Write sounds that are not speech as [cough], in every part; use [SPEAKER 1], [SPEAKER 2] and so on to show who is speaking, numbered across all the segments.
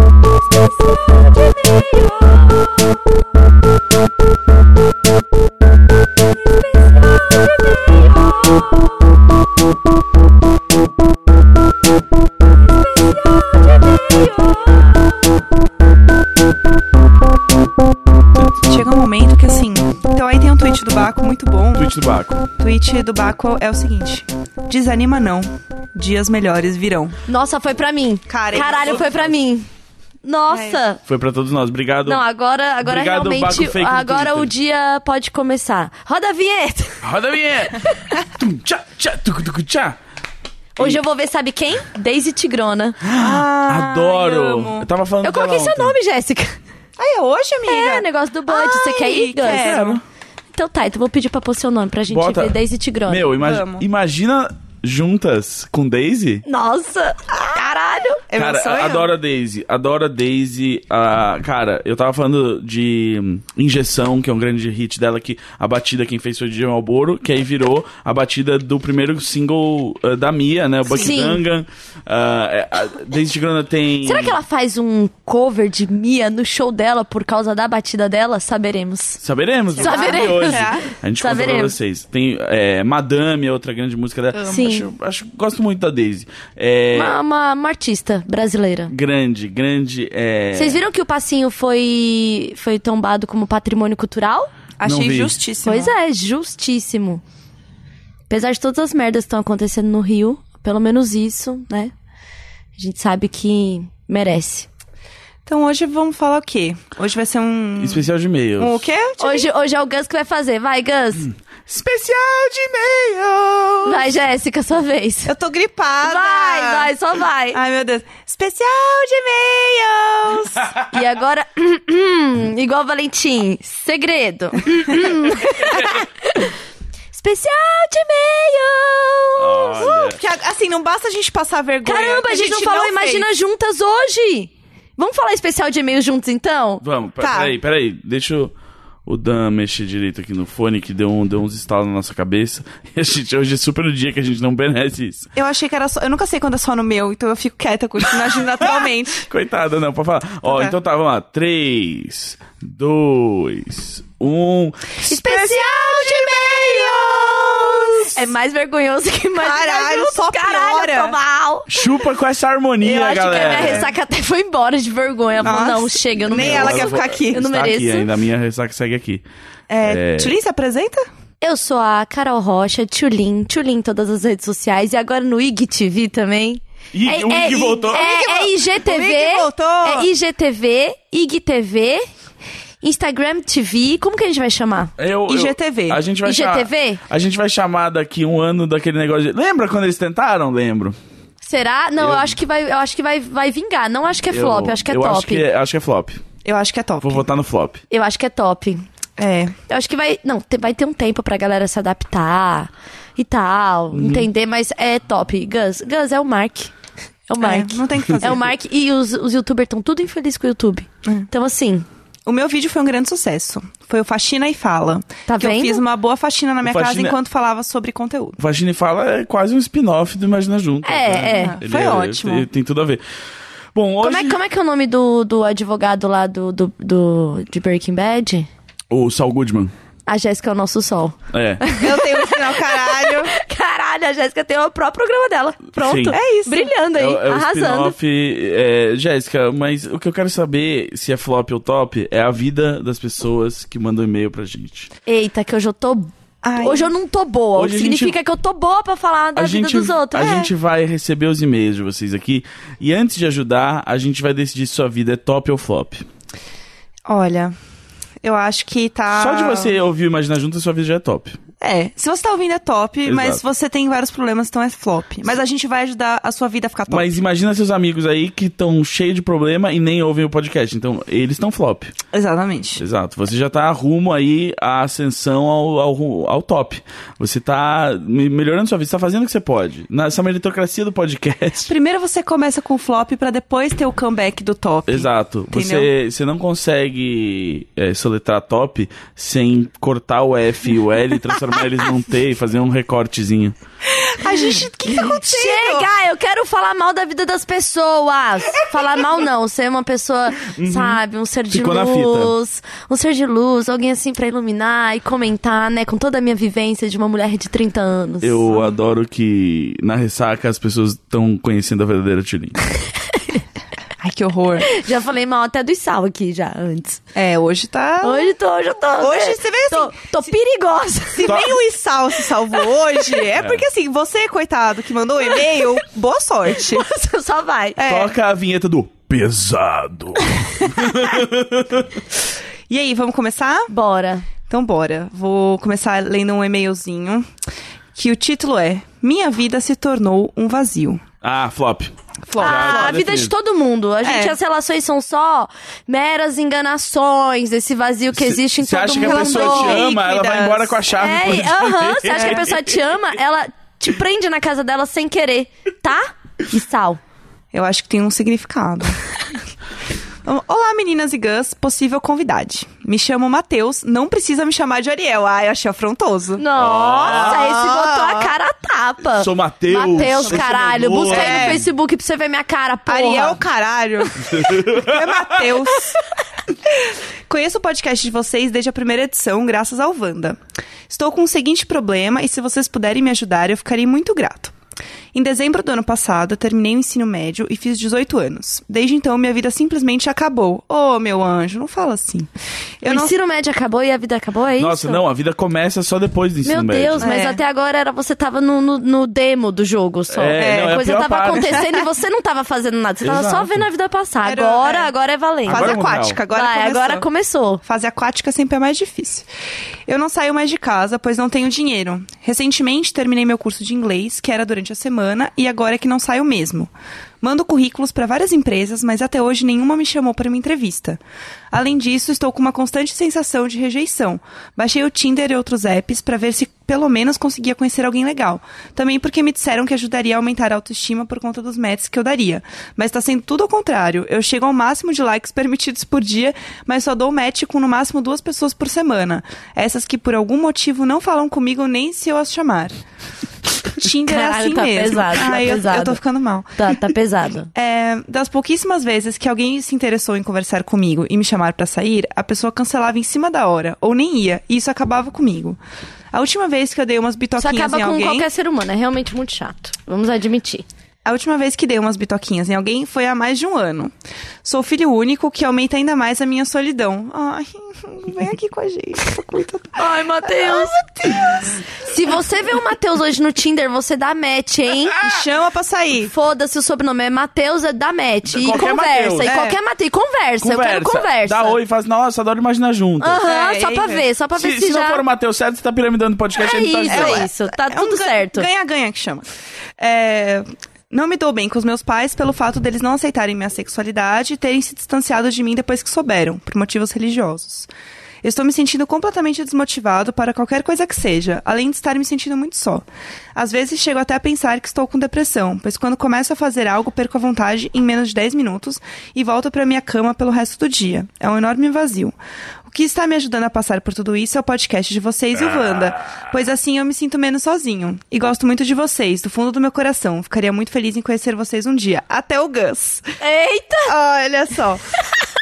[SPEAKER 1] Estação de
[SPEAKER 2] Chega um momento que assim. Então aí tem um tweet do Baco muito bom.
[SPEAKER 3] Tweet do Baco.
[SPEAKER 2] O tweet do Baco é o seguinte: Desanima não. Dias melhores virão.
[SPEAKER 4] Nossa, foi pra mim.
[SPEAKER 2] Cara,
[SPEAKER 4] Caralho,
[SPEAKER 2] eu- É.
[SPEAKER 4] foi pra mim. Nossa!
[SPEAKER 3] Foi pra todos nós. Obrigado.
[SPEAKER 4] Não, agora, agora
[SPEAKER 3] Obrigado, Baco
[SPEAKER 4] realmente.
[SPEAKER 3] Fake no
[SPEAKER 4] Agora
[SPEAKER 3] Twitter.
[SPEAKER 4] o dia pode começar. Roda a vinheta!
[SPEAKER 3] Roda a vinheta.
[SPEAKER 4] [laughs]
[SPEAKER 3] Tum, tchá, tchá, tucu, tucu, tchá.
[SPEAKER 4] Hoje eu vou ver, sabe quem? Daisy Tigrona.
[SPEAKER 3] Adoro.
[SPEAKER 2] eu amo.
[SPEAKER 3] Eu tava falando
[SPEAKER 4] Eu coloquei
[SPEAKER 3] dela
[SPEAKER 4] seu
[SPEAKER 3] ontem.
[SPEAKER 4] nome, Jéssica.
[SPEAKER 2] Aí é hoje, amiga?
[SPEAKER 4] É, o negócio do Bud. Você
[SPEAKER 2] Ai,
[SPEAKER 4] quer ir, Gus?
[SPEAKER 2] quero.
[SPEAKER 4] Então tá, então vou pedir pra pôr seu nome pra gente
[SPEAKER 3] Bota-
[SPEAKER 4] ver Daisy Tigrona.
[SPEAKER 3] Meu, imagi-
[SPEAKER 2] Vamos.
[SPEAKER 3] imagina juntas com Daisy.
[SPEAKER 4] Nossa! Caralho!
[SPEAKER 2] É meu
[SPEAKER 3] cara,
[SPEAKER 2] sonho.
[SPEAKER 3] adoro a Daisy. Adoro a Daisy. Ah, cara, eu tava falando de hum, Injeção, que é um grande hit dela, que a batida quem fez foi o DJ Malboro, que aí virou a batida do primeiro single ah, da Mia, né? O Bucky
[SPEAKER 4] Sim.
[SPEAKER 3] Dangan. Ah, é, a Daisy Tigrana tem...
[SPEAKER 4] Será que ela faz um cover de Mia no show dela por causa da batida dela? Saberemos.
[SPEAKER 3] Saberemos. vamos saber
[SPEAKER 4] Saberemos.
[SPEAKER 3] Hoje.
[SPEAKER 2] É.
[SPEAKER 3] A gente conta pra
[SPEAKER 4] Saberemos.
[SPEAKER 3] vocês. Tem é, Madame, é outra grande música dela.
[SPEAKER 4] Sim.
[SPEAKER 3] Acho, acho- gosto muito da Daisy. É,
[SPEAKER 4] Uma, uma- uma artista brasileira.
[SPEAKER 3] Grande, grande... é,
[SPEAKER 4] Vocês viram que o passinho foi, foi tombado como patrimônio cultural?
[SPEAKER 3] Não
[SPEAKER 2] Achei
[SPEAKER 3] vi.
[SPEAKER 2] justíssimo.
[SPEAKER 4] Pois é, justíssimo. Apesar de todas as merdas que estão acontecendo no Rio, pelo menos isso, né? A gente sabe que merece.
[SPEAKER 2] Então hoje vamos falar o quê? Hoje vai ser um.
[SPEAKER 3] Especial de e-mails.
[SPEAKER 2] Um o quê?
[SPEAKER 4] Hoje, hoje é o Gus que vai fazer. Vai, Gus.
[SPEAKER 3] Especial de e-mail!
[SPEAKER 4] Vai, Jéssica, sua vez.
[SPEAKER 2] Eu tô gripada.
[SPEAKER 4] Vai, vai, só vai.
[SPEAKER 2] Ai, meu Deus. Especial de
[SPEAKER 3] [laughs]
[SPEAKER 2] e-mails.
[SPEAKER 4] E agora, [clears throat] igual Valentim, segredo. [clears throat] Especial de e-mail.
[SPEAKER 3] Olha,
[SPEAKER 2] Porque, assim, não basta a gente passar vergonha.
[SPEAKER 4] Caramba, a gente, não falou
[SPEAKER 2] fez.
[SPEAKER 4] Imagina Juntas hoje. Vamos falar especial de e-mail juntos, então?
[SPEAKER 3] vamos, pe-
[SPEAKER 2] Tá.
[SPEAKER 3] peraí, peraí. Deixa o- o Dan mexer direito aqui no fone, que deu, um, deu uns estalos na nossa cabeça. [laughs] E a gente, hoje é super o dia que a gente não merece isso.
[SPEAKER 2] Eu achei que era só. Eu nunca sei quando é só no meu, então eu fico quieta com isso, imagino
[SPEAKER 4] [laughs]
[SPEAKER 2] naturalmente.
[SPEAKER 3] Coitada, não, pode falar. Ó,
[SPEAKER 2] tá.
[SPEAKER 3] então tá, vamos lá. 3, 2, 1.
[SPEAKER 4] Especial
[SPEAKER 2] de e-mails!
[SPEAKER 4] É mais vergonhoso que imaginar
[SPEAKER 2] Caralho,
[SPEAKER 4] juntos.
[SPEAKER 2] só
[SPEAKER 4] Caralho, eu
[SPEAKER 2] piora.
[SPEAKER 4] tô mal.
[SPEAKER 3] Chupa com essa harmonia,
[SPEAKER 4] Eu acho
[SPEAKER 3] galera.
[SPEAKER 4] que a minha ressaca até foi embora de vergonha. Ela falou, não,
[SPEAKER 2] Nossa,
[SPEAKER 4] chega, eu não
[SPEAKER 2] nem
[SPEAKER 4] mereço.
[SPEAKER 2] ela quer ficar aqui.
[SPEAKER 4] Eu não
[SPEAKER 3] Está
[SPEAKER 4] mereço.
[SPEAKER 3] tá aqui ainda, a minha ressaca segue aqui.
[SPEAKER 2] É, Tulin, se apresenta?
[SPEAKER 4] Eu sou a Carol Rocha, Tchulin, Tchulin em todas as redes sociais e agora no IGTV também.
[SPEAKER 3] Ih, o Ig voltou.
[SPEAKER 4] É, é
[SPEAKER 2] O
[SPEAKER 4] IGTV.
[SPEAKER 2] Ig voltou.
[SPEAKER 4] É IGTV, IGTV, Instagram TV. Como que a gente vai chamar?
[SPEAKER 3] Eu, eu-
[SPEAKER 2] IGTV.
[SPEAKER 3] a gente vai
[SPEAKER 4] IGTV?
[SPEAKER 3] Chamar, a gente vai chamar daqui um ano daquele negócio de... Lembra quando eles tentaram? Lembro.
[SPEAKER 4] Será? Não, eu,
[SPEAKER 3] Eu-
[SPEAKER 4] acho que vai, eu acho que vai, vai vingar. Não acho que é flop, eu acho que é
[SPEAKER 3] eu
[SPEAKER 4] top.
[SPEAKER 3] Acho que é, acho que é flop.
[SPEAKER 2] Eu acho que é top.
[SPEAKER 3] Vou votar no flop.
[SPEAKER 4] Eu acho que é top.
[SPEAKER 2] É.
[SPEAKER 4] Eu acho que vai, não, te- vai ter um tempo pra galera se adaptar e tal,
[SPEAKER 3] Uhum.
[SPEAKER 4] entender, mas é top. Gus, Gus é o Mark. É o Mark.
[SPEAKER 2] É, não tem o que fazer.
[SPEAKER 4] É o Mark e os, os youtubers estão tudo infelizes com o YouTube. Então, assim,
[SPEAKER 2] O meu vídeo foi um grande sucesso. Foi o Faxina e Fala.
[SPEAKER 4] Tá
[SPEAKER 2] que
[SPEAKER 4] vendo?
[SPEAKER 2] eu fiz uma boa faxina na minha casa
[SPEAKER 3] faxina- é-
[SPEAKER 2] enquanto falava sobre conteúdo.
[SPEAKER 3] O Faxina e Fala é quase um spin-off do Imagina Junto. né?
[SPEAKER 4] É, é.
[SPEAKER 2] Foi ótimo.
[SPEAKER 3] Tem, tem tudo a ver. Bom, hoje...
[SPEAKER 4] como é, como é que é o nome do, do advogado lá do, do, do- de Breaking Bad?
[SPEAKER 3] O Saul Goodman.
[SPEAKER 4] A Jéssica é o nosso sol.
[SPEAKER 3] É.
[SPEAKER 2] Eu tenho um final [laughs] caralho.
[SPEAKER 4] [laughs] Caralho, a Jéssica tem o próprio programa dela. Pronto.
[SPEAKER 3] Sim.
[SPEAKER 2] É isso.
[SPEAKER 4] Brilhando
[SPEAKER 3] É,
[SPEAKER 4] aí,
[SPEAKER 3] o- é o
[SPEAKER 4] arrasando.
[SPEAKER 3] spin-off. é, Jéssica, mas o que eu quero saber se é flop ou top é a vida das pessoas que mandam e-mail pra gente.
[SPEAKER 4] Eita, que hoje eu tô.
[SPEAKER 2] Ai.
[SPEAKER 4] Hoje eu não tô boa.
[SPEAKER 3] Hoje a gente-
[SPEAKER 4] Significa que eu tô boa pra falar da
[SPEAKER 3] a
[SPEAKER 4] vida
[SPEAKER 3] gente,
[SPEAKER 4] dos outros.
[SPEAKER 3] a
[SPEAKER 4] É.
[SPEAKER 3] gente vai receber os e-mails de vocês aqui. E antes de ajudar, a gente vai decidir se sua vida é top ou flop.
[SPEAKER 2] Olha, eu acho que
[SPEAKER 4] Ah.
[SPEAKER 2] tá.
[SPEAKER 3] Só de você ouvir o Imagina Junto, sua vida já é top.
[SPEAKER 2] É. Se você tá ouvindo é top,
[SPEAKER 3] Exato.
[SPEAKER 2] mas você tem vários problemas, então é flop. Mas a gente vai ajudar a sua vida a ficar top.
[SPEAKER 3] Mas imagina seus amigos aí que estão cheios de problema e nem ouvem o podcast. Então, eles estão flop.
[SPEAKER 2] Exatamente.
[SPEAKER 3] Exato. Você já tá rumo aí à ascensão ao, ao, ru- ao top. Você tá me- melhorando sua vida, você tá fazendo o que você pode. Nessa meritocracia do
[SPEAKER 4] [laughs]
[SPEAKER 3] podcast.
[SPEAKER 2] Primeiro você começa com o flop pra depois ter o comeback do top.
[SPEAKER 3] Exato. Você,
[SPEAKER 2] Entendeu?
[SPEAKER 3] você não consegue é, soletrar top [laughs] sem cortar o F e o L, transformar eles num T e fazer um recortezinho.
[SPEAKER 2] A gente. O que, que tá acontecendo?
[SPEAKER 4] Chega! Eu quero falar mal da vida das pessoas. Falar mal não, ser uma pessoa, sabe, um ser de
[SPEAKER 3] Uhum. Ficou na fita.
[SPEAKER 4] luz. Um ser de luz, alguém assim pra iluminar e comentar, né, com toda a minha vivência de uma mulher de 30 anos.
[SPEAKER 3] Eu adoro que na ressaca as pessoas estão conhecendo a verdadeira Tilin.
[SPEAKER 2] Ai, que horror.
[SPEAKER 4] Já falei mal até do sal aqui já antes.
[SPEAKER 2] É, hoje tá.
[SPEAKER 4] Hoje tô, hoje eu tô. né,
[SPEAKER 2] Hoje você vê assim,
[SPEAKER 4] Tô, tô perigosa.
[SPEAKER 2] [laughs] Se nem o Issal se salvou [laughs] hoje, é porque assim, você, coitado, que mandou o e-mail, boa sorte.
[SPEAKER 4] Você só vai.
[SPEAKER 3] Toca a vinheta do
[SPEAKER 4] [laughs]
[SPEAKER 3] pesado.
[SPEAKER 2] E aí, vamos começar?
[SPEAKER 4] Bora.
[SPEAKER 2] Então bora. Vou começar lendo um e-mailzinho que o título é Minha vida se tornou um vazio.
[SPEAKER 3] ah, flop.
[SPEAKER 2] Flop.
[SPEAKER 3] Já
[SPEAKER 4] Ah,
[SPEAKER 3] tá
[SPEAKER 4] a vida de
[SPEAKER 3] definido.
[SPEAKER 4] todo mundo. A gente,
[SPEAKER 2] É.
[SPEAKER 4] as relações são só meras enganações desse vazio que existe em
[SPEAKER 3] Você
[SPEAKER 4] todo um
[SPEAKER 3] acha que a
[SPEAKER 4] mundo.
[SPEAKER 3] pessoa te ama, ela vai
[SPEAKER 2] Líquidas.
[SPEAKER 3] embora com a chave.
[SPEAKER 4] É,
[SPEAKER 3] por
[SPEAKER 4] e- aham, você acha que a
[SPEAKER 3] direito.
[SPEAKER 4] pessoa te ama, ela te prende na casa dela sem querer, tá? E sal.
[SPEAKER 2] Eu acho que tem um significado. Olá, meninas e gãs, possível convidade. Me chamo Matheus, não precisa me chamar de Ariel. Ah, eu achei afrontoso.
[SPEAKER 4] Nossa,
[SPEAKER 2] Ah.
[SPEAKER 4] esse botou a cara a tapa.
[SPEAKER 3] Sou Matheus.
[SPEAKER 4] Mateus,
[SPEAKER 3] Esse é
[SPEAKER 4] caralho.
[SPEAKER 3] meu
[SPEAKER 4] Busca aí
[SPEAKER 2] É.
[SPEAKER 4] no Facebook pra você ver minha cara, porra.
[SPEAKER 2] Ariel, caralho. é Matheus. Conheço o podcast de vocês desde a primeira edição, graças ao Wanda. Estou com o seguinte problema e se vocês puderem me ajudar, eu ficarei muito grato. Em dezembro do ano passado, eu terminei o ensino médio e fiz 18 anos. Desde então, minha vida simplesmente acabou. Ô, meu anjo, não fala assim. Eu
[SPEAKER 4] o
[SPEAKER 2] não
[SPEAKER 4] ensino médio acabou e a vida acabou, é isso?
[SPEAKER 3] Nossa, não, a vida começa só depois do ensino
[SPEAKER 4] Meu
[SPEAKER 3] médio.
[SPEAKER 4] Deus, mas
[SPEAKER 2] É.
[SPEAKER 4] até agora era você tava no, no, no demo do jogo só.
[SPEAKER 3] É, não, é a
[SPEAKER 4] a coisa
[SPEAKER 3] pior
[SPEAKER 4] tava
[SPEAKER 3] parte. [laughs]
[SPEAKER 4] acontecendo e você não tava fazendo nada. Você tava só
[SPEAKER 3] Exato.
[SPEAKER 4] vendo a vida passar.
[SPEAKER 2] Era-
[SPEAKER 4] agora,
[SPEAKER 2] é.
[SPEAKER 4] agora é valendo.
[SPEAKER 2] Fase
[SPEAKER 3] Agora vamos
[SPEAKER 2] aquática, agora
[SPEAKER 4] Vai,
[SPEAKER 2] começou.
[SPEAKER 4] agora começou.
[SPEAKER 2] Fase aquática sempre é mais difícil. Eu não saio mais de casa, pois não tenho dinheiro. Recentemente terminei meu curso de inglês, que era durante a semana, e agora é que não saio mesmo. Mando currículos para várias empresas, mas até hoje nenhuma me chamou para uma entrevista. Além disso, estou com uma constante sensação de rejeição. Baixei o Tinder e outros apps para ver se pelo menos conseguia conhecer alguém legal. Também porque me disseram que ajudaria a aumentar a autoestima por conta dos matches que eu daria. Mas está sendo tudo ao contrário. Eu chego ao máximo de likes [laughs] permitidos por dia, mas só dou match com no máximo duas pessoas por semana. Essas que por algum motivo não falam comigo nem se eu as chamar. Tinder é
[SPEAKER 4] Caralho,
[SPEAKER 2] assim
[SPEAKER 4] tá
[SPEAKER 2] mesmo.
[SPEAKER 4] pesado, tá
[SPEAKER 2] Ai, eu- eu
[SPEAKER 4] pesado.
[SPEAKER 2] tô ficando mal.
[SPEAKER 4] Tá, tá
[SPEAKER 2] [laughs]
[SPEAKER 4] pesado.
[SPEAKER 2] É, das pouquíssimas vezes que alguém se interessou em conversar comigo e me chamar pra sair, a pessoa cancelava em cima da hora, ou nem ia, e isso acabava comigo. A última vez que eu dei umas
[SPEAKER 4] Isso
[SPEAKER 2] bitoquinhas
[SPEAKER 4] acaba
[SPEAKER 2] em
[SPEAKER 4] com
[SPEAKER 2] assim, alguém,
[SPEAKER 4] qualquer ser humano, é realmente muito chato. Vamos admitir.
[SPEAKER 2] a última vez que dei umas bitoquinhas em alguém foi há mais de um ano. Sou filho único, que aumenta ainda mais a minha solidão. Ai, [laughs] vem aqui com a gente, tô com muita dor.
[SPEAKER 4] Ai, Matheus. Se você vê o Matheus hoje no Tinder, você dá match,
[SPEAKER 2] [laughs]
[SPEAKER 4] hein?
[SPEAKER 2] Me chama pra sair.
[SPEAKER 4] Foda-se o sobrenome é Matheus, é dá match. E
[SPEAKER 3] Qualquer
[SPEAKER 4] conversa,
[SPEAKER 3] Matheus.
[SPEAKER 4] e
[SPEAKER 2] É.
[SPEAKER 4] qualquer Matheus, e conversa. Eu quero conversa.
[SPEAKER 3] Dá oi e faz, nossa, adoro imaginar junto.
[SPEAKER 4] Aham,
[SPEAKER 2] É,
[SPEAKER 4] só
[SPEAKER 2] e
[SPEAKER 4] pra
[SPEAKER 2] aí,
[SPEAKER 4] ver, só pra ver
[SPEAKER 3] então. se, se
[SPEAKER 4] se, já...
[SPEAKER 3] não for o Matheus certo, você tá piramidando o podcast.
[SPEAKER 4] É
[SPEAKER 3] ele tá
[SPEAKER 4] isso,
[SPEAKER 3] dizendo.
[SPEAKER 4] é isso. Tá
[SPEAKER 2] um
[SPEAKER 4] tudo
[SPEAKER 2] gan-
[SPEAKER 4] certo.
[SPEAKER 2] Ganha-ganha que chama. É, Não me dou bem com os meus pais pelo fato deles não aceitarem minha sexualidade e terem se distanciado de mim depois que souberam, por motivos religiosos. Eu Estou me sentindo completamente desmotivado para qualquer coisa que seja, além de estar me sentindo muito só. Às vezes chego até a pensar que estou com depressão, pois quando começo a fazer algo perco a vontade em menos de 10 minutos e volto para minha cama pelo resto do dia. É um enorme vazio. O que está me ajudando a passar por tudo isso é o podcast de vocês e o Wanda, pois assim eu me sinto menos sozinho. E gosto muito de vocês, do fundo do meu coração. Ficaria muito feliz em conhecer vocês um dia. Até o Gus.
[SPEAKER 4] Eita!
[SPEAKER 2] Olha só.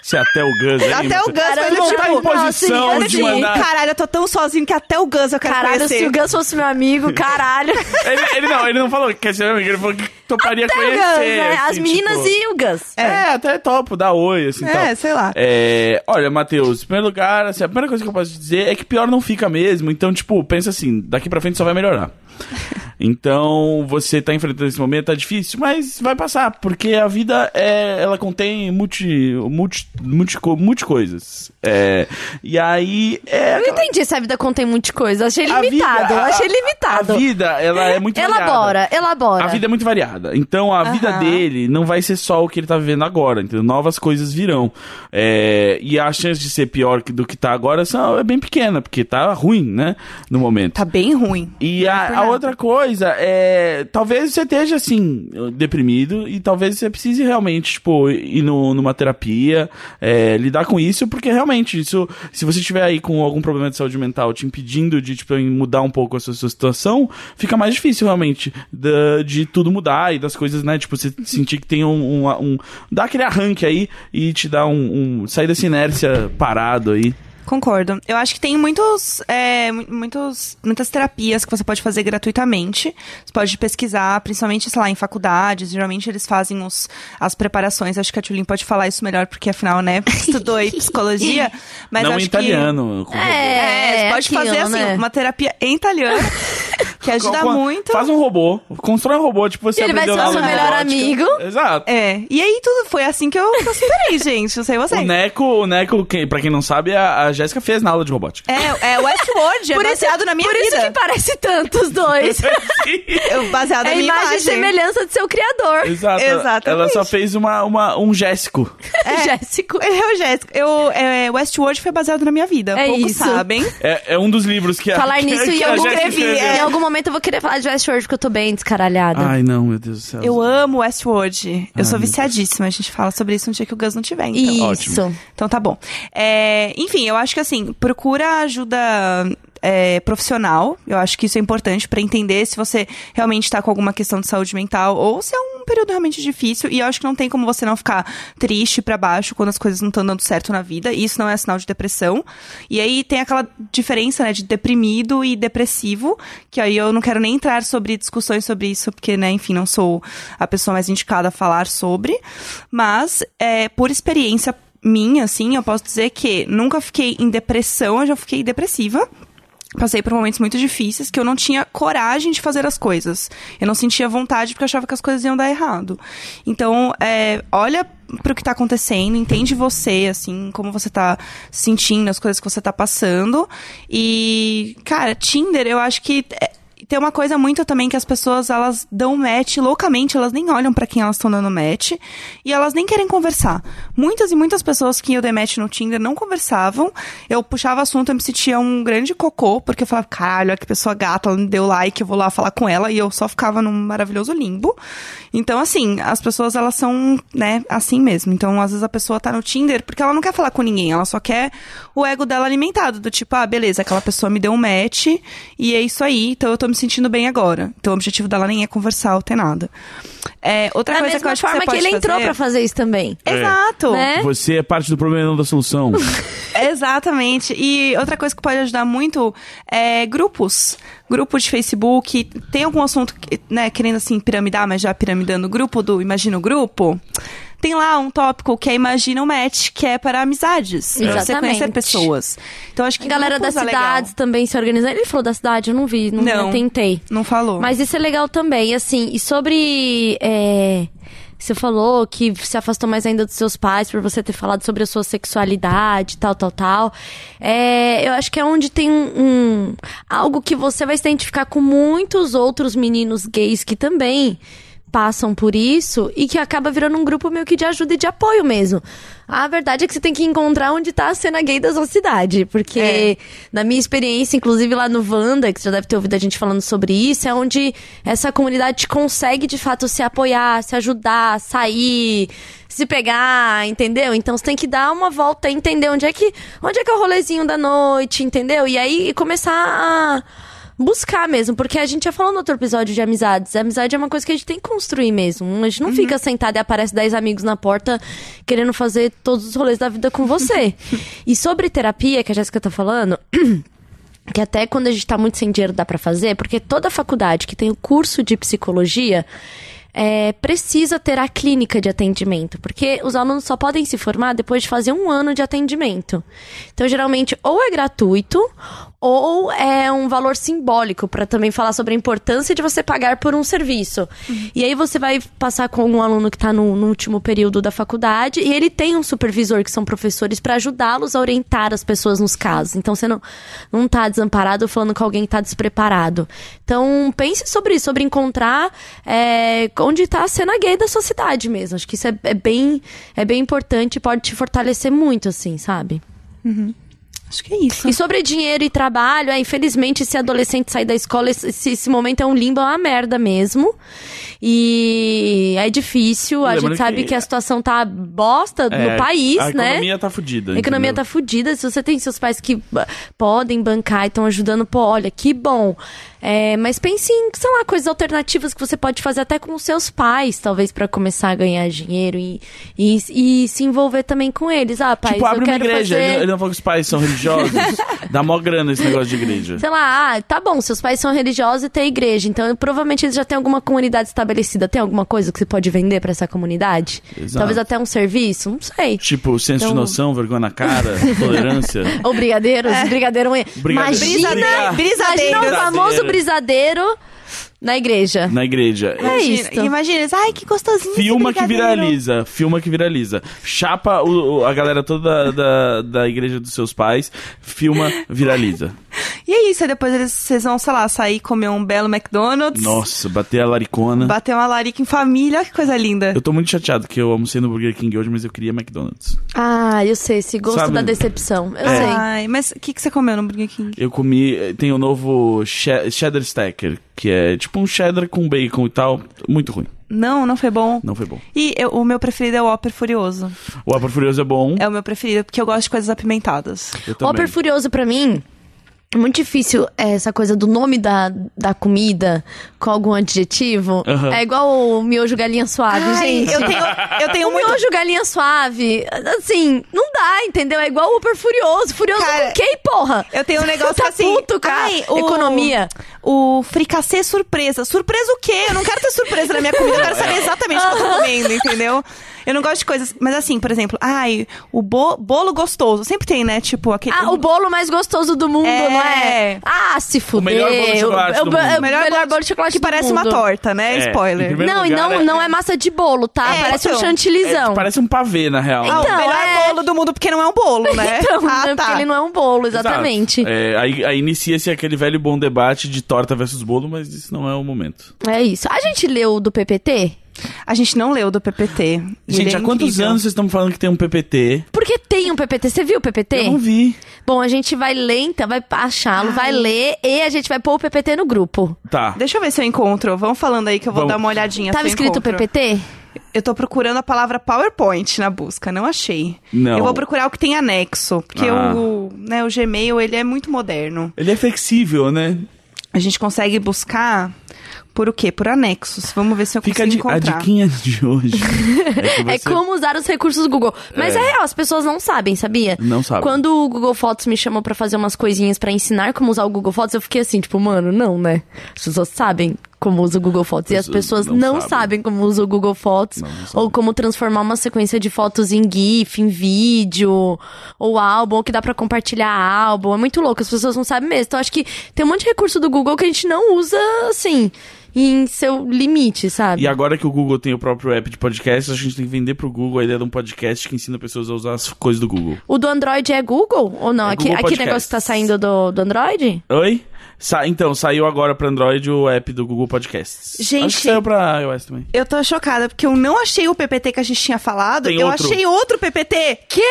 [SPEAKER 3] Se até o Gus aí,
[SPEAKER 2] Até o
[SPEAKER 3] você-
[SPEAKER 2] Gus foi
[SPEAKER 4] Caralho,
[SPEAKER 2] do
[SPEAKER 3] Não
[SPEAKER 2] tipo...
[SPEAKER 3] tá em
[SPEAKER 4] Não,
[SPEAKER 3] posição
[SPEAKER 4] assim,
[SPEAKER 3] [laughs] de
[SPEAKER 4] assim,
[SPEAKER 3] mandar.
[SPEAKER 2] Caralho, eu tô tão sozinho que até o Gus eu quero
[SPEAKER 4] Caralho,
[SPEAKER 2] conhecer.
[SPEAKER 4] se o Gus fosse meu amigo, caralho.
[SPEAKER 3] Ele, ele não, ele não falou que quer ser meu amigo, ele falou que toparia
[SPEAKER 4] Até o
[SPEAKER 3] [laughs] conhecer.
[SPEAKER 4] [laughs] Gus, né?
[SPEAKER 3] assim,
[SPEAKER 4] As meninas
[SPEAKER 3] tipo-
[SPEAKER 4] e o Gus.
[SPEAKER 3] É, até topo, dá oi, assim,
[SPEAKER 2] É,
[SPEAKER 4] então,
[SPEAKER 3] tal.
[SPEAKER 2] sei lá.
[SPEAKER 3] É, olha, Matheus, em primeiro lugar, assim, a primeira coisa que eu posso te dizer é que pior não fica mesmo. Então, tipo, pensa assim, daqui pra frente só vai
[SPEAKER 4] [laughs]
[SPEAKER 3] melhorar. Então, você tá enfrentando esse momento, tá difícil, mas vai passar, porque a vida, é, ela contém multi, multi, multi, co- multi coisas. É, e aí, é...
[SPEAKER 4] Eu não entendi se a vida contém muita coisa. Achei limitado,
[SPEAKER 3] a-
[SPEAKER 4] achei
[SPEAKER 3] A
[SPEAKER 4] limitado.
[SPEAKER 3] vida, ela é muito variada.
[SPEAKER 4] [laughs] Elabora, elabora.
[SPEAKER 3] A vida é muito variada. Então a vida dele não vai ser só o que ele tá vivendo agora, entendeu? Novas coisas virão. É, e a chance de ser pior que- do que tá agora são, é bem pequena, porque tá ruim, né? No momento.
[SPEAKER 2] Tá bem ruim.
[SPEAKER 3] E a,
[SPEAKER 2] por
[SPEAKER 3] a
[SPEAKER 4] exato.
[SPEAKER 3] outra coisa, é, talvez você esteja assim, deprimido, e talvez você precise realmente, tipo, ir no- numa terapia, é, lidar com isso, porque realmente, isso, se você estiver aí com algum problema de saúde mental te impedindo de, tipo, mudar um pouco a sua, sua situação, fica mais difícil realmente da- de tudo mudar e das coisas, né? Tipo, você sentir que tem um. um, um- dá aquele arranque aí e te dá um. um sair dessa inércia parado aí.
[SPEAKER 2] Concordo. Eu acho que tem muitos, é, mu- muitos, muitas terapias que você pode fazer gratuitamente. Você pode pesquisar, principalmente, sei lá, em faculdades. Geralmente eles fazem os, as preparações. Acho que a Tulin pode falar isso melhor, porque afinal,
[SPEAKER 4] [laughs]
[SPEAKER 2] né, estudou em psicologia. Mas
[SPEAKER 3] Não
[SPEAKER 2] acho
[SPEAKER 3] em italiano. com-
[SPEAKER 2] Que, é,
[SPEAKER 4] É,
[SPEAKER 2] você pode
[SPEAKER 4] aquilo,
[SPEAKER 2] fazer assim,
[SPEAKER 4] né?
[SPEAKER 2] uma terapia em italiano,
[SPEAKER 3] [laughs]
[SPEAKER 2] que ajuda
[SPEAKER 3] Com-
[SPEAKER 2] muito.
[SPEAKER 3] Faz um robô, constrói um robô, tipo você
[SPEAKER 4] Ele vai
[SPEAKER 3] aprendeu
[SPEAKER 4] ser
[SPEAKER 3] na
[SPEAKER 4] o seu
[SPEAKER 3] aula de
[SPEAKER 4] melhor
[SPEAKER 3] robótica.
[SPEAKER 4] amigo.
[SPEAKER 3] Exato.
[SPEAKER 2] É, e aí tudo foi assim que eu, que eu superei, gente. Não sei
[SPEAKER 3] O
[SPEAKER 2] vocês.
[SPEAKER 3] Neco, o Neco, quem, pra quem não sabe, é a, a Jéssica fez na aula de robótica.
[SPEAKER 2] É, é Westworld, é
[SPEAKER 4] Por isso-
[SPEAKER 2] baseado na minha
[SPEAKER 4] Por
[SPEAKER 2] vida.
[SPEAKER 4] isso que parece tanto os
[SPEAKER 2] É
[SPEAKER 3] [laughs]
[SPEAKER 4] dois.
[SPEAKER 2] Eu- Baseado
[SPEAKER 4] É
[SPEAKER 2] na
[SPEAKER 4] a
[SPEAKER 2] minha
[SPEAKER 4] imagem e
[SPEAKER 2] imagem.
[SPEAKER 4] semelhança de seu criador. [laughs]
[SPEAKER 3] Exato.
[SPEAKER 2] Exatamente.
[SPEAKER 3] Ela só fez uma, uma, um Jéssico. É.
[SPEAKER 2] [laughs]
[SPEAKER 4] Jéssico.
[SPEAKER 2] Eu, Jéssica, eu, é, Westworld foi baseado na minha vida.
[SPEAKER 4] É
[SPEAKER 2] Poucos
[SPEAKER 4] isso.
[SPEAKER 2] sabem.
[SPEAKER 3] É, é um dos livros que a
[SPEAKER 4] Falar
[SPEAKER 3] [laughs] que,
[SPEAKER 4] nisso
[SPEAKER 3] que
[SPEAKER 4] e
[SPEAKER 3] a
[SPEAKER 4] eu algum,
[SPEAKER 3] Jéssica
[SPEAKER 2] escrevi,
[SPEAKER 3] escreveu.
[SPEAKER 4] em algum momento eu vou querer falar de Westworld porque eu tô bem descaralhada.
[SPEAKER 3] Ai, não, meu Deus do céu.
[SPEAKER 2] Eu amo Westworld. Eu
[SPEAKER 3] Ai,
[SPEAKER 2] sou
[SPEAKER 3] meu
[SPEAKER 2] viciadíssima. A gente fala sobre isso no dia que o Gus não tiver,
[SPEAKER 3] é
[SPEAKER 2] então.
[SPEAKER 4] Isso.
[SPEAKER 2] Então tá bom. É, enfim, eu acho que assim, procura ajuda é, profissional. Eu acho que isso é importante pra entender se você realmente tá com alguma questão de saúde mental ou se é um período realmente difícil. E eu acho que não tem como você não ficar triste pra baixo quando as coisas não estão dando certo na vida. E isso não é sinal de depressão. E aí tem aquela diferença, né, de deprimido e depressivo, que aí eu não quero nem entrar sobre discussões sobre isso, porque, né, enfim, não sou a pessoa mais indicada a falar sobre. Mas, é, por experiência minha, assim, eu posso dizer que nunca fiquei em depressão, eu já fiquei depressiva. Passei por momentos muito difíceis que eu não tinha coragem de fazer as coisas. Eu não sentia vontade porque eu achava que as coisas iam dar errado. Então, é, olha pro que tá acontecendo, entende você, assim, como você tá se sentindo, as coisas que você tá passando. E, cara, Tinder, eu acho que é, tem uma coisa muito também que as pessoas, elas dão match loucamente, elas nem olham pra quem elas estão dando match e elas nem querem conversar. Muitas e muitas pessoas que eu dei match no Tinder não conversavam. Eu puxava assunto, eu me sentia um grande cocô, porque eu falava, caralho, olha que pessoa gata, ela me deu like, eu vou lá falar com ela e eu só ficava num maravilhoso limbo. Então, assim, as pessoas, elas são, né, assim mesmo. Então, às vezes a pessoa tá no Tinder porque ela não quer falar com ninguém, ela só quer o ego dela alimentado, do tipo, ah, beleza, aquela pessoa me deu um match e é isso aí, então eu tô me sentindo bem agora. Então o objetivo dela nem é conversar ou ter nada. É, outra
[SPEAKER 4] Da
[SPEAKER 2] coisa que eu
[SPEAKER 4] mesma
[SPEAKER 2] acho que
[SPEAKER 4] forma
[SPEAKER 2] você
[SPEAKER 4] que,
[SPEAKER 2] pode
[SPEAKER 4] ele entrou
[SPEAKER 2] fazer-
[SPEAKER 4] pra fazer isso também.
[SPEAKER 3] É.
[SPEAKER 2] Exato.
[SPEAKER 4] Né?
[SPEAKER 3] Você é parte do problema e não da
[SPEAKER 4] [laughs]
[SPEAKER 3] solução.
[SPEAKER 2] Exatamente. E outra coisa que pode ajudar muito é grupos. Grupo de Facebook. Tem algum assunto, que, né, querendo assim piramidar, mas já piramidando o grupo do Imagina o Grupo? Tem lá um tópico que é Imagina o Match, que é para amizades. Pra você
[SPEAKER 4] Exatamente.
[SPEAKER 2] conhecer pessoas. Então acho que.
[SPEAKER 4] A galera das
[SPEAKER 2] grupos é legal.
[SPEAKER 4] cidades também se organizando. Ele falou da cidade, eu não vi, não,
[SPEAKER 2] Não.
[SPEAKER 4] não tentei.
[SPEAKER 2] Não falou.
[SPEAKER 4] Mas isso é legal também, assim, e sobre. é, você falou que se afastou mais ainda dos seus pais por você ter falado sobre a sua sexualidade, tal, tal, tal. É, eu acho que é onde tem um, um- algo que você vai se identificar com muitos outros meninos gays que também passam por isso e que acaba virando um grupo meio que de ajuda e de apoio mesmo. A verdade é que você tem que encontrar onde tá a cena gay da sua cidade, porque
[SPEAKER 2] É.
[SPEAKER 4] na minha experiência, inclusive lá no Wanda, que você já deve ter ouvido a gente falando sobre isso, é onde essa comunidade consegue de fato se apoiar, se ajudar, sair, se pegar, entendeu? Então você tem que dar uma volta, entender onde é que, onde é que é o rolezinho da noite, entendeu? E aí começar a buscar mesmo, porque a gente já falou no outro episódio de amizades. A amizade é uma coisa que a gente tem que construir mesmo. A gente não fica sentada e aparece 10 amigos na porta querendo fazer todos os rolês da vida com você. e sobre terapia, que a Jéssica tá falando, que até quando a gente tá muito sem dinheiro dá pra fazer, porque toda faculdade que tem o curso de psicologia é, precisa ter a clínica de atendimento, porque os alunos só podem se formar depois de fazer um ano de atendimento. Então, geralmente, ou é gratuito, ou é um valor simbólico, pra também falar sobre a importância de você pagar por um serviço. E aí você vai passar com um aluno que tá no, no último período da faculdade, e ele tem um supervisor, que são professores, pra ajudá-los a orientar as pessoas nos casos. Então, você não, não tá desamparado falando com alguém que tá despreparado. Então, pense sobre isso, sobre encontrar é, onde tá a cena gay da sua cidade mesmo. Acho que isso é, é bem, é bem importante e pode te fortalecer muito, assim, sabe?
[SPEAKER 2] Acho que é isso.
[SPEAKER 4] E sobre dinheiro e trabalho, é, infelizmente, se adolescente sair da escola, esse, esse momento é um limbo, é uma merda mesmo. E é difícil, a
[SPEAKER 3] Lembrando
[SPEAKER 4] gente sabe
[SPEAKER 3] que-
[SPEAKER 4] que, a situação tá bosta
[SPEAKER 3] É,
[SPEAKER 4] no país,
[SPEAKER 3] a
[SPEAKER 4] né?
[SPEAKER 3] economia tá fudida.
[SPEAKER 4] A economia
[SPEAKER 3] entendeu?
[SPEAKER 4] tá fudida. Se você tem seus pais que ba- podem bancar e estão ajudando, pô, olha, que bom. É, mas pense em, sei lá, coisas alternativas que você pode fazer até com os seus pais, talvez, pra começar a ganhar dinheiro e, e, e se envolver também com eles. Ah, pai,
[SPEAKER 3] Tipo, abre
[SPEAKER 4] eu
[SPEAKER 3] uma
[SPEAKER 4] quero
[SPEAKER 3] igreja.
[SPEAKER 4] fazer...
[SPEAKER 3] Ele, ele não falou que os pais são
[SPEAKER 4] [laughs]
[SPEAKER 3] religiosos. Dá mó grana esse negócio de igreja.
[SPEAKER 4] Sei lá, ah, tá bom, seus pais são religiosos e tem igreja, então provavelmente eles já têm alguma comunidade estabelecida. Tem alguma coisa que você pode vender pra essa comunidade?
[SPEAKER 3] Exato.
[SPEAKER 4] Talvez até um serviço? Não sei.
[SPEAKER 3] Tipo, senso de
[SPEAKER 4] Então-
[SPEAKER 3] noção, vergonha na
[SPEAKER 4] [laughs]
[SPEAKER 3] cara, tolerância.
[SPEAKER 4] Ou brigadeiros,
[SPEAKER 3] Brigadeiro.
[SPEAKER 4] brigadeiro. Imagina,
[SPEAKER 3] Briga-
[SPEAKER 4] imagina
[SPEAKER 2] Brisadeiro.
[SPEAKER 4] um famoso brisadeiro na igreja.
[SPEAKER 3] Na igreja.
[SPEAKER 4] É
[SPEAKER 2] Imagina,
[SPEAKER 4] isso.
[SPEAKER 2] imagina eles, ai, que gostosinho. esse
[SPEAKER 3] Filma que
[SPEAKER 2] brigadeiro."
[SPEAKER 3] viraliza, filma que viraliza. Chapa o- o- a galera toda da, da, da igreja dos seus pais, filma, viraliza.
[SPEAKER 2] E é isso, aí depois eles, vocês vão, sei lá, sair comer um belo McDonald's.
[SPEAKER 3] Nossa, bater a laricona.
[SPEAKER 2] Bater uma larica em família, olha que coisa linda.
[SPEAKER 3] Eu tô muito chateado que eu almocei no Burger King hoje, mas eu queria McDonald's.
[SPEAKER 4] Ah, eu sei, esse gosto
[SPEAKER 3] Sabe- um- É. Ah,
[SPEAKER 4] da decepção. Eu sei.
[SPEAKER 2] Ai, mas o que, que você comeu no Burger King?
[SPEAKER 3] Eu comi, eh, tem o novo she- cheddar stacker, que é tipo um cheddar com bacon e tal. Muito ruim,
[SPEAKER 2] Não, não foi bom.
[SPEAKER 3] não foi bom.
[SPEAKER 2] E eu- o meu preferido é o Whopper Furioso.
[SPEAKER 3] O Apple Furioso é bom,
[SPEAKER 2] É o meu preferido, porque eu gosto de coisas apimentadas.
[SPEAKER 3] eu também.
[SPEAKER 4] Óper Furioso pra mim. É muito difícil é, essa coisa do nome da, da comida com algum adjetivo.
[SPEAKER 3] Aham.
[SPEAKER 4] É igual o miojo galinha suave,
[SPEAKER 2] Ai,
[SPEAKER 4] gente.
[SPEAKER 2] eu tenho, eu tenho
[SPEAKER 4] O
[SPEAKER 2] muito...
[SPEAKER 4] miojo Um galinha suave, assim, não dá, entendeu? É igual o Uber Furioso. Furioso
[SPEAKER 2] Cara,
[SPEAKER 4] com quem, porra?
[SPEAKER 2] Eu tenho um negócio
[SPEAKER 4] tá
[SPEAKER 2] assim.
[SPEAKER 4] puto, cara.
[SPEAKER 2] ai, o-
[SPEAKER 4] Economia.
[SPEAKER 2] O fricassê surpresa. Surpresa o quê? Eu não quero ter surpresa na minha comida, eu quero saber
[SPEAKER 4] É.
[SPEAKER 2] exatamente o que eu tô comendo, entendeu? Eu não gosto de coisas. Mas assim, por exemplo, ai, o bo- bolo gostoso. Sempre tem, né? Tipo, aquele.
[SPEAKER 4] Ah, o bolo mais gostoso do mundo,
[SPEAKER 2] É.
[SPEAKER 4] não é? Ah, se fuder.
[SPEAKER 3] melhor bolo de chocolate
[SPEAKER 4] O- o-
[SPEAKER 3] do mundo.
[SPEAKER 4] o
[SPEAKER 3] O
[SPEAKER 4] melhor, bolo de chocolate
[SPEAKER 2] Que
[SPEAKER 4] do
[SPEAKER 2] parece uma
[SPEAKER 4] mundo.
[SPEAKER 2] torta, né?
[SPEAKER 3] É, em
[SPEAKER 2] Spoiler.
[SPEAKER 3] primeiro
[SPEAKER 4] Não, e
[SPEAKER 3] lugar
[SPEAKER 4] não é...
[SPEAKER 3] é-
[SPEAKER 4] não é massa de bolo, tá?
[SPEAKER 2] É,
[SPEAKER 4] parece
[SPEAKER 2] então.
[SPEAKER 4] um
[SPEAKER 3] É,
[SPEAKER 4] chantilizão.
[SPEAKER 3] parece um pavê, na real.
[SPEAKER 2] Ah, o
[SPEAKER 4] Então,
[SPEAKER 2] melhor
[SPEAKER 4] é-
[SPEAKER 2] bolo do mundo, porque não é um
[SPEAKER 4] [laughs]
[SPEAKER 2] bolo, né?
[SPEAKER 4] Então,
[SPEAKER 2] ah,
[SPEAKER 4] né?
[SPEAKER 2] tá.
[SPEAKER 4] Porque ele não é um bolo,
[SPEAKER 3] Exato.
[SPEAKER 4] exatamente.
[SPEAKER 3] É, aí aí inicia-se aquele velho bom debate de torta versus bolo, mas isso não é o momento.
[SPEAKER 4] É. isso. A gente leu o do PPT?
[SPEAKER 2] A gente não leu do PPT. Ele
[SPEAKER 3] Gente,
[SPEAKER 2] é
[SPEAKER 3] há quantos
[SPEAKER 2] incrível.
[SPEAKER 3] anos vocês estão falando que tem um PPT?
[SPEAKER 4] Porque tem um PPT. Você viu o PPT?
[SPEAKER 3] Eu não vi.
[SPEAKER 4] Bom, a gente vai ler, então, vai achá-lo, vai ler e a gente vai pôr o PPT no grupo.
[SPEAKER 3] Tá.
[SPEAKER 2] Deixa eu ver se eu encontro. Vamos falando aí que eu vou
[SPEAKER 3] Vamos.
[SPEAKER 2] dar uma olhadinha.
[SPEAKER 4] Tava
[SPEAKER 2] se eu
[SPEAKER 4] escrito
[SPEAKER 2] encontro.
[SPEAKER 4] PPT?
[SPEAKER 2] Eu tô procurando a palavra PowerPoint na busca, não achei.
[SPEAKER 3] Não.
[SPEAKER 2] Eu vou procurar o que tem anexo, porque
[SPEAKER 3] Ah.
[SPEAKER 2] o, né, o Gmail, ele é muito moderno.
[SPEAKER 3] Ele é flexível, né?
[SPEAKER 2] A gente consegue buscar por o quê? Por anexos. Vamos ver se eu
[SPEAKER 3] Fica a,
[SPEAKER 2] consigo
[SPEAKER 3] di a
[SPEAKER 2] encontrar.
[SPEAKER 3] diquinha de
[SPEAKER 4] [laughs]
[SPEAKER 3] hoje. é, que
[SPEAKER 4] É
[SPEAKER 3] você-
[SPEAKER 4] como usar os recursos do Google. Mas
[SPEAKER 3] É.
[SPEAKER 4] é. real, as pessoas não sabem, sabia?
[SPEAKER 3] Não sabem.
[SPEAKER 4] Quando o Google Fotos me chamou pra fazer umas coisinhas pra ensinar como usar o Google Fotos, eu fiquei assim, tipo, mano, não, né? As pessoas sabem como usa o Google Fotos. E as
[SPEAKER 3] Pessoas
[SPEAKER 4] pessoas
[SPEAKER 3] não
[SPEAKER 4] não,
[SPEAKER 3] sabem.
[SPEAKER 4] sabem. como usa o Google Fotos.
[SPEAKER 3] não sabem.
[SPEAKER 4] ou como transformar uma sequência de fotos em GIF, em vídeo, ou álbum, ou que dá pra compartilhar álbum. É muito louco, as pessoas não sabem mesmo. Então, acho que tem um monte de recurso do Google que a gente não usa, assim, em seu limite, sabe?
[SPEAKER 3] E agora que o Google tem o próprio app de podcast, a gente tem que vender pro Google a ideia de um podcast que ensina pessoas a usar as coisas do Google.
[SPEAKER 4] O do Android é Google ou não?
[SPEAKER 3] É
[SPEAKER 4] aqui
[SPEAKER 3] Google
[SPEAKER 4] aqui
[SPEAKER 3] Podcast.
[SPEAKER 4] negócio que tá saindo do, do Android?
[SPEAKER 3] Oi? Sa- então, saiu agora pra Android o app do Google Podcasts.
[SPEAKER 2] Gente-
[SPEAKER 3] Acho que saiu pra iOS também.
[SPEAKER 2] Eu tô chocada, porque eu não achei o PPT que a gente tinha falado.
[SPEAKER 3] Tem
[SPEAKER 2] eu
[SPEAKER 3] outro.
[SPEAKER 2] achei outro PPT. Quê?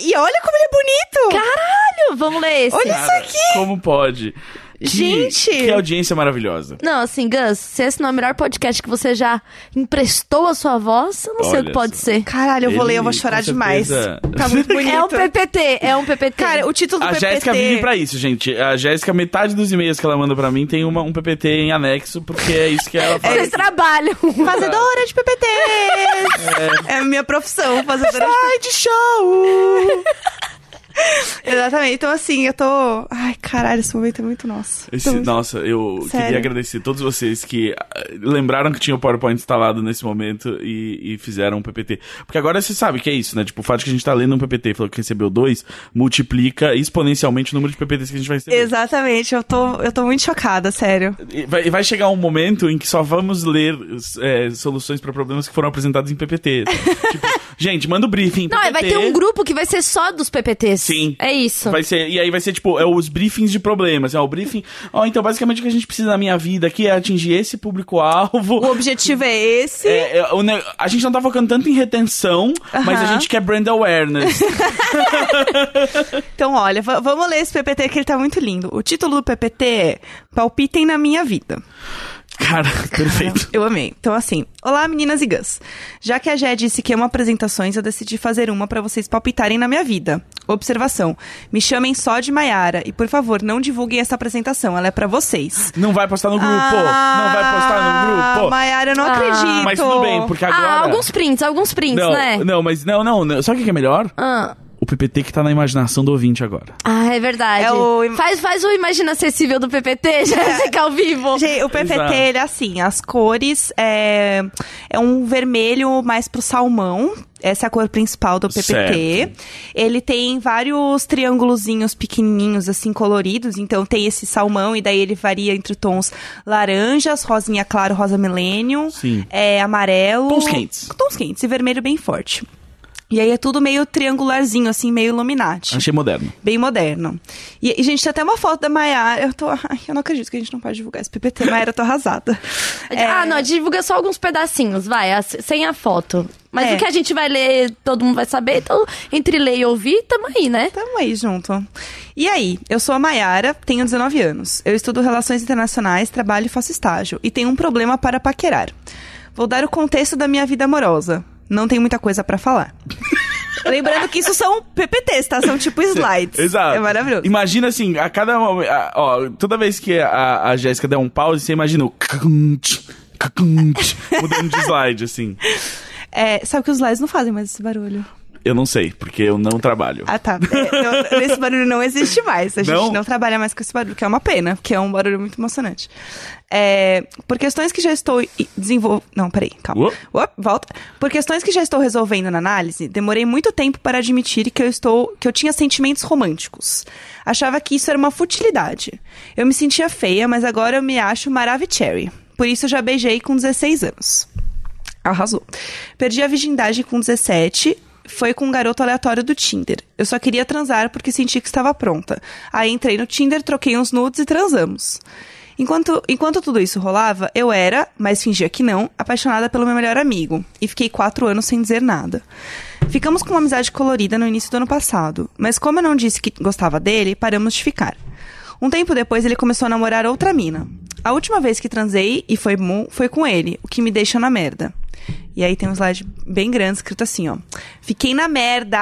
[SPEAKER 2] E olha como ele é bonito!
[SPEAKER 4] Caralho! Vamos ler esse.
[SPEAKER 2] Olha
[SPEAKER 3] Cara,
[SPEAKER 2] isso aqui!
[SPEAKER 3] Como pode? Que-
[SPEAKER 2] Gente!
[SPEAKER 3] Que audiência maravilhosa.
[SPEAKER 4] Não, assim, Gus, se esse não é o melhor podcast que você já emprestou a sua voz, eu não sei
[SPEAKER 3] Olha
[SPEAKER 4] o que pode
[SPEAKER 3] só.
[SPEAKER 4] ser.
[SPEAKER 2] Caralho, eu vou
[SPEAKER 3] Ele,
[SPEAKER 2] ler, eu vou
[SPEAKER 3] com
[SPEAKER 2] chorar demais.
[SPEAKER 3] certeza-
[SPEAKER 2] Tá
[SPEAKER 3] [laughs]
[SPEAKER 2] muito bonito.
[SPEAKER 4] É um PPT, é um PPT.
[SPEAKER 2] Cara, o título do
[SPEAKER 3] A
[SPEAKER 2] PPT...
[SPEAKER 3] Jéssica vive pra isso, gente. A Jéssica, metade dos e-mails que ela manda pra mim tem uma- um PPT em anexo, porque é isso
[SPEAKER 2] [laughs]
[SPEAKER 3] que ela
[SPEAKER 4] Vocês
[SPEAKER 3] faz.
[SPEAKER 4] trabalham.
[SPEAKER 2] Fazedora de
[SPEAKER 3] [laughs]
[SPEAKER 2] PPTs! É, a minha profissão, fazedora de
[SPEAKER 3] Ai, de show!
[SPEAKER 2] [laughs] Exatamente. Então, assim, eu tô. Ai, caralho, esse momento é muito nosso.
[SPEAKER 3] Esse-
[SPEAKER 2] Então,
[SPEAKER 3] nossa, eu
[SPEAKER 2] Sério.
[SPEAKER 3] queria agradecer a todos vocês que ah, lembraram que tinha o PowerPoint instalado nesse momento e, e fizeram um PPT. Porque agora você sabe que é isso, né? Tipo, o fato de que a gente tá lendo um PPT e falou que recebeu dois, multiplica exponencialmente o número de PPTs que a gente vai receber.
[SPEAKER 2] Exatamente, eu tô, eu tô muito chocada, sério.
[SPEAKER 3] E Vai, e vai chegar um momento em que só vamos ler é, soluções pra problemas que [laughs] foram apresentados em PPT. tipo, gente, manda o briefing.
[SPEAKER 4] Não, é, vai
[SPEAKER 3] PPT.
[SPEAKER 4] ter um grupo que vai ser só dos PPTs.
[SPEAKER 3] Sim.
[SPEAKER 4] É isso.
[SPEAKER 3] Vai ser, e aí vai ser tipo, é os briefings de problemas. É o briefing. Ó, então basicamente o que a gente precisa na minha vida aqui é atingir esse
[SPEAKER 2] O
[SPEAKER 3] público-alvo.
[SPEAKER 2] objetivo é esse.
[SPEAKER 3] [laughs] É, é, o ne- a gente não tá focando tanto em retenção, mas a
[SPEAKER 2] Aham.
[SPEAKER 3] gente quer brand
[SPEAKER 4] [laughs]
[SPEAKER 3] awareness.
[SPEAKER 2] Então, olha, va- vamos ler esse PPT que ele tá muito lindo. O título do PPT é Palpitem na Minha Vida.
[SPEAKER 3] Cara, perfeito.
[SPEAKER 2] Eu amei. Então, assim, olá meninas e gãs. Já que a Jé disse que ama apresentações, eu decidi fazer uma pra vocês palpitarem na minha vida. Observação: me chamem só de Maiara e, por favor, não divulguem essa apresentação, ela é pra vocês.
[SPEAKER 3] Não vai postar no grupo. não vai
[SPEAKER 2] Ah,
[SPEAKER 3] postar no grupo.
[SPEAKER 2] Maiara, eu não
[SPEAKER 4] Ah.
[SPEAKER 2] acredito.
[SPEAKER 3] Mas tudo bem, porque agora.
[SPEAKER 4] Ah, alguns prints, alguns prints,
[SPEAKER 3] não,
[SPEAKER 4] né?
[SPEAKER 3] não, mas não, não, não. Sabe o que que é melhor?
[SPEAKER 4] Ah.
[SPEAKER 3] O PPT que tá na imaginação do ouvinte agora.
[SPEAKER 4] Ah, é verdade.
[SPEAKER 2] É o im-
[SPEAKER 4] Faz, faz o Imagina Acessível do [laughs] PPT, Jéssica, ao vivo.
[SPEAKER 2] Gente, o PPT,
[SPEAKER 3] Exato.
[SPEAKER 2] ele é assim, as cores é, é um vermelho mais pro salmão. Essa é a cor principal do PPT.
[SPEAKER 3] Certo.
[SPEAKER 2] Ele tem vários triângulozinhos pequenininhos, assim, coloridos. Então, tem esse salmão e daí ele varia entre tons laranjas, rosinha claro, rosa milênio,
[SPEAKER 3] Sim.
[SPEAKER 2] é, amarelo...
[SPEAKER 3] Tons quentes.
[SPEAKER 2] Tons quentes e vermelho bem forte. E aí é tudo meio triangularzinho, assim, meio Illuminati.
[SPEAKER 3] Achei moderno.
[SPEAKER 2] Bem moderno. E, e, gente, tem até uma foto da Maiara. Eu tô. Ai, eu não acredito que a gente não pode divulgar esse PPT. Maiara, eu tô arrasada. É,
[SPEAKER 4] Ah, não, divulga só alguns pedacinhos, vai, as- sem a foto. Mas
[SPEAKER 2] É.
[SPEAKER 4] o que a gente vai ler, todo mundo vai saber, então entre ler e ouvir, tamo aí, né?
[SPEAKER 2] Tamo aí junto. E aí, eu sou a Maiara, tenho 19 anos. Eu estudo relações internacionais, trabalho e faço estágio. E tenho um problema para paquerar. Vou dar o contexto da minha vida amorosa. Não tem muita coisa pra falar. Lembrando que isso são PPTs, tá? São tipo slides.
[SPEAKER 3] Exato.
[SPEAKER 2] É maravilhoso.
[SPEAKER 3] Imagina assim, a cada. mo- a- ó, toda vez que a, a Jéssica der um pause, você imagina o. cacunt, cacunt, mudando de slide, assim.
[SPEAKER 2] É, sabe que os slides não fazem mais esse barulho.
[SPEAKER 3] Eu não sei, porque eu não trabalho.
[SPEAKER 2] Ah, tá. É, não, [laughs] esse barulho não existe mais. A gente
[SPEAKER 3] Não?
[SPEAKER 2] não? trabalha mais com esse barulho, que é uma pena, porque é um barulho muito emocionante. É, por questões que já estou desenvolvendo. Não, peraí, calma.
[SPEAKER 3] Uop.
[SPEAKER 2] Uop, volta. Por questões que já estou resolvendo na análise, demorei muito tempo para admitir que eu estou. que eu tinha sentimentos românticos. Achava que isso era uma futilidade. Eu me sentia feia, mas agora eu me acho maravicherry. Por isso eu já beijei com 16 anos. Arrasou. Perdi a virgindade com 17. Foi com um garoto aleatório do Tinder. Eu só queria transar porque senti que estava pronta. Aí entrei no Tinder, troquei uns nudes e transamos. Enquanto, enquanto tudo isso rolava, eu era, mas fingia que não, apaixonada pelo meu melhor amigo. E fiquei quatro anos sem dizer nada. Ficamos com uma amizade colorida no início do ano passado, mas como eu não disse que gostava dele, paramos de ficar. Um tempo depois, ele começou a namorar outra mina. A última vez que transei, e foi mu, foi com ele, o que me deixa na merda. E aí tem um slide bem grande escrito assim, ó. Fiquei na merda!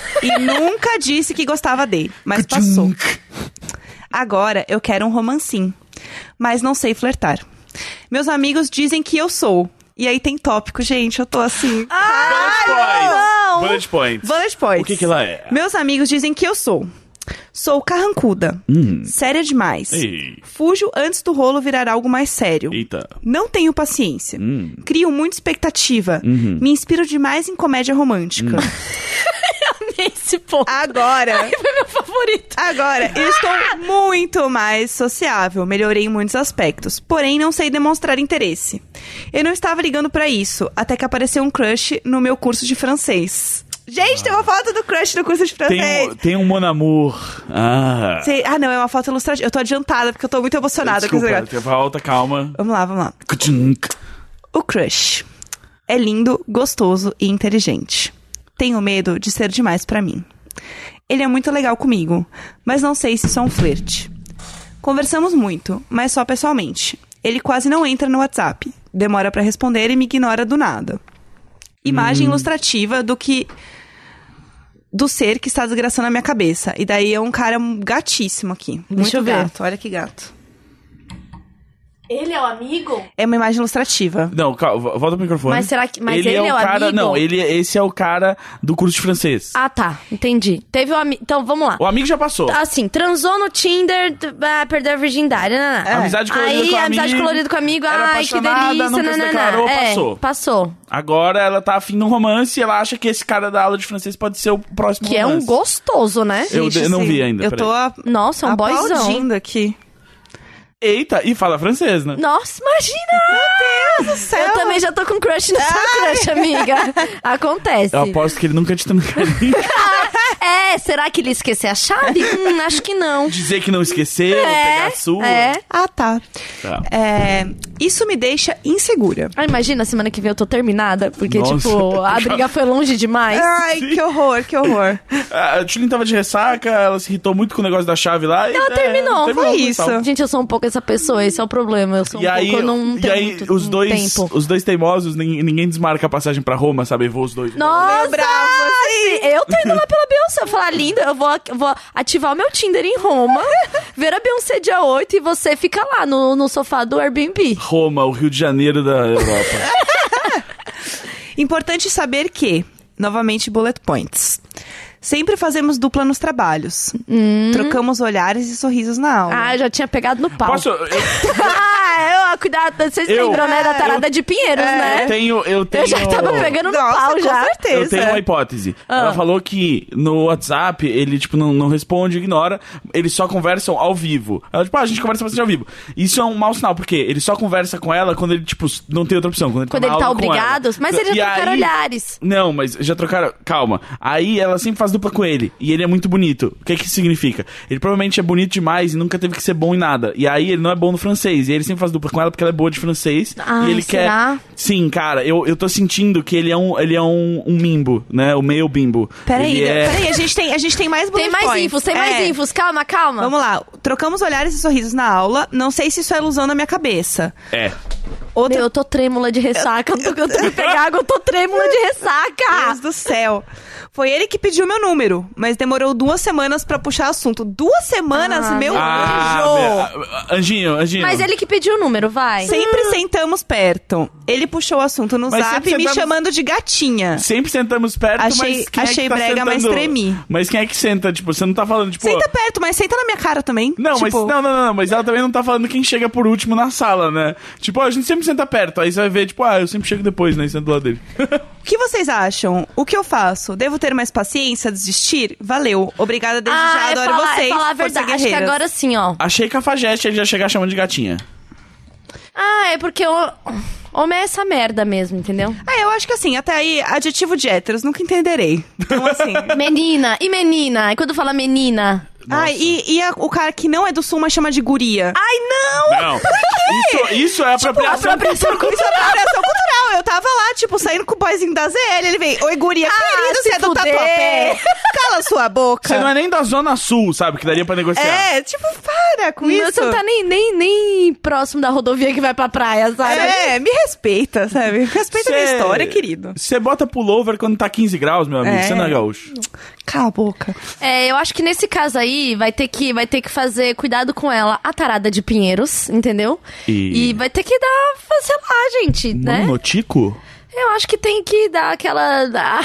[SPEAKER 3] [laughs]
[SPEAKER 2] e nunca disse que gostava dele, mas passou. Agora eu quero um romancinho, mas não sei flertar. Meus amigos dizem que eu sou. E aí tem tópico, gente, eu tô
[SPEAKER 3] [laughs]
[SPEAKER 2] assim.
[SPEAKER 3] Bullet points! Bullet points.
[SPEAKER 2] Bullet points.
[SPEAKER 3] Ah! O que que ela é?
[SPEAKER 2] Meus amigos dizem que eu sou. Sou carrancuda. Séria demais.
[SPEAKER 3] Hum. Ei.
[SPEAKER 2] Fujo antes do rolo virar algo mais sério.
[SPEAKER 3] Eita.
[SPEAKER 2] Não tenho paciência.
[SPEAKER 3] Hum.
[SPEAKER 2] Crio muita expectativa.
[SPEAKER 3] Uhum.
[SPEAKER 2] Me inspiro demais em comédia romântica.
[SPEAKER 3] Hum.
[SPEAKER 4] Esse
[SPEAKER 2] [laughs]
[SPEAKER 4] ponto
[SPEAKER 2] Agora,
[SPEAKER 4] [laughs] foi meu favorito.
[SPEAKER 2] agora, eu estou muito mais sociável. Melhorei em muitos aspectos. Porém, não sei demonstrar interesse. Eu não estava ligando pra isso, até que apareceu um crush no meu curso de francês. Gente, tem uma foto do crush no curso de francês.
[SPEAKER 3] Ah. Tem, um- tem um Mon Amour. Ah.
[SPEAKER 2] Sei- ah, não, é uma foto ilustrativa. Eu tô adiantada, porque eu tô muito emocionada com esse
[SPEAKER 3] Desculpa,
[SPEAKER 2] negócio.
[SPEAKER 3] tem falta, calma.
[SPEAKER 2] Vamos lá, vamos lá. O crush. É lindo, gostoso e inteligente. Tenho medo de ser demais pra mim. Ele é muito legal comigo, mas não sei se isso é um flerte. Conversamos muito, mas só pessoalmente. Ele quase não entra no WhatsApp. Demora pra responder e me ignora do nada. Imagem ilustrativa do que do ser que está desgraçando a minha cabeça. E daí é um cara gatíssimo aqui. Muito
[SPEAKER 4] eu ver.
[SPEAKER 2] gato, olha que gato.
[SPEAKER 4] Ele é o amigo?
[SPEAKER 2] É uma imagem ilustrativa.
[SPEAKER 3] Não, calma, volta pro microfone.
[SPEAKER 4] Mas será que- mas ele é o
[SPEAKER 3] cara,
[SPEAKER 4] amigo?
[SPEAKER 3] Não, ele, esse é o cara do curso de francês.
[SPEAKER 4] Ah, tá, entendi. Teve um amigo. Então, vamos lá.
[SPEAKER 3] O amigo já passou.
[SPEAKER 4] Assim, transou no Tinder, t- ah, perdeu a virgindade. Não, não.
[SPEAKER 3] Amizade colorida
[SPEAKER 4] é. aí,
[SPEAKER 3] com
[SPEAKER 4] amizade
[SPEAKER 3] amigo,
[SPEAKER 4] colorida com amigo,
[SPEAKER 3] era
[SPEAKER 4] ai, que
[SPEAKER 3] apaixonada,
[SPEAKER 4] delícia,
[SPEAKER 3] nunca se
[SPEAKER 4] nananã.
[SPEAKER 3] declarou,
[SPEAKER 4] É,
[SPEAKER 3] passou.
[SPEAKER 4] Passou.
[SPEAKER 3] Agora ela tá afim de um romance e ela acha que esse cara da aula de francês pode ser o próximo
[SPEAKER 4] Que é
[SPEAKER 3] romance.
[SPEAKER 4] um gostoso, né?
[SPEAKER 3] Eu de- não vi ainda,
[SPEAKER 2] Eu tô
[SPEAKER 3] peraí.
[SPEAKER 2] a-
[SPEAKER 4] Nossa, um boyzão.
[SPEAKER 2] aplaudindo aqui.
[SPEAKER 3] Eita, e fala francês, né?
[SPEAKER 4] Nossa, imagina! Eu também já tô com
[SPEAKER 2] [laughs]
[SPEAKER 4] crush na sua crush, amiga. Acontece.
[SPEAKER 3] Eu aposto que ele nunca te trancaria.
[SPEAKER 4] É, É, será que ele esqueceu a
[SPEAKER 2] [laughs]
[SPEAKER 4] chave? hum, acho que
[SPEAKER 3] [laughs]
[SPEAKER 4] não.
[SPEAKER 3] Dizer que não esqueceu, pegar a sua.
[SPEAKER 4] É.
[SPEAKER 2] Ah, tá.
[SPEAKER 3] Tá.
[SPEAKER 2] É, isso me deixa insegura.
[SPEAKER 4] Ah, imagina, semana que vem eu tô terminada, porque,
[SPEAKER 3] Nossa. [laughs]
[SPEAKER 4] tipo, a briga foi longe demais.
[SPEAKER 2] Ai, que horror, que horror.
[SPEAKER 3] A Tulin tava de ressaca, ela se irritou muito com o negócio da chave lá. e,
[SPEAKER 4] Ela
[SPEAKER 3] é,
[SPEAKER 4] terminou,
[SPEAKER 2] foi
[SPEAKER 3] e
[SPEAKER 2] isso.
[SPEAKER 3] tal.
[SPEAKER 4] Gente, eu sou um pouco essa pessoa, esse é o problema. Eu sou
[SPEAKER 3] E
[SPEAKER 4] um
[SPEAKER 3] aí,
[SPEAKER 4] pouco, eu não
[SPEAKER 3] e
[SPEAKER 4] tenho
[SPEAKER 3] aí
[SPEAKER 4] muito um
[SPEAKER 3] os, dois,
[SPEAKER 4] tempo.
[SPEAKER 3] os dois teimosos, nin- ninguém desmarca a passagem pra Roma, sabe? Vou os dois.
[SPEAKER 4] Nossa!
[SPEAKER 2] Meu bravo,
[SPEAKER 4] sim, Eu tô indo lá pela Beyoncé. Eu falar, linda, eu vou, vou ativar o meu Tinder em Roma, [laughs] ver a Beyoncé dia 8 e você fica lá no, no sofá do Airbnb.
[SPEAKER 3] Roma, o Rio de Janeiro da Europa.
[SPEAKER 4] [laughs]
[SPEAKER 2] Importante saber que, novamente, bullet points. Sempre fazemos dupla nos trabalhos. Trocamos olhares e sorrisos na aula.
[SPEAKER 4] Hum. Ah, eu já tinha pegado no pau.
[SPEAKER 3] Posso? Eu,
[SPEAKER 4] [laughs] ah, eu, cuidado, vocês
[SPEAKER 3] Eu-
[SPEAKER 4] lembram, né, da
[SPEAKER 2] É,
[SPEAKER 4] tarada de Pinheiros, né?
[SPEAKER 3] eu tenho. Eu tenho.
[SPEAKER 4] Eu já tava pegando no
[SPEAKER 2] Nossa,
[SPEAKER 4] pau
[SPEAKER 2] com
[SPEAKER 4] já.
[SPEAKER 2] certeza.
[SPEAKER 3] Eu tenho um uma hipótese.
[SPEAKER 4] Ah.
[SPEAKER 3] Ela falou que no WhatsApp ele, tipo, não, não responde, ignora. Eles só conversam ao vivo. Ela, tipo, ah, a gente conversa bastante ao vivo. Isso é um mau sinal, porque ele só conversa com ela quando ele, tipo, não tem outra opção. Quando ele
[SPEAKER 4] Quando
[SPEAKER 3] tá,
[SPEAKER 4] ele
[SPEAKER 3] na
[SPEAKER 4] tá
[SPEAKER 3] aula com
[SPEAKER 4] obrigado.
[SPEAKER 3] ela.
[SPEAKER 4] Mas eles
[SPEAKER 3] E
[SPEAKER 4] já trocaram
[SPEAKER 3] aí-
[SPEAKER 4] olhares.
[SPEAKER 3] Não, mas já trocaram. Calma. Aí ela sempre faz dupla com ele. E ele é muito bonito. O que que isso significa? Ele provavelmente é bonito demais e nunca teve que ser bom em nada. E aí ele não é bom no francês. E ele sempre faz dupla com ela porque ela é boa de francês.
[SPEAKER 4] Ai,
[SPEAKER 3] e ele
[SPEAKER 4] será?
[SPEAKER 3] quer. Sim, cara, eu, eu tô sentindo que ele é um, ele é um, um mimbo, né? O meio bimbo.
[SPEAKER 2] Peraí,
[SPEAKER 3] ele é...
[SPEAKER 2] peraí, a gente tem, a gente tem mais bullet
[SPEAKER 4] Tem mais
[SPEAKER 2] points.
[SPEAKER 4] infos, tem mais
[SPEAKER 2] É.
[SPEAKER 4] infos. Calma, calma.
[SPEAKER 2] Vamos lá. Trocamos olhares e sorrisos na aula. Não sei se isso é ilusão na minha cabeça.
[SPEAKER 3] É.
[SPEAKER 2] Outra...
[SPEAKER 4] Meu, eu tô trêmula de ressaca. Eu não tô conseguindo pegar água, eu tô trêmula de ressaca.
[SPEAKER 2] Deus do céu. Foi ele que pediu meu número, mas demorou duas semanas pra puxar assunto. Duas semanas,
[SPEAKER 4] Ah,
[SPEAKER 2] meu
[SPEAKER 3] Ah,
[SPEAKER 2] anjo!
[SPEAKER 3] be- Anjinho, Anjinho.
[SPEAKER 4] Mas ele que pediu o número, vai.
[SPEAKER 2] Sempre sentamos perto. Ele puxou o assunto no
[SPEAKER 3] Mas
[SPEAKER 2] zap,
[SPEAKER 3] sempre
[SPEAKER 2] me
[SPEAKER 3] sentamos-
[SPEAKER 2] chamando de gatinha.
[SPEAKER 3] Sempre sentamos perto,
[SPEAKER 2] Achei-
[SPEAKER 3] mas quem
[SPEAKER 2] achei
[SPEAKER 3] é que tá
[SPEAKER 2] brega, mas
[SPEAKER 3] sentando-
[SPEAKER 2] tremi.
[SPEAKER 3] Mas quem é que senta? Tipo, você não tá falando, tipo...
[SPEAKER 2] Senta perto, mas senta na minha cara também.
[SPEAKER 3] Não, mas,
[SPEAKER 2] Tipo,
[SPEAKER 3] não, não, não, não, mas ela também não tá falando quem chega por último na sala, né? Tipo, ó, a gente sempre senta perto, aí você vai ver, tipo, ah, eu sempre chego depois, né? E senta do lado
[SPEAKER 2] [laughs]
[SPEAKER 3] dele.
[SPEAKER 2] O que vocês acham? O que eu faço? Devo ter mais paciência, desistir? Valeu. Obrigada desde já,
[SPEAKER 4] Ah, é
[SPEAKER 2] adoro
[SPEAKER 4] falar, é
[SPEAKER 2] vocês.
[SPEAKER 4] falar a
[SPEAKER 2] Força
[SPEAKER 4] verdade. Acho que
[SPEAKER 2] guerreiras.
[SPEAKER 4] agora sim, ó.
[SPEAKER 3] Achei cafajeste, ele já chegar chamando de gatinha.
[SPEAKER 4] Ah, é porque o... homem é essa merda mesmo, entendeu?
[SPEAKER 2] É, eu acho que assim, até aí, adjetivo de héteros, nunca entenderei. Então,
[SPEAKER 4] [laughs]
[SPEAKER 2] assim.
[SPEAKER 4] Menina, e menina? E quando fala menina?
[SPEAKER 2] ah, e, e a- o cara que não é do sul, mas chama de guria.
[SPEAKER 4] Ai, não!
[SPEAKER 3] Não. Isso, isso
[SPEAKER 2] Tipo,
[SPEAKER 3] é apropriação.
[SPEAKER 4] Apropriação [laughs]
[SPEAKER 2] Isso é
[SPEAKER 4] cultural.
[SPEAKER 2] apropriação cultural. Eu tava lá, tipo, saindo com o boyzinho da ZL. Ele vem, oi, guria, querido,
[SPEAKER 4] Ah, se
[SPEAKER 2] você é do
[SPEAKER 4] fuder.
[SPEAKER 2] tatuapé. Cala sua boca.
[SPEAKER 3] Você não é nem da Zona Sul, sabe? Que daria pra negociar.
[SPEAKER 2] É, tipo, para com
[SPEAKER 4] Meu,
[SPEAKER 2] isso.
[SPEAKER 4] Você não tá nem, nem, nem próximo da rodovia que vai pra praia, sabe?
[SPEAKER 2] É, me respeita, sabe? Respeita a minha
[SPEAKER 3] Cê-
[SPEAKER 2] história, querido.
[SPEAKER 3] Você bota pullover quando tá 15 graus, meu amigo.
[SPEAKER 2] É.
[SPEAKER 3] Você não é gaúcho.
[SPEAKER 2] Cala a boca.
[SPEAKER 4] É, eu acho que nesse caso aí vai ter que, vai ter que fazer cuidado com ela, a tarada de Pinheiros, entendeu?
[SPEAKER 3] E-
[SPEAKER 4] vai ter que dar, sei lá, gente, né?
[SPEAKER 3] Monotico?
[SPEAKER 4] Eu acho que tem que dar aquela. [laughs] da-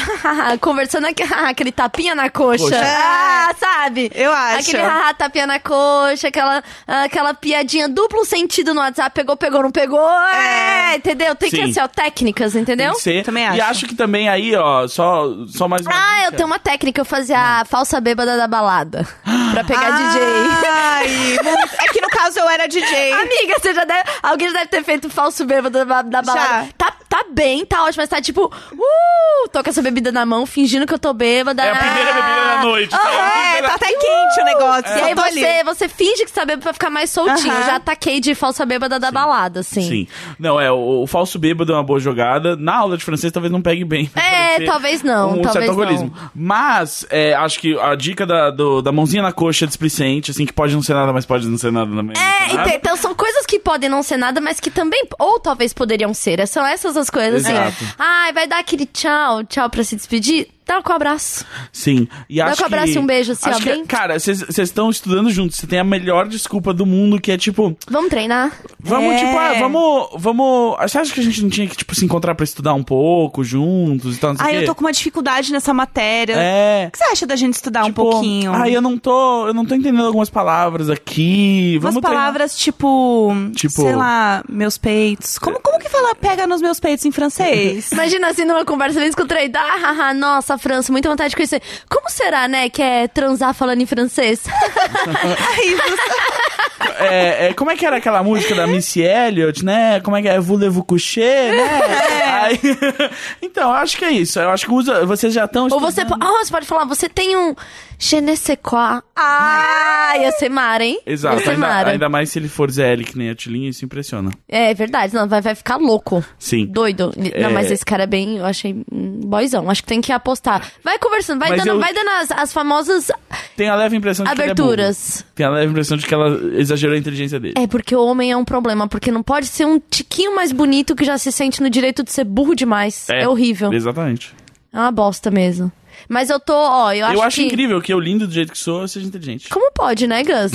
[SPEAKER 4] conversando aqu- [laughs] aquele tapinha na coxa.
[SPEAKER 3] Coxa.
[SPEAKER 4] Ah, sabe?
[SPEAKER 2] Eu acho.
[SPEAKER 4] Aquele haha, tapinha na coxa, aquela, aquela piadinha duplo sentido no WhatsApp, pegou, pegou, não pegou. É, entendeu? Tem que
[SPEAKER 3] Sim.
[SPEAKER 4] ser ó, técnicas, entendeu?
[SPEAKER 3] Você.
[SPEAKER 2] Também
[SPEAKER 3] E
[SPEAKER 2] acho.
[SPEAKER 3] acho que também aí, ó, só, só mais uma
[SPEAKER 4] Ah, eu
[SPEAKER 3] dica.
[SPEAKER 4] tenho uma técnica, eu fazia a
[SPEAKER 3] Ah.
[SPEAKER 4] falsa bêbada da balada. Pra
[SPEAKER 2] Ah,
[SPEAKER 4] pegar DJ.
[SPEAKER 2] Ai, muito- é que no caso eu era DJ.
[SPEAKER 4] Amiga, você já deve. Alguém já deve ter feito falso bêbado da, da balada.
[SPEAKER 2] Já.
[SPEAKER 4] Tá, tá bem, tá ótimo, mas tá tipo. Uh! Tô com essa bebida na mão, fingindo que eu tô bêbada.
[SPEAKER 3] É a primeira bebida da noite, tá? É.
[SPEAKER 2] É, tá até quente o negócio.
[SPEAKER 4] Ah, E
[SPEAKER 2] só
[SPEAKER 4] aí
[SPEAKER 2] tô ali.
[SPEAKER 4] você, você finge que você tá bêbado pra ficar mais soltinho.
[SPEAKER 2] Aham.
[SPEAKER 4] Eu já ataquei de falsa bêbada da balada, assim.
[SPEAKER 3] Sim. Não, é, o, o falso bêbado é uma boa jogada. Na aula de francês talvez não pegue bem. Vai [laughs]
[SPEAKER 4] É,
[SPEAKER 3] parecer
[SPEAKER 4] talvez não,
[SPEAKER 3] Um
[SPEAKER 4] talvez
[SPEAKER 3] certo alcoolismo. Mas, é, acho que a dica da, do- da mãozinha na coxa displicente, assim, que pode não ser nada, mas pode não ser nada também.
[SPEAKER 4] É, ente- então são coisas que podem não ser nada, mas que também, ou talvez poderiam ser. São essas as coisas, assim.
[SPEAKER 3] Exato.
[SPEAKER 4] Ai, vai dar aquele tchau, tchau pra se despedir. Dá com um abraço.
[SPEAKER 3] Sim. E
[SPEAKER 4] Dá
[SPEAKER 3] acho
[SPEAKER 4] com um abraço
[SPEAKER 3] que,
[SPEAKER 4] e um beijo, assim,
[SPEAKER 3] acho
[SPEAKER 4] ó,
[SPEAKER 3] que-
[SPEAKER 4] bem-
[SPEAKER 3] Cara, vocês estão estudando juntos. Você tem a melhor desculpa do mundo, que é tipo...
[SPEAKER 4] Vamos treinar?
[SPEAKER 3] Vamos,
[SPEAKER 2] É.
[SPEAKER 3] tipo, ah, vamos... vamos Você acha que a gente não tinha que, tipo, se encontrar pra estudar um pouco juntos e tal, não sei o
[SPEAKER 2] Ai, Ah, eu
[SPEAKER 3] quê?
[SPEAKER 2] tô com uma dificuldade nessa matéria.
[SPEAKER 3] É...
[SPEAKER 2] O que você acha da gente estudar
[SPEAKER 3] Tipo,
[SPEAKER 2] um pouquinho?
[SPEAKER 3] Ai, eu não tô, eu não tô entendendo algumas palavras aqui.
[SPEAKER 2] Umas
[SPEAKER 3] Vamos treinar."
[SPEAKER 2] palavras tipo, é.
[SPEAKER 3] Tipo-
[SPEAKER 2] sei lá, meus peitos. Como, como que fala pega nos meus peitos em [laughs] francês?
[SPEAKER 4] Imagina assim numa conversa, eles com três. Ah, haha, nossa, França, muita vontade de conhecer. Como será, né, que é transar falando em francês?
[SPEAKER 2] Ai, você-
[SPEAKER 3] é, é, como é que era aquela música da Missy Elliott, né? Como é que é? Voulez-vous coucher, né?
[SPEAKER 2] É.
[SPEAKER 3] Aí- [laughs] então, eu acho que é isso. Eu acho que usa, vocês já estão...
[SPEAKER 4] Ou você, po- ah, você pode falar, você tem um je ne sais quoi. Ah, ia ser Mara, hein? Ia
[SPEAKER 3] Exato,
[SPEAKER 4] ser
[SPEAKER 3] ainda,
[SPEAKER 4] Mara.
[SPEAKER 3] ainda mais se ele for ZL que nem a Tilinha, isso impressiona.
[SPEAKER 4] É, é verdade, não, vai, vai ficar louco.
[SPEAKER 3] Sim.
[SPEAKER 4] Doido.
[SPEAKER 3] É.
[SPEAKER 4] Não, mas esse cara é bem, eu achei hum, boizão. Acho que tem que apostar. Vai conversando, vai
[SPEAKER 3] Mas
[SPEAKER 4] dando,
[SPEAKER 3] eu-
[SPEAKER 4] vai dando as, as famosas
[SPEAKER 3] Tem a leve impressão de
[SPEAKER 4] aberturas.
[SPEAKER 3] que ele é burro. Tem a leve impressão de que ela exagerou a inteligência dele.
[SPEAKER 4] É, porque o homem é um problema, porque não pode ser um tiquinho mais bonito que já se sente no direito de ser burro demais. É, horrível.
[SPEAKER 3] Exatamente.
[SPEAKER 4] É uma bosta mesmo. Mas eu tô, ó, eu acho,
[SPEAKER 3] eu acho
[SPEAKER 4] que...
[SPEAKER 3] incrível que eu, lindo do jeito que sou, seja inteligente.
[SPEAKER 4] Como pode, né, Gus?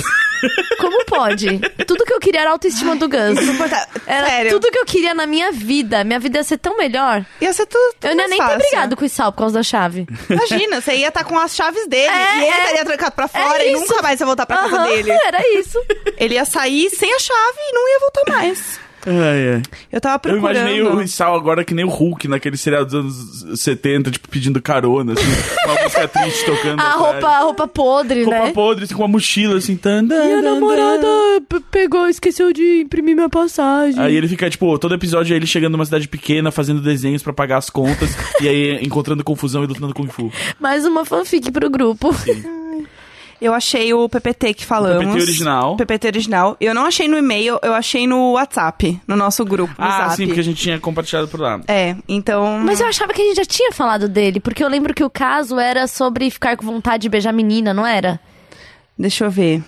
[SPEAKER 4] Como pode? Tudo que eu queria era a autoestima do Gus. Era
[SPEAKER 2] Sério.
[SPEAKER 4] tudo que eu queria na minha vida. Minha vida ia ser tão melhor.
[SPEAKER 2] Ia ser tudo, tudo
[SPEAKER 4] Eu não
[SPEAKER 2] mais
[SPEAKER 4] ia nem
[SPEAKER 2] fácil.
[SPEAKER 4] ter brigado com o Sal por causa da chave.
[SPEAKER 2] [laughs] Imagina, você ia estar com as chaves dele
[SPEAKER 4] É,
[SPEAKER 2] e ele
[SPEAKER 4] é.
[SPEAKER 2] estaria trancado pra fora
[SPEAKER 4] É
[SPEAKER 2] e
[SPEAKER 4] isso.
[SPEAKER 2] nunca mais ia voltar pra casa
[SPEAKER 4] Aham,
[SPEAKER 2] dele.
[SPEAKER 4] [laughs] Era isso.
[SPEAKER 3] É
[SPEAKER 2] Ele ia sair sem a chave e não ia voltar mais.
[SPEAKER 3] Ai, ai.
[SPEAKER 2] Eu tava
[SPEAKER 3] Eu
[SPEAKER 2] procurando.
[SPEAKER 3] imaginei o Sal agora que nem o Hulk naquele serial dos anos 70, tipo, pedindo carona, assim, com uma música triste tocando.
[SPEAKER 4] [laughs] A
[SPEAKER 3] atrás.
[SPEAKER 4] roupa, a roupa podre,
[SPEAKER 3] Roupa
[SPEAKER 4] né?
[SPEAKER 3] podre, assim, com uma mochila, assim, tan, tan, tan, tan.
[SPEAKER 4] pegou, esqueceu de imprimir minha passagem.
[SPEAKER 3] Aí ele fica, tipo, todo episódio é ele chegando numa cidade pequena, fazendo desenhos pra pagar as contas, [laughs] e aí encontrando confusão e lutando com o Fu.
[SPEAKER 4] Mais uma fanfic pro grupo.
[SPEAKER 2] Eu achei o PPT que falamos.
[SPEAKER 3] O PPT original.
[SPEAKER 2] PPT original. Eu não achei no e-mail, eu achei no WhatsApp, no nosso grupo, no
[SPEAKER 3] Ah,
[SPEAKER 2] Zap.
[SPEAKER 3] sim, porque a gente tinha compartilhado por lá.
[SPEAKER 2] É, então.
[SPEAKER 4] [laughs] Mas eu achava que a gente já tinha falado dele, porque eu lembro que o caso era sobre ficar com vontade de beijar menina, não era?
[SPEAKER 2] Deixa eu ver.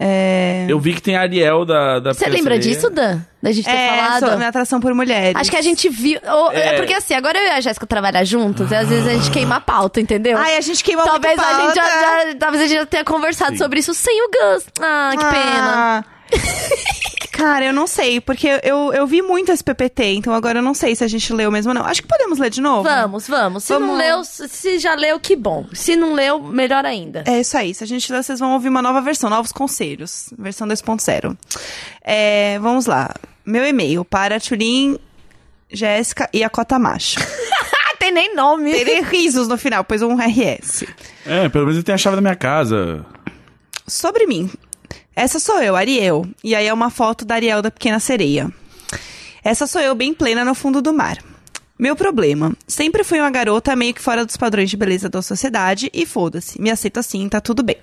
[SPEAKER 2] É.
[SPEAKER 3] Eu vi que tem a Ariel da... da
[SPEAKER 4] Você
[SPEAKER 3] Princesa
[SPEAKER 4] lembra
[SPEAKER 3] Leia.
[SPEAKER 4] disso, Dan? Da gente ter
[SPEAKER 2] É,
[SPEAKER 4] falado?
[SPEAKER 2] sobre minha atração por mulheres.
[SPEAKER 4] Acho que a gente viu. ou- é.
[SPEAKER 3] É.
[SPEAKER 4] porque assim, agora eu e a Jéssica trabalhar juntos, e às vezes a gente queima a pauta, entendeu?
[SPEAKER 2] Ai, a gente queimou
[SPEAKER 4] talvez
[SPEAKER 2] muito
[SPEAKER 4] a gente já,
[SPEAKER 2] pauta.
[SPEAKER 4] já- talvez a gente já tenha conversado sobre isso sem o Gus. Ah, que pena.
[SPEAKER 2] Ah. Cara, eu não sei, porque eu, eu vi muito esse PPT, então agora eu não sei se a gente leu mesmo ou não. Acho que podemos ler de novo.
[SPEAKER 4] Vamos, vamos. Se não
[SPEAKER 2] Vamos.
[SPEAKER 4] leu, se já leu, que bom. Se não leu, melhor ainda.
[SPEAKER 2] É isso aí. Se a gente ler, vocês vão ouvir uma nova versão, novos conselhos. Versão 2.0. É, vamos lá. Meu e-mail para Tulin, Jéssica e a Cota
[SPEAKER 4] [laughs]
[SPEAKER 2] Macho.
[SPEAKER 4] Ah, tem nem nome.
[SPEAKER 2] Terei risos no final, pois um RS.
[SPEAKER 3] É, pelo menos ele tem a chave da minha casa.
[SPEAKER 2] Sobre mim. Essa sou eu, Ariel. E aí é uma foto da Ariel da Pequena Sereia. Essa sou eu bem plena no fundo do mar. Meu problema. Sempre fui uma garota meio que fora dos padrões de beleza da sociedade e foda-se. Me aceita assim, tá tudo bem.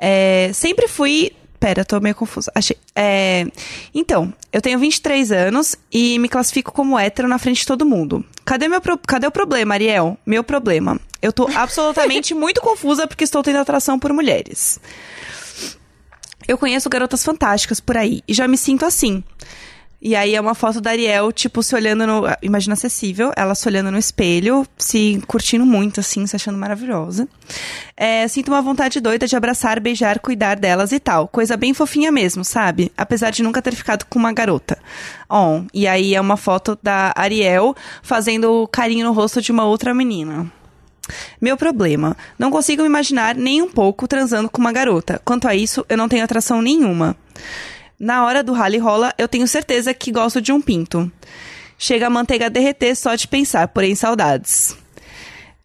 [SPEAKER 2] É, sempre fui. Pera, tô meio confusa. Achei. É, então, eu tenho 23 anos e me classifico como hétero na frente de todo mundo. Cadê, meu pro- Cadê o problema, Ariel? Meu problema. Eu tô absolutamente muito confusa porque estou tendo atração por mulheres. Eu conheço garotas fantásticas por aí e já me sinto assim. E aí é uma foto da Ariel, tipo, se olhando no. Imagina acessível, ela se olhando no espelho, se curtindo muito, assim, se achando maravilhosa. É, sinto uma vontade doida de abraçar, beijar, cuidar delas e tal. Coisa bem fofinha mesmo, sabe? Apesar de nunca ter ficado com uma garota. On. E aí é uma foto da Ariel fazendo carinho no rosto de uma outra menina. Meu problema. Não consigo me imaginar nem um pouco transando com uma garota. Quanto a isso, eu não tenho atração nenhuma. Na hora do rally rola, eu tenho certeza que gosto de um pinto. Chega a manteiga a derreter só de pensar, porém saudades.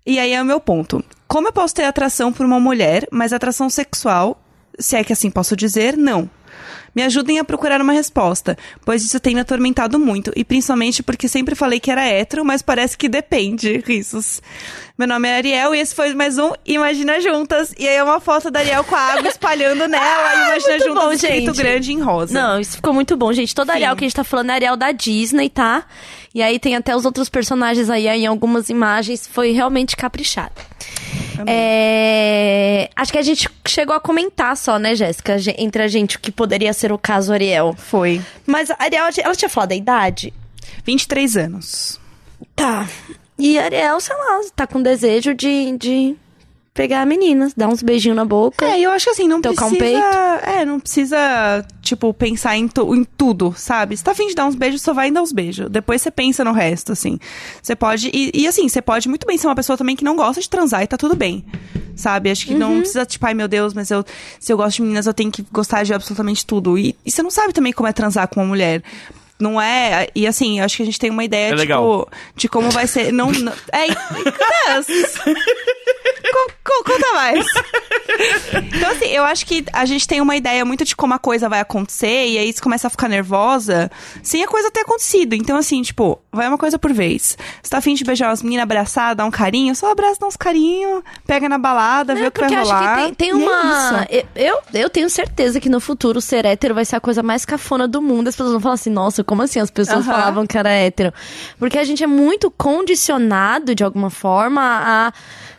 [SPEAKER 2] E aí é o meu ponto. Como eu posso ter atração por uma mulher, mas atração sexual, se é que assim posso dizer, não. Me ajudem a procurar uma resposta, pois isso tem me atormentado muito, e principalmente porque sempre falei que era hétero, mas parece que depende. Risos. Meu nome é Ariel e esse foi mais um Imagina Juntas. E aí é uma foto da Ariel com a água espalhando
[SPEAKER 4] [laughs]
[SPEAKER 2] nela. e Imagina
[SPEAKER 4] muito
[SPEAKER 2] Juntas
[SPEAKER 4] bom,
[SPEAKER 2] escrito
[SPEAKER 4] gente.
[SPEAKER 2] grande em rosa.
[SPEAKER 4] Não, isso ficou muito bom, gente. Toda Ariel que a gente tá falando é Ariel da Disney, tá? E aí tem até os outros personagens aí em algumas imagens. Foi realmente caprichado. É, Acho que a gente chegou a comentar só, né, Jéssica? ge- Entre a gente, o que poderia ser o caso Ariel.
[SPEAKER 2] Foi.
[SPEAKER 4] Mas a Ariel, ela tinha falado da idade?
[SPEAKER 2] 23 anos.
[SPEAKER 4] Tá. E a Ariel, sei lá, tá com desejo de, de pegar meninas, dar uns beijinhos na boca.
[SPEAKER 2] É, eu acho que assim, não
[SPEAKER 4] Tocar um
[SPEAKER 2] precisa.
[SPEAKER 4] peito.
[SPEAKER 2] É, não precisa, tipo, pensar em, tu- em tudo, sabe? Se tá afim de dar uns beijos, só vai em dar uns beijos. Depois você pensa no resto, assim. Você pode. E, e, assim, você pode muito bem ser uma pessoa também que não gosta de transar e tá tudo bem. Sabe? Acho que
[SPEAKER 4] Uhum.
[SPEAKER 2] não precisa, tipo, ai meu Deus, mas eu, se eu gosto de meninas, eu tenho que gostar de absolutamente tudo. E, e você não sabe também como é transar com uma mulher. Não é. E assim, eu acho que a gente tem uma ideia,
[SPEAKER 3] É
[SPEAKER 2] tipo,
[SPEAKER 3] legal.
[SPEAKER 2] de como vai
[SPEAKER 4] [laughs]
[SPEAKER 2] ser. Não. não é. e- Deus. Co- co- Conta mais. Então, assim, eu acho que a gente tem uma ideia muito de como a coisa vai acontecer, e aí você começa a ficar nervosa sem a coisa ter acontecido. Então, assim, tipo, vai uma coisa por vez. Você tá afim de beijar umas meninas, abraçar, dar um carinho, só abraça, dá uns carinho, pega na balada, vê
[SPEAKER 4] É
[SPEAKER 2] o que vai
[SPEAKER 4] porque eu acho
[SPEAKER 2] rolar.
[SPEAKER 4] que tem, tem
[SPEAKER 2] E é
[SPEAKER 4] uma.
[SPEAKER 2] isso.
[SPEAKER 4] eu, eu tenho certeza que no futuro ser hétero vai ser a coisa mais cafona do mundo. As pessoas vão falar assim, nossa, como assim as pessoas
[SPEAKER 2] Aham.
[SPEAKER 4] falavam que era hétero? Porque a gente é muito condicionado, de alguma forma, a.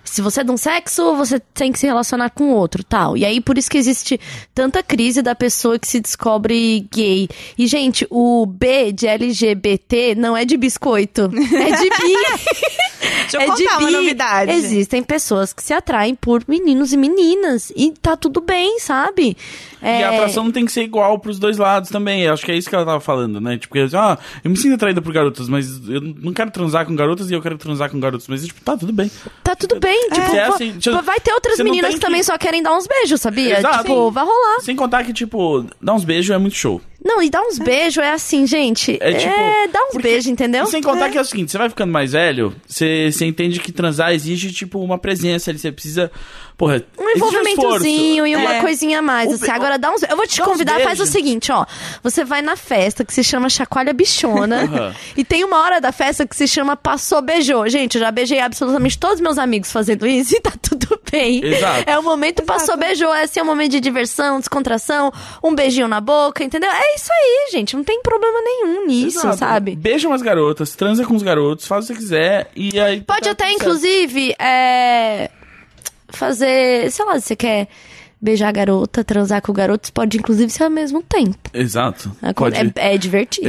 [SPEAKER 4] Se você é de um sexo, você tem que se relacionar com outro, tal. E aí, por isso que existe tanta crise da pessoa que se descobre gay. E, gente, o B de LGBT não é de biscoito. É
[SPEAKER 2] [laughs]
[SPEAKER 4] de bi. É
[SPEAKER 2] Deixa eu contar uma novidade.
[SPEAKER 4] Existem pessoas que se atraem por meninos e meninas. E tá tudo bem, sabe? É,
[SPEAKER 3] E a atração não tem que ser igual pros dois lados também. Eu acho que é isso que ela tava falando, né? Tipo, que, ah, eu me sinto atraída por garotas, mas eu não quero transar com garotas e eu quero transar com garotos. Mas, tipo, tá tudo bem.
[SPEAKER 4] Tá tudo bem. Tipo,
[SPEAKER 3] se é
[SPEAKER 4] va-
[SPEAKER 3] assim, deixa eu-
[SPEAKER 4] vai ter outras
[SPEAKER 3] você não
[SPEAKER 4] meninas
[SPEAKER 3] tem
[SPEAKER 4] que, também
[SPEAKER 3] que-
[SPEAKER 4] só querem dar uns beijos, sabia?
[SPEAKER 3] Exato.
[SPEAKER 4] Tipo, vai rolar.
[SPEAKER 3] Sem contar que, tipo, dar uns beijos é muito show.
[SPEAKER 4] Não, e dar uns beijos é assim, gente. É,
[SPEAKER 3] É tipo.
[SPEAKER 4] dá uns
[SPEAKER 3] porque-
[SPEAKER 4] beijos, entendeu?
[SPEAKER 3] E Sem contar que é o seguinte, você vai ficando mais velho, você, você entende que transar exige, tipo, uma presença ali. Você precisa. Porra,
[SPEAKER 4] Um
[SPEAKER 3] exige
[SPEAKER 4] envolvimentozinho
[SPEAKER 3] esforço.
[SPEAKER 4] e um uma
[SPEAKER 2] É.
[SPEAKER 4] coisinha a mais.
[SPEAKER 3] O
[SPEAKER 4] assim.
[SPEAKER 3] be-
[SPEAKER 4] Agora dá uns. Eu vou te
[SPEAKER 3] dá uns
[SPEAKER 4] convidar, faz o
[SPEAKER 3] beijos.
[SPEAKER 4] seguinte, ó. Você vai na festa que se chama Chacoalha
[SPEAKER 3] [laughs]
[SPEAKER 4] Bichona.
[SPEAKER 3] Aham.
[SPEAKER 4] E tem uma hora da festa que se chama Passou Beijou. Gente, eu já beijei absolutamente todos meus amigos fazendo isso [laughs] e tá tudo bem.
[SPEAKER 3] Exato.
[SPEAKER 4] É o momento Passou Beijou. É assim, é um momento de diversão, descontração, um beijinho na boca, entendeu? É isso aí, gente. Não tem problema nenhum nisso,
[SPEAKER 3] Exato.
[SPEAKER 4] sabe?
[SPEAKER 3] Beija umas garotas, transa com os garotos, faz o que você quiser e aí.
[SPEAKER 4] Pode
[SPEAKER 3] tá
[SPEAKER 4] até,
[SPEAKER 3] tudo certo.
[SPEAKER 4] inclusive, é, fazer. Sei lá, se você quer beijar a garota, transar com o garoto, você pode, inclusive, ser ao mesmo tempo.
[SPEAKER 3] Exato.
[SPEAKER 4] É,
[SPEAKER 3] Pode.
[SPEAKER 4] é- é divertido.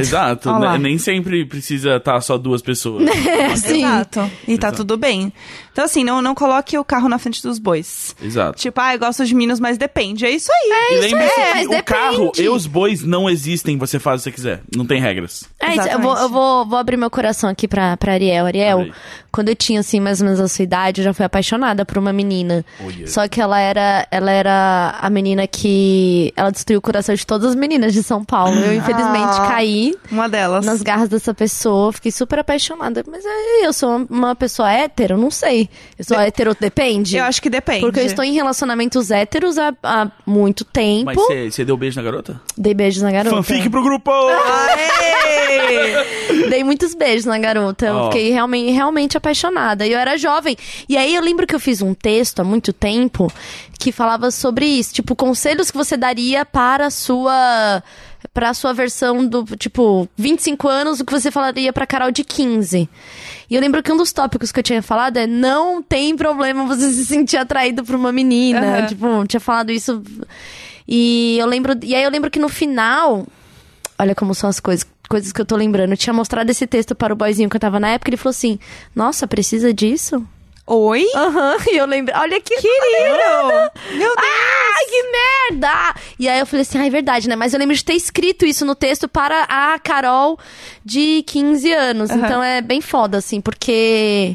[SPEAKER 3] [laughs] Exato.
[SPEAKER 2] Olha
[SPEAKER 3] né?
[SPEAKER 2] lá.
[SPEAKER 3] Nem sempre precisa estar só duas pessoas.
[SPEAKER 4] [laughs] É, sim.
[SPEAKER 2] Exato. E tá tudo bem. Então, assim, não, não coloque o carro na frente dos bois.
[SPEAKER 3] Exato.
[SPEAKER 2] Tipo, ah, eu gosto de meninos, mas depende. É isso aí.
[SPEAKER 3] e lembre-se
[SPEAKER 4] é,
[SPEAKER 3] que
[SPEAKER 4] mas
[SPEAKER 3] o
[SPEAKER 4] depende.
[SPEAKER 3] carro e os bois não existem, você faz o que você quiser. Não tem regras.
[SPEAKER 4] É isso, eu
[SPEAKER 2] Exatamente.
[SPEAKER 4] vou, eu vou, vou abrir meu coração aqui pra, pra Ariel. Ariel,
[SPEAKER 3] Abre aí.
[SPEAKER 4] quando eu tinha, assim, mais ou menos a sua idade, eu já fui apaixonada por uma menina.
[SPEAKER 3] Olha.
[SPEAKER 4] Só que ela era, ela era a menina que... Ela destruiu o coração de todas as meninas de São Paulo. Eu, infelizmente,
[SPEAKER 2] Ah.
[SPEAKER 4] caí
[SPEAKER 2] Uma delas.
[SPEAKER 4] É. nas garras dessa pessoa. Fiquei super apaixonada. Mas é, eu sou uma- uma pessoa hétero? Não sei. Eu sou hétero, depende?
[SPEAKER 2] Eu acho que depende.
[SPEAKER 4] Porque eu estou em relacionamentos héteros há, há muito tempo.
[SPEAKER 3] Mas você você deu beijo na garota?
[SPEAKER 4] Dei beijos na garota.
[SPEAKER 3] Fanfic pro grupo!
[SPEAKER 4] Ah, é.
[SPEAKER 2] Aê!
[SPEAKER 4] Dei muitos beijos na garota. Eu
[SPEAKER 3] Ó.
[SPEAKER 4] fiquei realmente, realmente apaixonada. E eu era jovem. E aí eu lembro que eu fiz um texto há muito tempo que falava sobre isso. Tipo, conselhos que você daria para a sua. Pra sua versão do, tipo, 25 anos, o que você falaria pra Carol de 15. E eu lembro que um dos tópicos que eu tinha falado é: não tem problema você [laughs] se sentir atraído por uma menina.
[SPEAKER 2] Aham.
[SPEAKER 4] Tipo, eu tinha falado isso. E eu lembro. E aí eu lembro que no final, Olha como são as coisas, coisas que eu tô lembrando. Eu tinha mostrado esse texto para o boyzinho que eu tava na época, ele falou assim: "Nossa, precisa disso?"
[SPEAKER 2] Oi?
[SPEAKER 4] Aham. [laughs] E eu lembro. Olha que
[SPEAKER 2] Querido! Meu Deus!
[SPEAKER 4] Ah, que merda! E aí eu falei assim, ah, é verdade, né? Mas eu lembro de ter escrito isso no texto para a Carol de 15 anos. Então é bem foda, assim, porque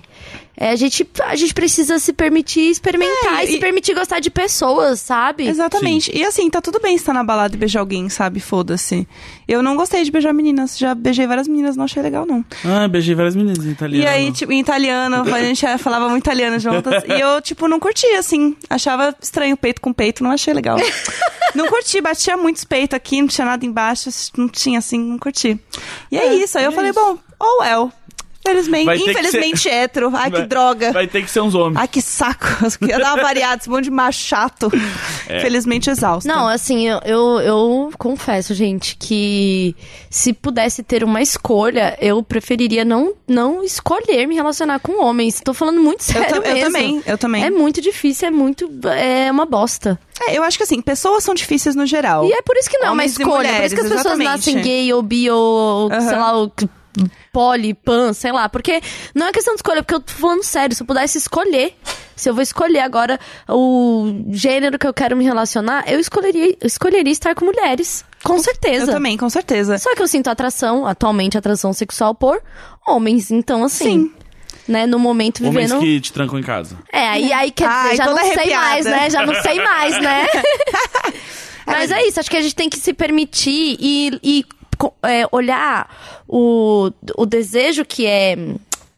[SPEAKER 4] é, a, gente, a gente precisa se permitir experimentar
[SPEAKER 2] É,
[SPEAKER 4] e, se
[SPEAKER 2] e-
[SPEAKER 4] permitir gostar de pessoas, sabe?
[SPEAKER 2] Exatamente. E assim, tá tudo bem estar na balada e beijar alguém, sabe? Foda-se. Eu não gostei de beijar meninas. Já beijei várias meninas, não achei legal, não.
[SPEAKER 3] Ah, beijei várias meninas em italiano.
[SPEAKER 2] E aí, tipo, em italiano, a gente é, falava muito italiano
[SPEAKER 3] [laughs]
[SPEAKER 2] juntas. e eu, tipo, não curtia, assim. Achava estranho peito com peito, não achei
[SPEAKER 3] [laughs]
[SPEAKER 2] legal. não curti, batia muitos peitos aqui, não tinha nada embaixo, não tinha assim, não curti. E é, isso. Aí eu falei, bom, oh well.
[SPEAKER 3] Vai
[SPEAKER 2] Infelizmente,
[SPEAKER 3] ter que
[SPEAKER 2] infelizmente
[SPEAKER 3] [laughs]
[SPEAKER 2] hétero. Ai,
[SPEAKER 3] Vai-
[SPEAKER 2] que droga.
[SPEAKER 3] Vai ter que ser uns homens.
[SPEAKER 2] Ai, que saco. [laughs] Eu queria dar uma variada, esse monte de macho chato. Infelizmente exausto.
[SPEAKER 4] Não, assim, eu, eu, eu confesso, gente, que se pudesse ter uma escolha, eu preferiria não, não escolher me relacionar com homens. Tô falando muito
[SPEAKER 2] eu,
[SPEAKER 4] sério
[SPEAKER 2] ta- eu
[SPEAKER 4] mesmo.
[SPEAKER 2] também, eu também.
[SPEAKER 4] É muito difícil, é muito. É uma bosta.
[SPEAKER 2] É, eu acho que assim, pessoas são difíceis no geral.
[SPEAKER 4] E é por isso que não é uma
[SPEAKER 2] Homens e
[SPEAKER 4] escolha. por
[SPEAKER 2] mulheres,
[SPEAKER 4] isso que as pessoas
[SPEAKER 2] exatamente.
[SPEAKER 4] nascem gay ou bi ou,
[SPEAKER 2] Aham.
[SPEAKER 4] sei lá, ou poli, pan, sei lá. Porque não é questão de escolha, porque eu tô falando sério. Se eu pudesse escolher, se eu vou escolher agora o gênero que eu quero me relacionar, eu escolheria, eu escolheria estar com mulheres. Com certeza.
[SPEAKER 2] Eu também, com certeza.
[SPEAKER 4] Só que eu sinto atração, atualmente atração sexual por homens. Então, assim. Né, no momento
[SPEAKER 3] Homens
[SPEAKER 4] vivendo.
[SPEAKER 3] que te trancam em casa.
[SPEAKER 4] É, aí, aí quer dizer,
[SPEAKER 2] Ai,
[SPEAKER 4] já não
[SPEAKER 2] toda
[SPEAKER 4] sei
[SPEAKER 2] arrepiada.
[SPEAKER 4] mais, né? Já não sei
[SPEAKER 2] [laughs]
[SPEAKER 4] mais, né? Mas é isso, acho que a gente tem que se permitir e, e co- é, olhar o, o desejo que é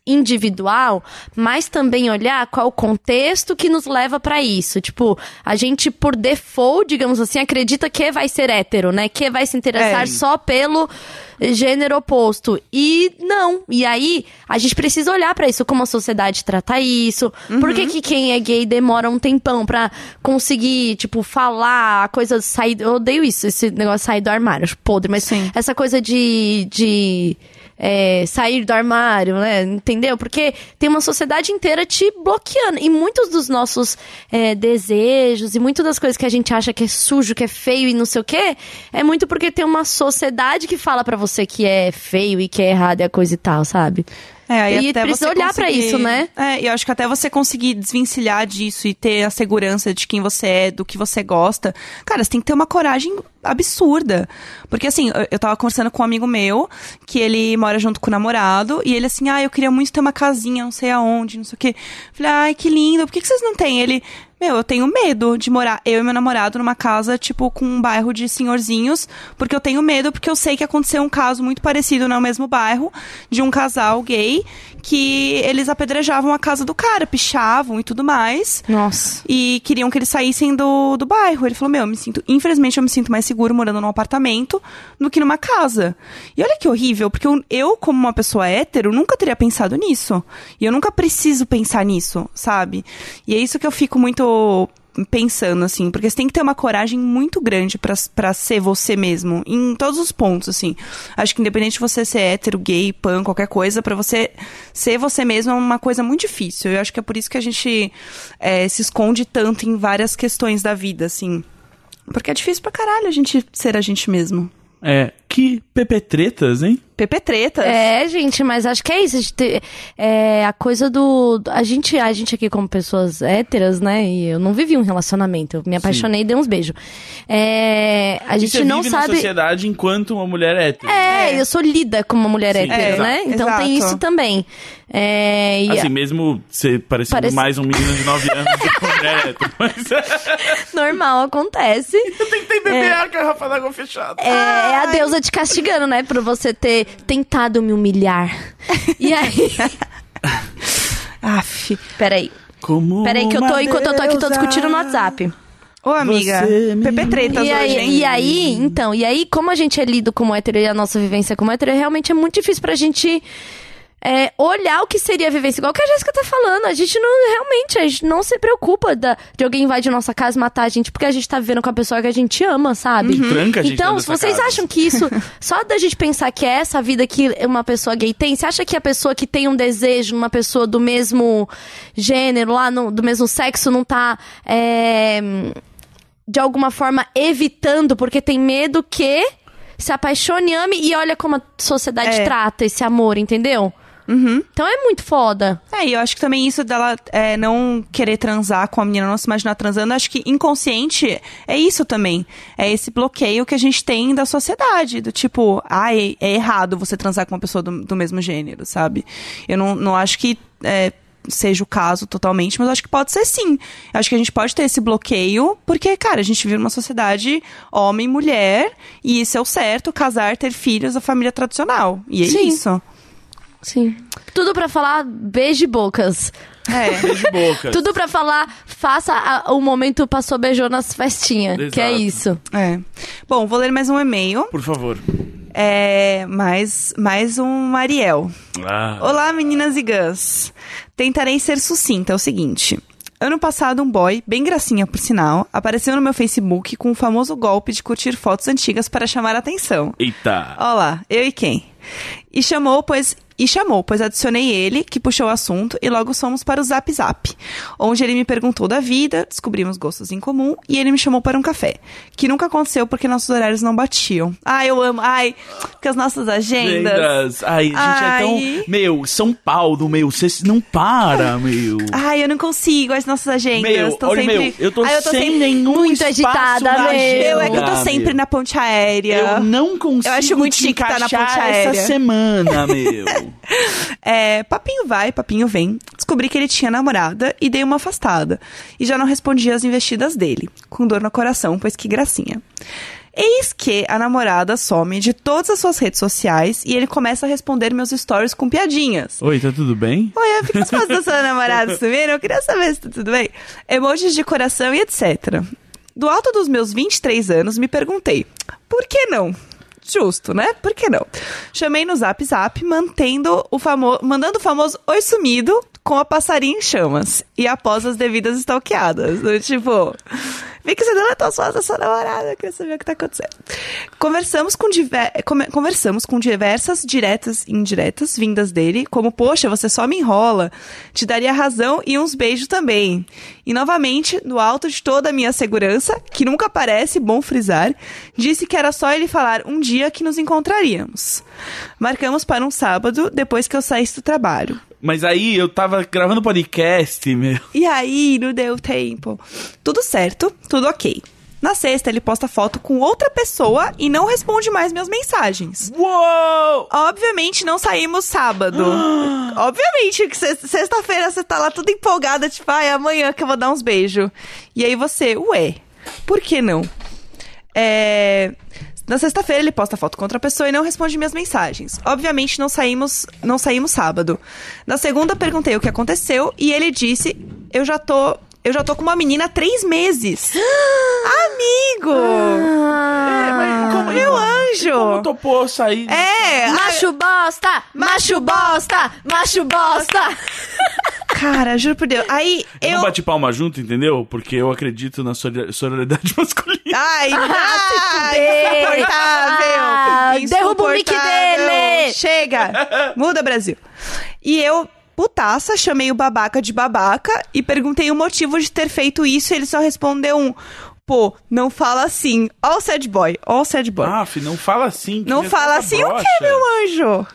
[SPEAKER 4] individual, mas também olhar qual o contexto que nos leva pra isso. Tipo, a gente por default, digamos assim, acredita que vai ser hétero, né? Que vai se interessar
[SPEAKER 2] É.
[SPEAKER 4] só pelo gênero oposto. E não. E aí, a gente precisa olhar pra isso, como a sociedade trata isso. Por que, que quem é gay demora um tempão pra conseguir, tipo, falar a coisa sair. Eu odeio isso, esse negócio de sair do armário, acho podre, mas
[SPEAKER 2] Sim.
[SPEAKER 4] essa coisa de. de é, sair do armário, né? Entendeu? Porque tem uma sociedade inteira te bloqueando. E muitos dos nossos é, desejos e muitas das coisas que a gente acha que é sujo, que é feio e não sei o quê, é muito porque tem uma sociedade que fala pra você que é feio e que é errado e a coisa e tal, sabe?
[SPEAKER 2] É, aí
[SPEAKER 4] E
[SPEAKER 2] até
[SPEAKER 4] precisa
[SPEAKER 2] você
[SPEAKER 4] olhar pra
[SPEAKER 2] conseguir-
[SPEAKER 4] isso, né?
[SPEAKER 2] É, e eu acho que até você conseguir desvencilhar disso e ter a segurança de quem você é, do que você gosta. Cara, você tem que ter uma coragem absurda. Porque assim, eu, eu tava conversando com um amigo meu, que ele mora junto com o namorado, e ele assim, ah, eu queria muito ter uma casinha, não sei aonde, não sei o quê. Falei, ai, que lindo, por que, que vocês não têm? Ele, meu, eu tenho medo de morar, eu e meu namorado, numa casa, tipo, com um bairro de senhorzinhos, porque eu tenho medo, porque eu sei que aconteceu um caso muito parecido no mesmo bairro, de um casal gay, que eles apedrejavam a casa do cara, pichavam e tudo mais.
[SPEAKER 4] Nossa.
[SPEAKER 2] E queriam que eles saíssem do, do bairro. Ele falou: Meu, eu me sinto, infelizmente, eu me sinto mais seguro morando num apartamento do que numa casa. E olha que horrível, porque eu, eu, como uma pessoa hétero, nunca teria pensado nisso. E eu nunca preciso pensar nisso, sabe? E é isso que eu fico muito pensando, assim, porque você tem que ter uma coragem muito grande pra- pra ser você mesmo, em todos os pontos, assim. Acho que independente de você ser hétero, gay, pan, qualquer coisa, pra você ser você mesmo é uma coisa muito difícil. Eu acho que é por isso que a gente eh, se esconde tanto em várias questões da vida, assim. Porque é difícil pra caralho a gente ser a gente mesmo.
[SPEAKER 3] É, que pepetretas, hein?
[SPEAKER 2] Pepe tretas.
[SPEAKER 4] É, gente, mas acho que é isso. a gente tem- É a coisa do. A gente, a gente aqui, como pessoas héteras, né? E eu não vivi um relacionamento. Eu me apaixonei e dei uns beijos. É, a
[SPEAKER 3] E
[SPEAKER 4] gente
[SPEAKER 3] você
[SPEAKER 4] não
[SPEAKER 3] vive na
[SPEAKER 4] sabe.
[SPEAKER 3] sociedade enquanto uma mulher hétero.
[SPEAKER 4] É, eu sou lida como uma mulher
[SPEAKER 3] Sim,
[SPEAKER 4] hétero,
[SPEAKER 3] exato,
[SPEAKER 4] né? Então tem
[SPEAKER 2] exato.
[SPEAKER 4] isso também. É, e
[SPEAKER 3] Assim, mesmo você parecendo
[SPEAKER 4] Parece-
[SPEAKER 3] mais um menino de 9 anos do que uma mulher é
[SPEAKER 4] [laughs]
[SPEAKER 3] hétero. Mas
[SPEAKER 4] é normal, acontece.
[SPEAKER 3] tem que ter BBA com a Rafa d'Água fechada.
[SPEAKER 4] É, é a deusa te castigando, né? Por você ter tentado me humilhar.
[SPEAKER 3] [laughs]
[SPEAKER 4] E aí.
[SPEAKER 2] Aff.
[SPEAKER 4] Peraí.
[SPEAKER 3] Como
[SPEAKER 4] Peraí, que eu tô.
[SPEAKER 3] uma
[SPEAKER 4] Enquanto eu tô aqui, tô
[SPEAKER 3] deusa.
[SPEAKER 4] discutindo no WhatsApp.
[SPEAKER 2] Ô, amiga.
[SPEAKER 3] Você me-
[SPEAKER 2] Pepe tretas hoje,
[SPEAKER 4] E
[SPEAKER 2] hein?
[SPEAKER 4] aí, e aí, então, e aí, como a gente é lido como hétero e a nossa vivência como hétero, realmente é muito difícil pra gente é, olhar o que seria a vivência. Igual que a Jéssica tá falando, a gente não, realmente, a gente não se preocupa da- de alguém invadir nossa casa e matar a gente, porque a gente tá vivendo com a pessoa que a gente ama, sabe?
[SPEAKER 3] Tranca a gente
[SPEAKER 4] então,
[SPEAKER 3] dentro
[SPEAKER 4] se
[SPEAKER 3] dessa
[SPEAKER 4] vocês
[SPEAKER 3] casa.
[SPEAKER 4] acham que
[SPEAKER 3] [laughs]
[SPEAKER 4] isso, só da gente pensar que é essa a vida que uma pessoa gay tem, você acha que a pessoa que tem um desejo, uma pessoa do mesmo gênero, lá no- do mesmo sexo, não tá. é, de alguma forma evitando, porque tem medo que se apaixone, ame e olha como a sociedade
[SPEAKER 2] É.
[SPEAKER 4] trata esse amor, entendeu? Então é muito foda.
[SPEAKER 2] É, e eu acho que também isso dela é, não querer transar com a menina, não se imaginar transando, acho que inconsciente é isso também. É esse bloqueio que a gente tem da sociedade, do tipo, ah, é, é errado você transar com uma pessoa do, do mesmo gênero, sabe? Eu não, não acho que é, seja o caso totalmente, mas eu acho que pode ser sim. Eu acho que a gente pode ter esse bloqueio, porque, cara, a gente vive numa sociedade homem e mulher, e isso é o certo, casar, ter filhos, a família tradicional. E é
[SPEAKER 4] Sim.
[SPEAKER 2] isso.
[SPEAKER 4] Sim. Tudo pra falar beijo e bocas.
[SPEAKER 2] É.
[SPEAKER 3] Beijo de boca.
[SPEAKER 4] Tudo pra falar faça a- o momento passou beijou nas festinhas.
[SPEAKER 3] Exato.
[SPEAKER 4] Que é isso.
[SPEAKER 2] É. Bom, vou ler mais um e-mail.
[SPEAKER 3] Por favor.
[SPEAKER 2] É, mais, mais um Ariel.
[SPEAKER 3] Ah,
[SPEAKER 2] Olá, meninas e gãs. Tentarei ser sucinta. É o seguinte. Ano passado, um boy, bem gracinha por sinal, apareceu no meu Facebook com o famoso golpe de curtir fotos antigas para chamar a atenção.
[SPEAKER 3] eita.
[SPEAKER 2] Ó lá, eu e quem? E chamou, pois. E chamou, pois adicionei ele, que puxou o assunto, e logo somos para o Zap Zap, onde ele me perguntou da vida, descobrimos gostos em comum, e ele me chamou para um café, que nunca aconteceu porque nossos horários não batiam. Ai, eu amo, ai, que as nossas agendas.
[SPEAKER 3] Vendas. Ai, a gente é
[SPEAKER 2] Ai.
[SPEAKER 3] tão. Meu, São Paulo, meu, você não para, meu.
[SPEAKER 2] Ai, eu não consigo, as nossas agendas
[SPEAKER 3] Meu,
[SPEAKER 2] estão
[SPEAKER 3] olha,
[SPEAKER 2] sempre...
[SPEAKER 3] meu, eu tô,
[SPEAKER 2] Ai, eu tô
[SPEAKER 3] sem
[SPEAKER 2] sempre...
[SPEAKER 3] nenhum
[SPEAKER 4] muito
[SPEAKER 3] espaço
[SPEAKER 4] agitada,
[SPEAKER 3] na
[SPEAKER 4] meu.
[SPEAKER 3] agenda,
[SPEAKER 2] Eu é que eu tô sempre
[SPEAKER 3] meu.
[SPEAKER 2] na ponte aérea.
[SPEAKER 3] Eu não consigo
[SPEAKER 2] Eu acho muito
[SPEAKER 3] te
[SPEAKER 2] chique tá na
[SPEAKER 3] encaixar
[SPEAKER 2] ponte
[SPEAKER 3] essa
[SPEAKER 2] aérea.
[SPEAKER 3] semana, meu.
[SPEAKER 2] É, papinho vai, papinho vem. Descobri que ele tinha namorada e dei uma afastada. E já não respondi às investidas dele, com dor no coração, pois que gracinha. Eis que a namorada some de todas as suas redes sociais e ele começa a responder meus stories com piadinhas.
[SPEAKER 3] Oi, tá tudo bem?
[SPEAKER 2] Oi, eu vi as fotos da sua namorada sumiram, eu queria saber se tá tudo bem. Emojis de coração e etc. Do alto dos meus 23 anos, me perguntei, por que não? Justo, né? Por que não? Chamei no Zap Zap, mantendo o famo... mandando o famoso Oi Sumido com a passarinha em chamas. E após as devidas stalkeadas. Do Tipo, vi que você deletou as fotos da sua namorada, eu queria saber o que tá acontecendo. Conversamos com, diver... come- Conversamos com diversas diretas e indiretas vindas dele, como, poxa, você só me enrola, te daria razão e uns beijos também. E novamente, no alto de toda a minha segurança, que nunca parece bom frisar, disse que era só ele falar um dia que nos encontraríamos. Marcamos para um sábado, depois que eu saísse do trabalho.
[SPEAKER 3] Mas aí eu tava gravando podcast, meu.
[SPEAKER 2] E aí, não deu tempo. Tudo certo, tudo ok. Na sexta, ele posta foto com outra pessoa e não responde mais minhas mensagens.
[SPEAKER 3] Uou!
[SPEAKER 2] Obviamente, não saímos [gasps] sábado. Obviamente, que se- sexta-feira você tá lá tudo empolgada, tipo, ai, amanhã que eu vou dar uns beijos. E aí você, ué, por que não? É, Na sexta-feira ele posta foto com outra pessoa e não responde minhas mensagens. Obviamente não saímos, não saímos sábado. Na segunda perguntei o que aconteceu e ele disse: "Eu já tô, eu já tô com uma menina há três [gasps] meses". Amigo!
[SPEAKER 4] Ah.
[SPEAKER 2] Meu anjo!
[SPEAKER 3] Como topou sair?
[SPEAKER 2] É, a-
[SPEAKER 4] Macho bosta! Macho bosta! Macho bosta!
[SPEAKER 2] cara, juro por Deus. Aí
[SPEAKER 3] Eu
[SPEAKER 2] eu
[SPEAKER 3] não bati palma junto, entendeu? Porque eu acredito na solidar- sororidade [laughs] masculina.
[SPEAKER 4] [laughs]
[SPEAKER 2] Ai, ah,
[SPEAKER 4] fuder.
[SPEAKER 2] insuportável!
[SPEAKER 4] Ah, derruba o mic
[SPEAKER 2] insuportável.
[SPEAKER 4] dele.
[SPEAKER 2] Chega! Muda, Brasil! E eu, putaça, chamei o babaca de babaca e perguntei o motivo de ter feito isso e ele só respondeu um... Pô, não fala assim. Ó o sad boy, ó o sad boy.
[SPEAKER 3] Ah, fi, não fala assim. que
[SPEAKER 2] Não
[SPEAKER 3] já
[SPEAKER 2] fala
[SPEAKER 3] tá
[SPEAKER 2] assim o
[SPEAKER 3] broxa.
[SPEAKER 2] que, meu anjo?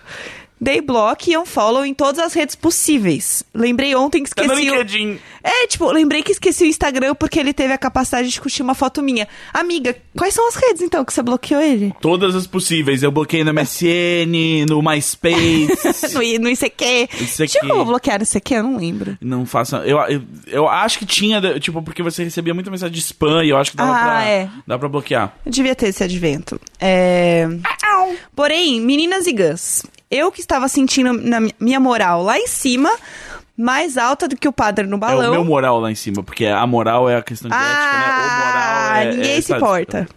[SPEAKER 2] Dei block e unfollow em todas as redes possíveis. Lembrei ontem que
[SPEAKER 3] Tá no
[SPEAKER 2] esqueci. o-
[SPEAKER 3] LinkedIn.
[SPEAKER 2] É, tipo, lembrei que esqueci o Instagram porque ele teve a capacidade de curtir uma foto minha. Amiga, quais são as redes então que você bloqueou ele?
[SPEAKER 3] Todas as possíveis. Eu bloqueei no MSN, no MySpace.
[SPEAKER 2] [laughs] No, I- no ICQ.
[SPEAKER 3] ICQ.
[SPEAKER 2] Tinha como Tipo, bloquear ICQ? Eu não lembro.
[SPEAKER 3] Não faça. Eu, eu, eu acho que tinha, tipo, porque você recebia muita mensagem de spam e eu acho que dava
[SPEAKER 2] Ah,
[SPEAKER 3] pra.
[SPEAKER 2] é.
[SPEAKER 3] Dá pra bloquear.
[SPEAKER 2] Eu devia ter esse advento. É... Porém, meninas e gãs, eu que estava sentindo na mi- minha moral lá em cima, mais alta do que o padre no balão.
[SPEAKER 3] É o meu moral lá em cima, porque a moral é a questão de ética, né? O moral é.
[SPEAKER 2] Ah, ninguém
[SPEAKER 3] é,
[SPEAKER 2] se
[SPEAKER 3] sabe?
[SPEAKER 2] importa.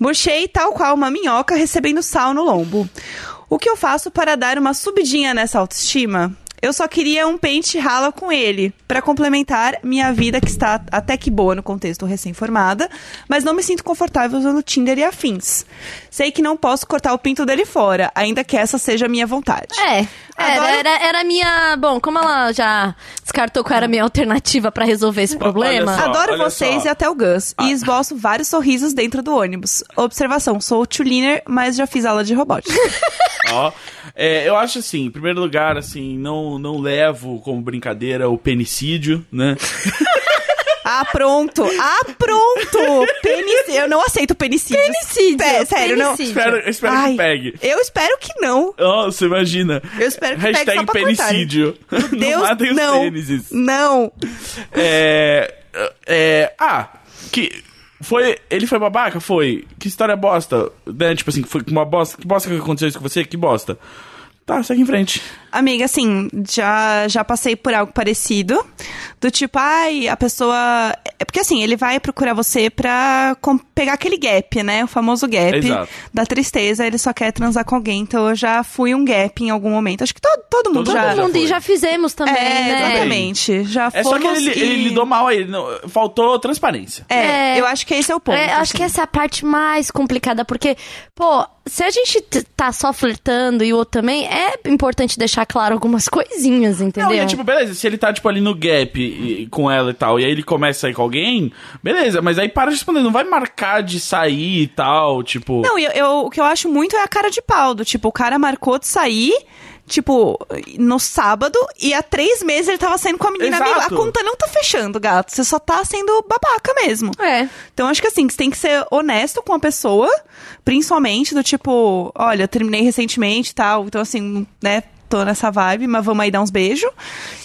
[SPEAKER 2] Murchei tal qual uma minhoca recebendo sal no lombo. O que eu faço para dar uma subidinha nessa autoestima? Eu só queria um pente rala com ele, para complementar minha vida que está até que boa no contexto recém-formada, mas não me sinto confortável usando Tinder e afins. Sei que não posso cortar o pinto dele fora, ainda que essa seja a minha vontade.
[SPEAKER 4] É. Era,
[SPEAKER 2] Adoro-
[SPEAKER 4] era, era a minha. Bom, como ela já descartou qual era a minha alternativa pra resolver esse
[SPEAKER 3] olha só.
[SPEAKER 4] problema.
[SPEAKER 2] Adoro
[SPEAKER 3] olha
[SPEAKER 2] vocês
[SPEAKER 3] só. Ah.
[SPEAKER 2] e até o Gus. E esboço vários sorrisos dentro do ônibus. Observação, sou tuliner, mas já fiz aula de
[SPEAKER 4] [laughs]
[SPEAKER 2] robótica.
[SPEAKER 3] Ó. É, eu acho assim, em primeiro lugar, assim, não, não levo como brincadeira o penicídio, né?
[SPEAKER 2] ah, pronto! Ah, pronto! Penicídio. Eu não aceito penicídio.
[SPEAKER 4] Penicídio,
[SPEAKER 2] Pé- sério, não.
[SPEAKER 4] penicídio.
[SPEAKER 3] espero espero
[SPEAKER 2] Ai,
[SPEAKER 3] que pegue.
[SPEAKER 2] Eu espero que não.
[SPEAKER 3] Nossa, imagina.
[SPEAKER 2] Eu espero que pegue
[SPEAKER 3] Hashtag
[SPEAKER 2] só pra né?
[SPEAKER 3] penicídio.
[SPEAKER 2] Deus,
[SPEAKER 3] [laughs] não matem os
[SPEAKER 2] não.
[SPEAKER 3] pênises.
[SPEAKER 2] Não.
[SPEAKER 3] É, é. Ah, que. Foi. Ele foi babaca? Foi. Que história bosta. Né? Tipo assim, foi uma bosta. Que bosta que aconteceu isso com você? Que bosta. Tá, segue em frente.
[SPEAKER 2] Amiga, assim, já, já passei por algo parecido. Do tipo, ai, a pessoa. É porque assim, ele vai procurar você pra com- pegar aquele gap, né? O famoso gap
[SPEAKER 3] Exato.
[SPEAKER 2] da tristeza, ele só quer transar com alguém. Então eu já fui um gap em algum momento. Acho que to- todo mundo
[SPEAKER 3] Todo
[SPEAKER 2] já.
[SPEAKER 4] Todo mundo e já fizemos também,
[SPEAKER 2] É,
[SPEAKER 4] né?
[SPEAKER 2] exatamente. Já
[SPEAKER 3] É só
[SPEAKER 2] fomos
[SPEAKER 3] que ele,
[SPEAKER 2] e...
[SPEAKER 3] ele lidou mal aí. ele não- faltou transparência.
[SPEAKER 2] É,
[SPEAKER 4] É.
[SPEAKER 2] eu acho que esse é o ponto.
[SPEAKER 4] É, acho que essa é a parte mais complicada, porque, pô, se a gente t- tá só flertando e o outro também, é importante deixar claro algumas coisinhas, entendeu?
[SPEAKER 3] Não, e é tipo, beleza, se ele tá, tipo, ali no gap e- e com ela e tal, e aí ele começa a sair com alguém, beleza, mas aí para de responder, não vai marcar de sair e tal, tipo.
[SPEAKER 2] Não, eu, eu- o que eu acho muito é a cara de pau. Do, tipo, o cara marcou de sair, tipo, no sábado, e há três meses ele tava saindo com a menina.
[SPEAKER 3] Exato.
[SPEAKER 2] Amigo, a conta não tá fechando, gato. Você só tá sendo babaca mesmo.
[SPEAKER 4] É.
[SPEAKER 2] Então, acho que assim, que você tem que ser honesto com a pessoa, principalmente do tipo, olha, eu terminei recentemente e tal, então assim, né, tô nessa vibe, mas vamos aí dar uns beijos.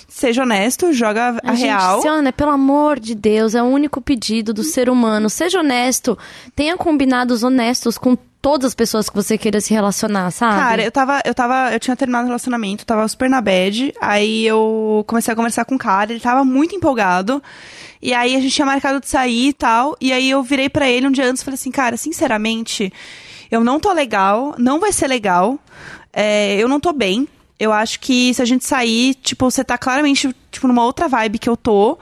[SPEAKER 2] Seja honesto, joga a,
[SPEAKER 4] Ai, gente,
[SPEAKER 2] real.
[SPEAKER 4] Luciana, pelo amor de Deus, é o único pedido do ser humano. Seja honesto, tenha combinados honestos com todas as pessoas que você queira se relacionar, sabe?
[SPEAKER 2] Cara, eu tava, eu tava, eu tinha terminado o relacionamento, tava super na bad, aí eu comecei a conversar com o cara, ele tava muito empolgado, e aí a gente tinha marcado de sair e tal, e aí eu virei pra ele um dia antes e falei assim, cara, sinceramente, eu não tô legal, não vai ser legal, é, eu não tô bem, eu acho que se a gente sair, tipo, você tá claramente, tipo, numa outra vibe que eu tô.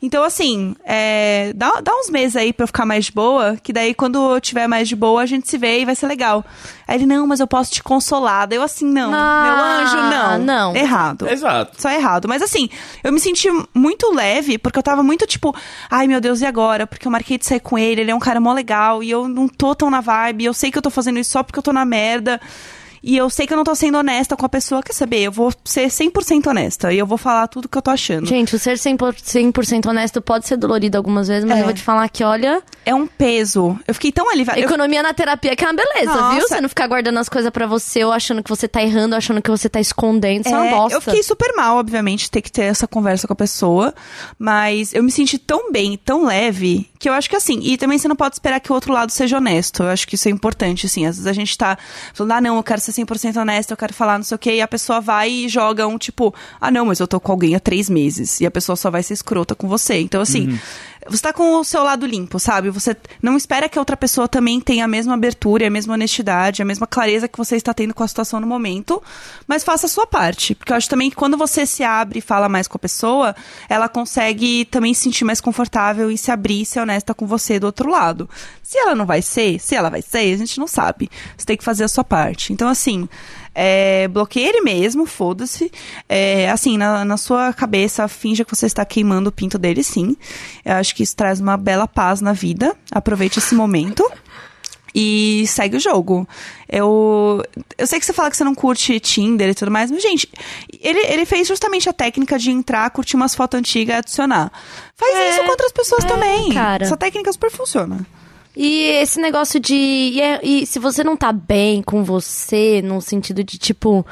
[SPEAKER 2] Então, assim, é, dá, dá uns meses aí pra eu ficar mais de boa, que daí quando eu tiver mais de boa, a gente se vê e vai ser legal. Aí ele, não, mas eu posso te consolar. Daí eu, assim, não.
[SPEAKER 4] Ah,
[SPEAKER 2] meu anjo, não.
[SPEAKER 4] não.
[SPEAKER 2] Errado.
[SPEAKER 3] Exato.
[SPEAKER 2] Só errado. Mas assim, eu me senti muito leve, porque eu tava muito tipo, ai meu Deus, e agora? Porque eu marquei de sair com ele, ele é um cara mó legal, e eu não tô tão na vibe, eu sei que eu tô fazendo isso só porque eu tô na merda. E eu sei que eu não tô sendo honesta com a pessoa, quer saber? Eu vou ser 100% honesta e eu vou falar tudo que eu tô achando.
[SPEAKER 4] Gente, o ser 100%, 100% honesto pode ser dolorido algumas vezes, mas
[SPEAKER 2] É.
[SPEAKER 4] eu vou te falar que, olha,
[SPEAKER 2] É um peso. Eu fiquei tão aliviada. Eu-
[SPEAKER 4] economia na terapia que é uma beleza,
[SPEAKER 2] Nossa.
[SPEAKER 4] viu? Você não ficar guardando as coisas pra você, ou achando que você tá errando, ou achando que você tá escondendo, isso é,
[SPEAKER 2] É,
[SPEAKER 4] uma bosta.
[SPEAKER 2] Eu fiquei super mal, obviamente, ter que ter essa conversa com a pessoa. Mas eu me senti tão bem, tão leve, que eu acho que assim. E também você não pode esperar que o outro lado seja honesto. Eu acho que isso é importante, assim. Às vezes a gente tá falando, ah, não, eu quero ser 100% honesta, eu quero falar não sei o quê. E a pessoa vai e joga um tipo, ah, não, mas eu tô com alguém há três meses. E a pessoa só vai ser escrota com você. Então, assim. Você tá com o seu lado limpo, sabe? Você não espera que a outra pessoa também tenha a mesma abertura, e a mesma honestidade, a mesma clareza que você está tendo com a situação no momento, mas faça a sua parte. Porque eu acho também que quando você se abre e fala mais com a pessoa, ela consegue também se sentir mais confortável e se abrir e ser honesta com você do outro lado. Se ela não vai ser, se ela vai ser, a gente não sabe. Você tem que fazer a sua parte. Então, assim, é, bloqueia ele mesmo, foda-se. É, assim, na, na sua cabeça, finja que você está queimando o pinto dele, sim. Eu acho que isso traz uma bela paz na vida. Aproveite esse momento. [laughs] E segue o jogo. Eu, eu sei que você fala que você não curte Tinder e tudo mais, mas, gente, ele, ele fez justamente a técnica de entrar, curtir umas fotos antigas e adicionar. Faz
[SPEAKER 4] É,
[SPEAKER 2] isso com outras pessoas
[SPEAKER 4] é,
[SPEAKER 2] também.
[SPEAKER 4] cara.
[SPEAKER 2] Essa técnica super funciona.
[SPEAKER 4] E esse negócio de. E, é- e se você não tá bem com você, num sentido de tipo.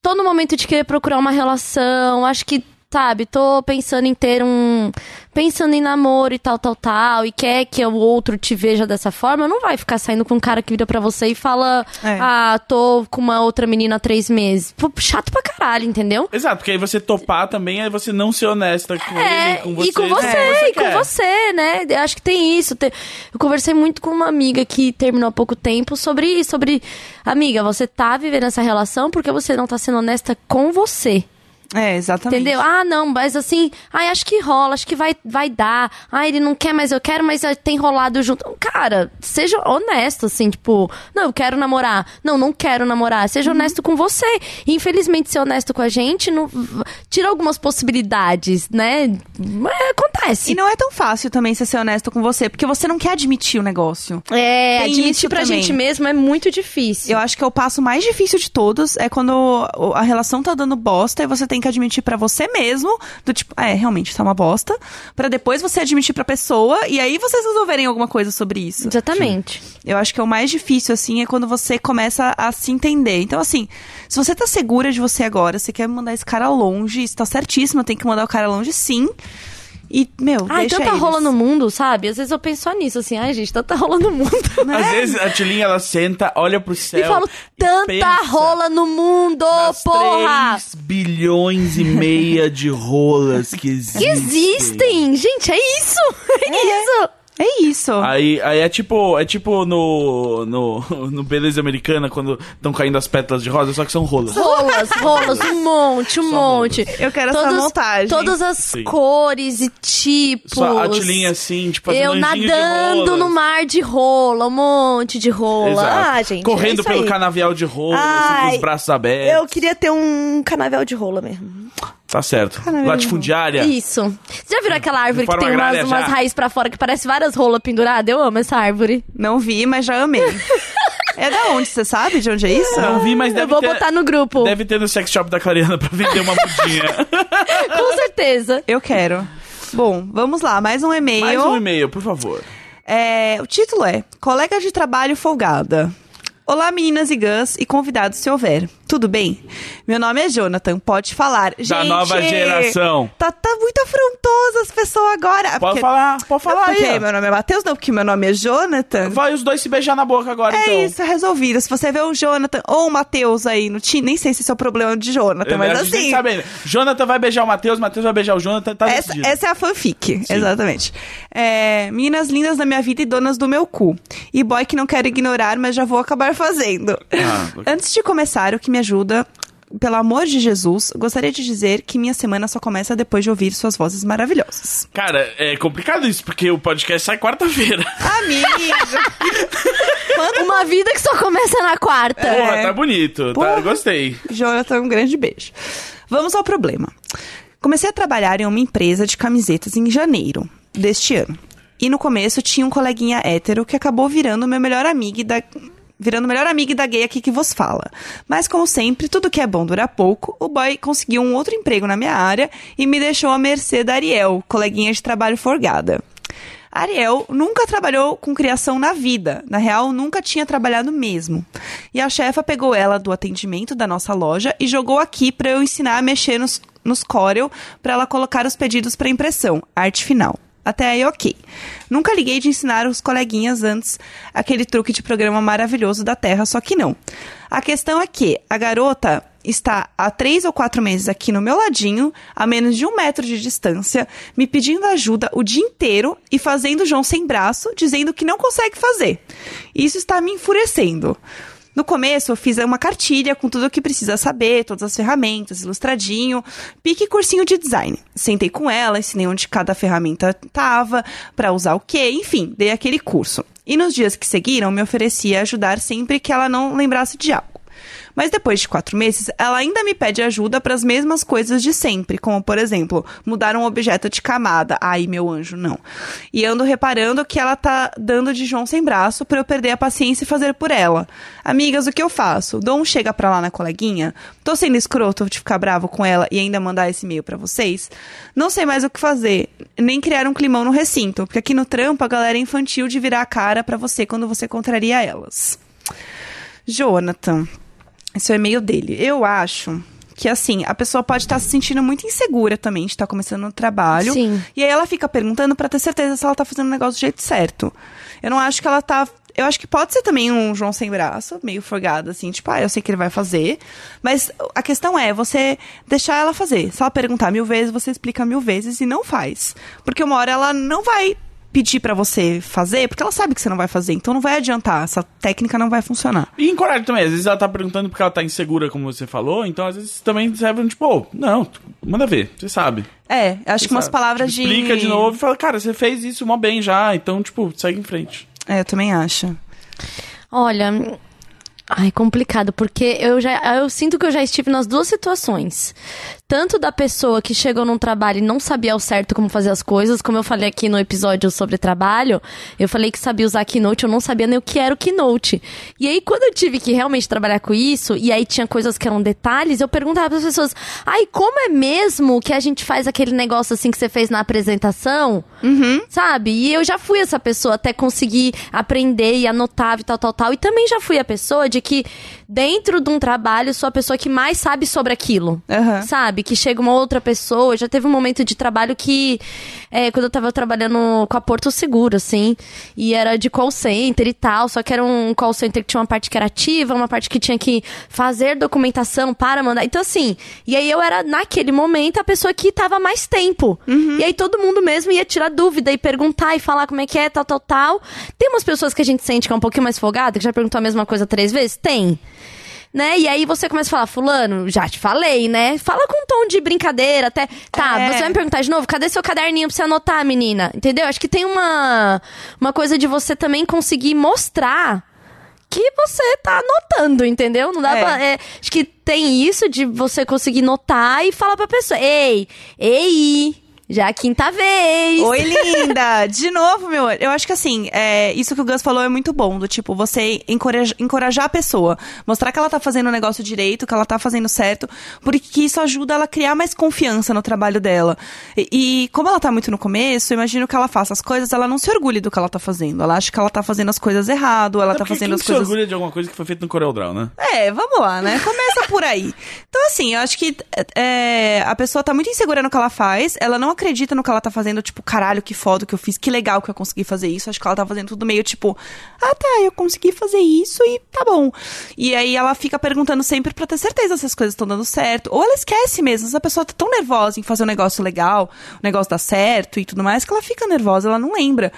[SPEAKER 4] Tô no momento de querer procurar uma relação, acho que, sabe, tô pensando em ter um. Pensando em namoro e tal, tal, tal, e quer que o outro te veja dessa forma, não vai ficar saindo com um cara que vira pra você e fala,
[SPEAKER 2] É.
[SPEAKER 4] ah, tô com uma outra menina há três meses. Pô, chato pra caralho, entendeu?
[SPEAKER 3] Exato, porque aí você topar também é você não ser honesta com ele,
[SPEAKER 4] É,
[SPEAKER 3] com você.
[SPEAKER 4] e com você,
[SPEAKER 3] que
[SPEAKER 4] e com
[SPEAKER 3] quer.
[SPEAKER 4] você, né? Eu acho que tem isso. Tem- Eu conversei muito com uma amiga que terminou há pouco tempo sobre isso, sobre... Amiga, você tá vivendo essa relação porque você não tá sendo honesta com você.
[SPEAKER 2] É, exatamente.
[SPEAKER 4] Entendeu? Ah, não, mas assim, ai, acho que rola, acho que vai, vai dar. Ah, ele não quer, mas eu quero, mas ah, tem rolado junto. Cara, seja honesto, assim, tipo, não, eu quero namorar. Não, não quero namorar. Seja
[SPEAKER 2] Uhum.
[SPEAKER 4] honesto com você. E, infelizmente, ser honesto com a gente não, tira algumas possibilidades, né? É, acontece.
[SPEAKER 2] E não é tão fácil também você ser honesto com você, porque você não quer admitir o negócio.
[SPEAKER 4] É,
[SPEAKER 2] Tem isso
[SPEAKER 4] admitir pra
[SPEAKER 2] também.
[SPEAKER 4] gente mesmo é muito difícil.
[SPEAKER 2] Eu acho que é o passo mais difícil de todos, é quando o- a relação tá dando bosta e você tem que admitir pra você mesmo, do tipo, "Ah, é, realmente tá uma bosta, Pra depois você admitir pra pessoa e aí vocês resolverem alguma coisa sobre isso.
[SPEAKER 4] Exatamente.
[SPEAKER 2] Eu acho que é o mais difícil, assim, é quando você começa a se entender. Então, assim, se você tá segura de você agora, você quer mandar esse cara longe, isso tá certíssimo, tem que mandar o cara longe sim. E, meu,
[SPEAKER 4] Ai,
[SPEAKER 2] deixa
[SPEAKER 4] tanta
[SPEAKER 2] eles.
[SPEAKER 4] rola no mundo, sabe? Às vezes eu penso só nisso, assim, ai, gente, tanta rola no mundo.
[SPEAKER 3] Às vezes a Tilinha ela senta, olha pro céu.
[SPEAKER 4] né? E falo,
[SPEAKER 3] pensa
[SPEAKER 4] tanta rola no mundo,
[SPEAKER 3] nas
[SPEAKER 4] porra!
[SPEAKER 3] 3 bilhões e meia de rolas que
[SPEAKER 4] Que
[SPEAKER 3] existem.
[SPEAKER 4] existem! Gente, é isso! [laughs] É, isso!
[SPEAKER 2] É isso.
[SPEAKER 3] Aí, aí é tipo, é tipo no, no, [laughs] no Beleza Americana, quando estão caindo as pétalas de rosa, só que são rolas.
[SPEAKER 4] Rolas, rolas, um monte, um monte.
[SPEAKER 2] Eu quero essa montagem.
[SPEAKER 4] Todas as
[SPEAKER 3] Sim.
[SPEAKER 4] cores e tipos.
[SPEAKER 3] Só a Tilinha assim, tipo, fazendo
[SPEAKER 4] Eu
[SPEAKER 3] anjinho de
[SPEAKER 4] nadando
[SPEAKER 3] rolas.
[SPEAKER 4] no mar de rola, um monte de rola.
[SPEAKER 3] Exato.
[SPEAKER 5] Ah, gente, é
[SPEAKER 3] Correndo
[SPEAKER 5] isso
[SPEAKER 3] pelo
[SPEAKER 5] aí.
[SPEAKER 3] canavial de rolas, assim, com
[SPEAKER 5] Ai,
[SPEAKER 3] os braços abertos.
[SPEAKER 5] Eu queria ter um canavial de rola mesmo.
[SPEAKER 3] Tá certo. Latifundiária.
[SPEAKER 4] Isso. Você já viu aquela árvore que
[SPEAKER 3] Reforma
[SPEAKER 4] tem umas,
[SPEAKER 3] agrária já.
[SPEAKER 4] umas raízes pra fora que parece várias rolas penduradas? Eu amo essa árvore.
[SPEAKER 2] Não vi, mas já
[SPEAKER 3] [laughs]
[SPEAKER 2] amei. é da onde? Você sabe de onde é isso?
[SPEAKER 3] Não vi, mas deve
[SPEAKER 4] Eu vou
[SPEAKER 3] ter...
[SPEAKER 4] botar no grupo.
[SPEAKER 3] Deve ter no sex shop da Clariana pra vender uma mudinha.
[SPEAKER 4] Com certeza.
[SPEAKER 2] Eu quero. Bom, vamos lá, mais um e-mail.
[SPEAKER 3] Mais um e-mail, por favor.
[SPEAKER 2] É, o título é Colega de Trabalho Folgada. Olá, meninas e gãs e convidados se houver. Tudo bem? Meu nome é Jonathan, pode falar. Da
[SPEAKER 3] nova geração.
[SPEAKER 2] Tá, tá muito afrontosa as pessoas agora.
[SPEAKER 3] Pode falar, pode falar
[SPEAKER 2] não porque
[SPEAKER 3] aí. ó.
[SPEAKER 2] meu nome é Matheus, não, porque meu nome é Jonathan.
[SPEAKER 3] Vai os dois se beijar na boca agora,
[SPEAKER 2] É
[SPEAKER 3] então.
[SPEAKER 2] isso, é resolvido. Se você vê um Jonathan ou um Matheus aí no Tinder, nem sei se esse é o problema de Jonathan,
[SPEAKER 3] Eu-
[SPEAKER 2] mas
[SPEAKER 3] a gente
[SPEAKER 2] assim.
[SPEAKER 3] sabe ainda. Jonathan vai beijar o Matheus, Matheus vai beijar o Jonathan, tá
[SPEAKER 2] Essa,
[SPEAKER 3] decidido.
[SPEAKER 2] essa é a fanfic, exatamente. É, Meninas lindas da minha vida e donas do meu cu. E boy que não quero ignorar, mas já vou acabar fazendo. [laughs]
[SPEAKER 3] Ah,
[SPEAKER 2] Antes de começar, o que me ajuda. Pelo amor de Jesus, gostaria de dizer que minha semana só começa depois de ouvir suas vozes maravilhosas.
[SPEAKER 3] Cara, é complicado isso, porque o podcast sai quarta-feira.
[SPEAKER 2] Amigo!
[SPEAKER 4] Uma vida que só começa na quarta.
[SPEAKER 3] Porra, tá bonito.
[SPEAKER 2] É.
[SPEAKER 3] Tá,
[SPEAKER 2] Porra.
[SPEAKER 3] gostei.
[SPEAKER 2] [laughs] Jonathan, um grande beijo. Vamos ao problema. Comecei a trabalhar em uma empresa de camisetas em janeiro deste ano. E no começo tinha um coleguinha hétero que acabou virando meu melhor amigo e da. Virando o melhor amigo da gay aqui que vos fala. Mas, como sempre, tudo que é bom dura pouco. O boy conseguiu um outro emprego na minha área e me deixou à mercê da Ariel, coleguinha de trabalho forgada. Ariel nunca trabalhou com criação na vida. Na real, nunca tinha trabalhado mesmo. E a chefa pegou ela do atendimento da nossa loja e jogou aqui pra eu ensinar a mexer nos, nos Corel pra ela colocar os pedidos pra impressão, arte final. Até aí, ok. Nunca liguei de ensinar os coleguinhas antes aquele truque de programa maravilhoso da Terra, só que não. A questão é que a garota está há três ou quatro meses aqui no meu ladinho, a menos de um metro de distância, me pedindo ajuda o dia inteiro e fazendo João sem braço, dizendo que não consegue fazer. Isso está me enfurecendo. No começo, eu fiz uma cartilha com tudo o que precisa saber, todas as ferramentas, ilustradinho, pique cursinho de design. Sentei com ela, ensinei onde cada ferramenta tava, para usar o quê, enfim, dei aquele curso. E nos dias que seguiram, me oferecia ajudar sempre que ela não lembrasse de algo. Mas depois de quatro meses, ela ainda me pede ajuda para as mesmas coisas de sempre, como, por exemplo, mudar um objeto de camada. Ai, meu anjo, não. E ando reparando que ela tá dando de João sem braço para eu perder a paciência e fazer por ela. Amigas, o que eu faço? Dou um chega pra lá na coleguinha? Tô sendo escroto de ficar bravo com ela e ainda mandar esse e-mail para vocês? Não sei mais o que fazer, nem criar um climão no recinto, porque aqui no trampo a galera é infantil de virar a cara para você quando você contraria elas. Jonathan, esse é o e-mail dele. Eu acho que, assim, a pessoa pode estar se sentindo muito insegura também de estar começando um trabalho.
[SPEAKER 4] Sim.
[SPEAKER 2] E aí ela fica perguntando pra ter certeza se ela tá fazendo o negócio do jeito certo. Eu não acho que ela tá. Eu acho que pode ser também um João sem braço, meio forgado, assim, tipo, ah, eu sei que ele vai fazer. Mas a questão é você deixar ela fazer. Se ela perguntar mil vezes, você explica mil vezes e não faz. Porque uma hora ela não vai pedir pra você fazer, porque ela sabe que você não vai fazer. Então não vai adiantar, essa técnica não vai funcionar.
[SPEAKER 3] E encoraja também. Às vezes ela tá perguntando porque ela tá insegura, como você falou. Então, às vezes também serve um tipo, "Ô, não, tu- manda ver. Você sabe.
[SPEAKER 2] É, acho que umas
[SPEAKER 3] Sabe?
[SPEAKER 2] palavras
[SPEAKER 3] Tipo,
[SPEAKER 2] de.
[SPEAKER 3] Explica de novo e fala, cara, você fez isso mó bem já. Então, tipo, segue em frente.
[SPEAKER 2] É, eu também acho.
[SPEAKER 4] Olha, ai, complicado, porque eu já eu sinto que eu já estive nas duas situações. Tanto da pessoa que chegou num trabalho e não sabia ao certo como fazer as coisas, como eu falei aqui no episódio sobre trabalho, eu falei que sabia usar Keynote, eu não sabia nem o que era o Keynote. E aí quando eu tive que realmente trabalhar com isso, e aí tinha coisas que eram detalhes, eu perguntava para as pessoas: "Ai, como é mesmo que a gente faz aquele negócio assim que você fez na apresentação?" Sabe? E eu já fui essa pessoa até conseguir aprender e anotar e tal, tal, tal. E também já fui a pessoa de que, dentro de um trabalho, sou a pessoa que mais sabe sobre aquilo.
[SPEAKER 2] Aham.
[SPEAKER 4] Sabe? Que chega uma outra pessoa. Já teve um momento de trabalho que. é, quando eu tava trabalhando com a Porto Seguro, assim. E era de call center e tal. Só que era um call center que tinha uma parte que era ativa, uma parte que tinha que fazer documentação para mandar. Então, assim. E aí eu era, naquele momento, a pessoa que tava mais tempo. E aí todo mundo mesmo ia tirar dúvida e perguntar e falar como é que é, tal, tal, tal. Tem umas pessoas que a gente sente que é um pouquinho mais folgada, que já perguntou a mesma coisa três vezes? Tem né? E aí você começa a falar, fulano, já te falei, né? Fala com um tom de brincadeira, até. Tá,
[SPEAKER 2] É.
[SPEAKER 4] você vai me perguntar de novo, cadê seu caderninho pra você anotar, menina? Entendeu? Acho que tem uma, uma coisa de você também conseguir mostrar que você tá anotando, entendeu? Não dá
[SPEAKER 2] É.
[SPEAKER 4] pra. é, acho que tem isso de você conseguir notar e falar pra pessoa, ei, ei. Já é a quinta vez.
[SPEAKER 2] Oi, linda! De novo, meu anjo. Eu acho que assim, é, isso que o Gus falou é muito bom, do tipo, você encoraja- encorajar a pessoa, mostrar que ela tá fazendo o negócio direito, que ela tá fazendo certo, porque que isso ajuda ela a criar mais confiança no trabalho dela. E, e como ela tá muito no começo, eu imagino que ela faça as coisas, ela não se orgulhe do que ela tá fazendo. Ela acha que ela tá fazendo as coisas errado, ela
[SPEAKER 3] Até
[SPEAKER 2] tá
[SPEAKER 3] porque
[SPEAKER 2] fazendo
[SPEAKER 3] quem
[SPEAKER 2] as
[SPEAKER 3] se
[SPEAKER 2] coisas.
[SPEAKER 3] orgulha de alguma coisa que foi feita no CorelDRAW, né?
[SPEAKER 2] É, vamos lá, né? Começa por aí. Então, assim, eu acho que é, a pessoa tá muito insegura no que ela faz, ela não acredita no que ela tá fazendo, tipo, caralho, que foda que eu fiz, que legal que eu consegui fazer isso. Acho que ela tá fazendo tudo meio tipo, ah tá, eu consegui fazer isso e tá bom. E aí ela fica perguntando sempre pra ter certeza se as coisas estão dando certo. Ou ela esquece mesmo, essa pessoa tá tão nervosa em fazer um negócio legal, o negócio dá certo e tudo mais, que ela fica nervosa, ela não lembra.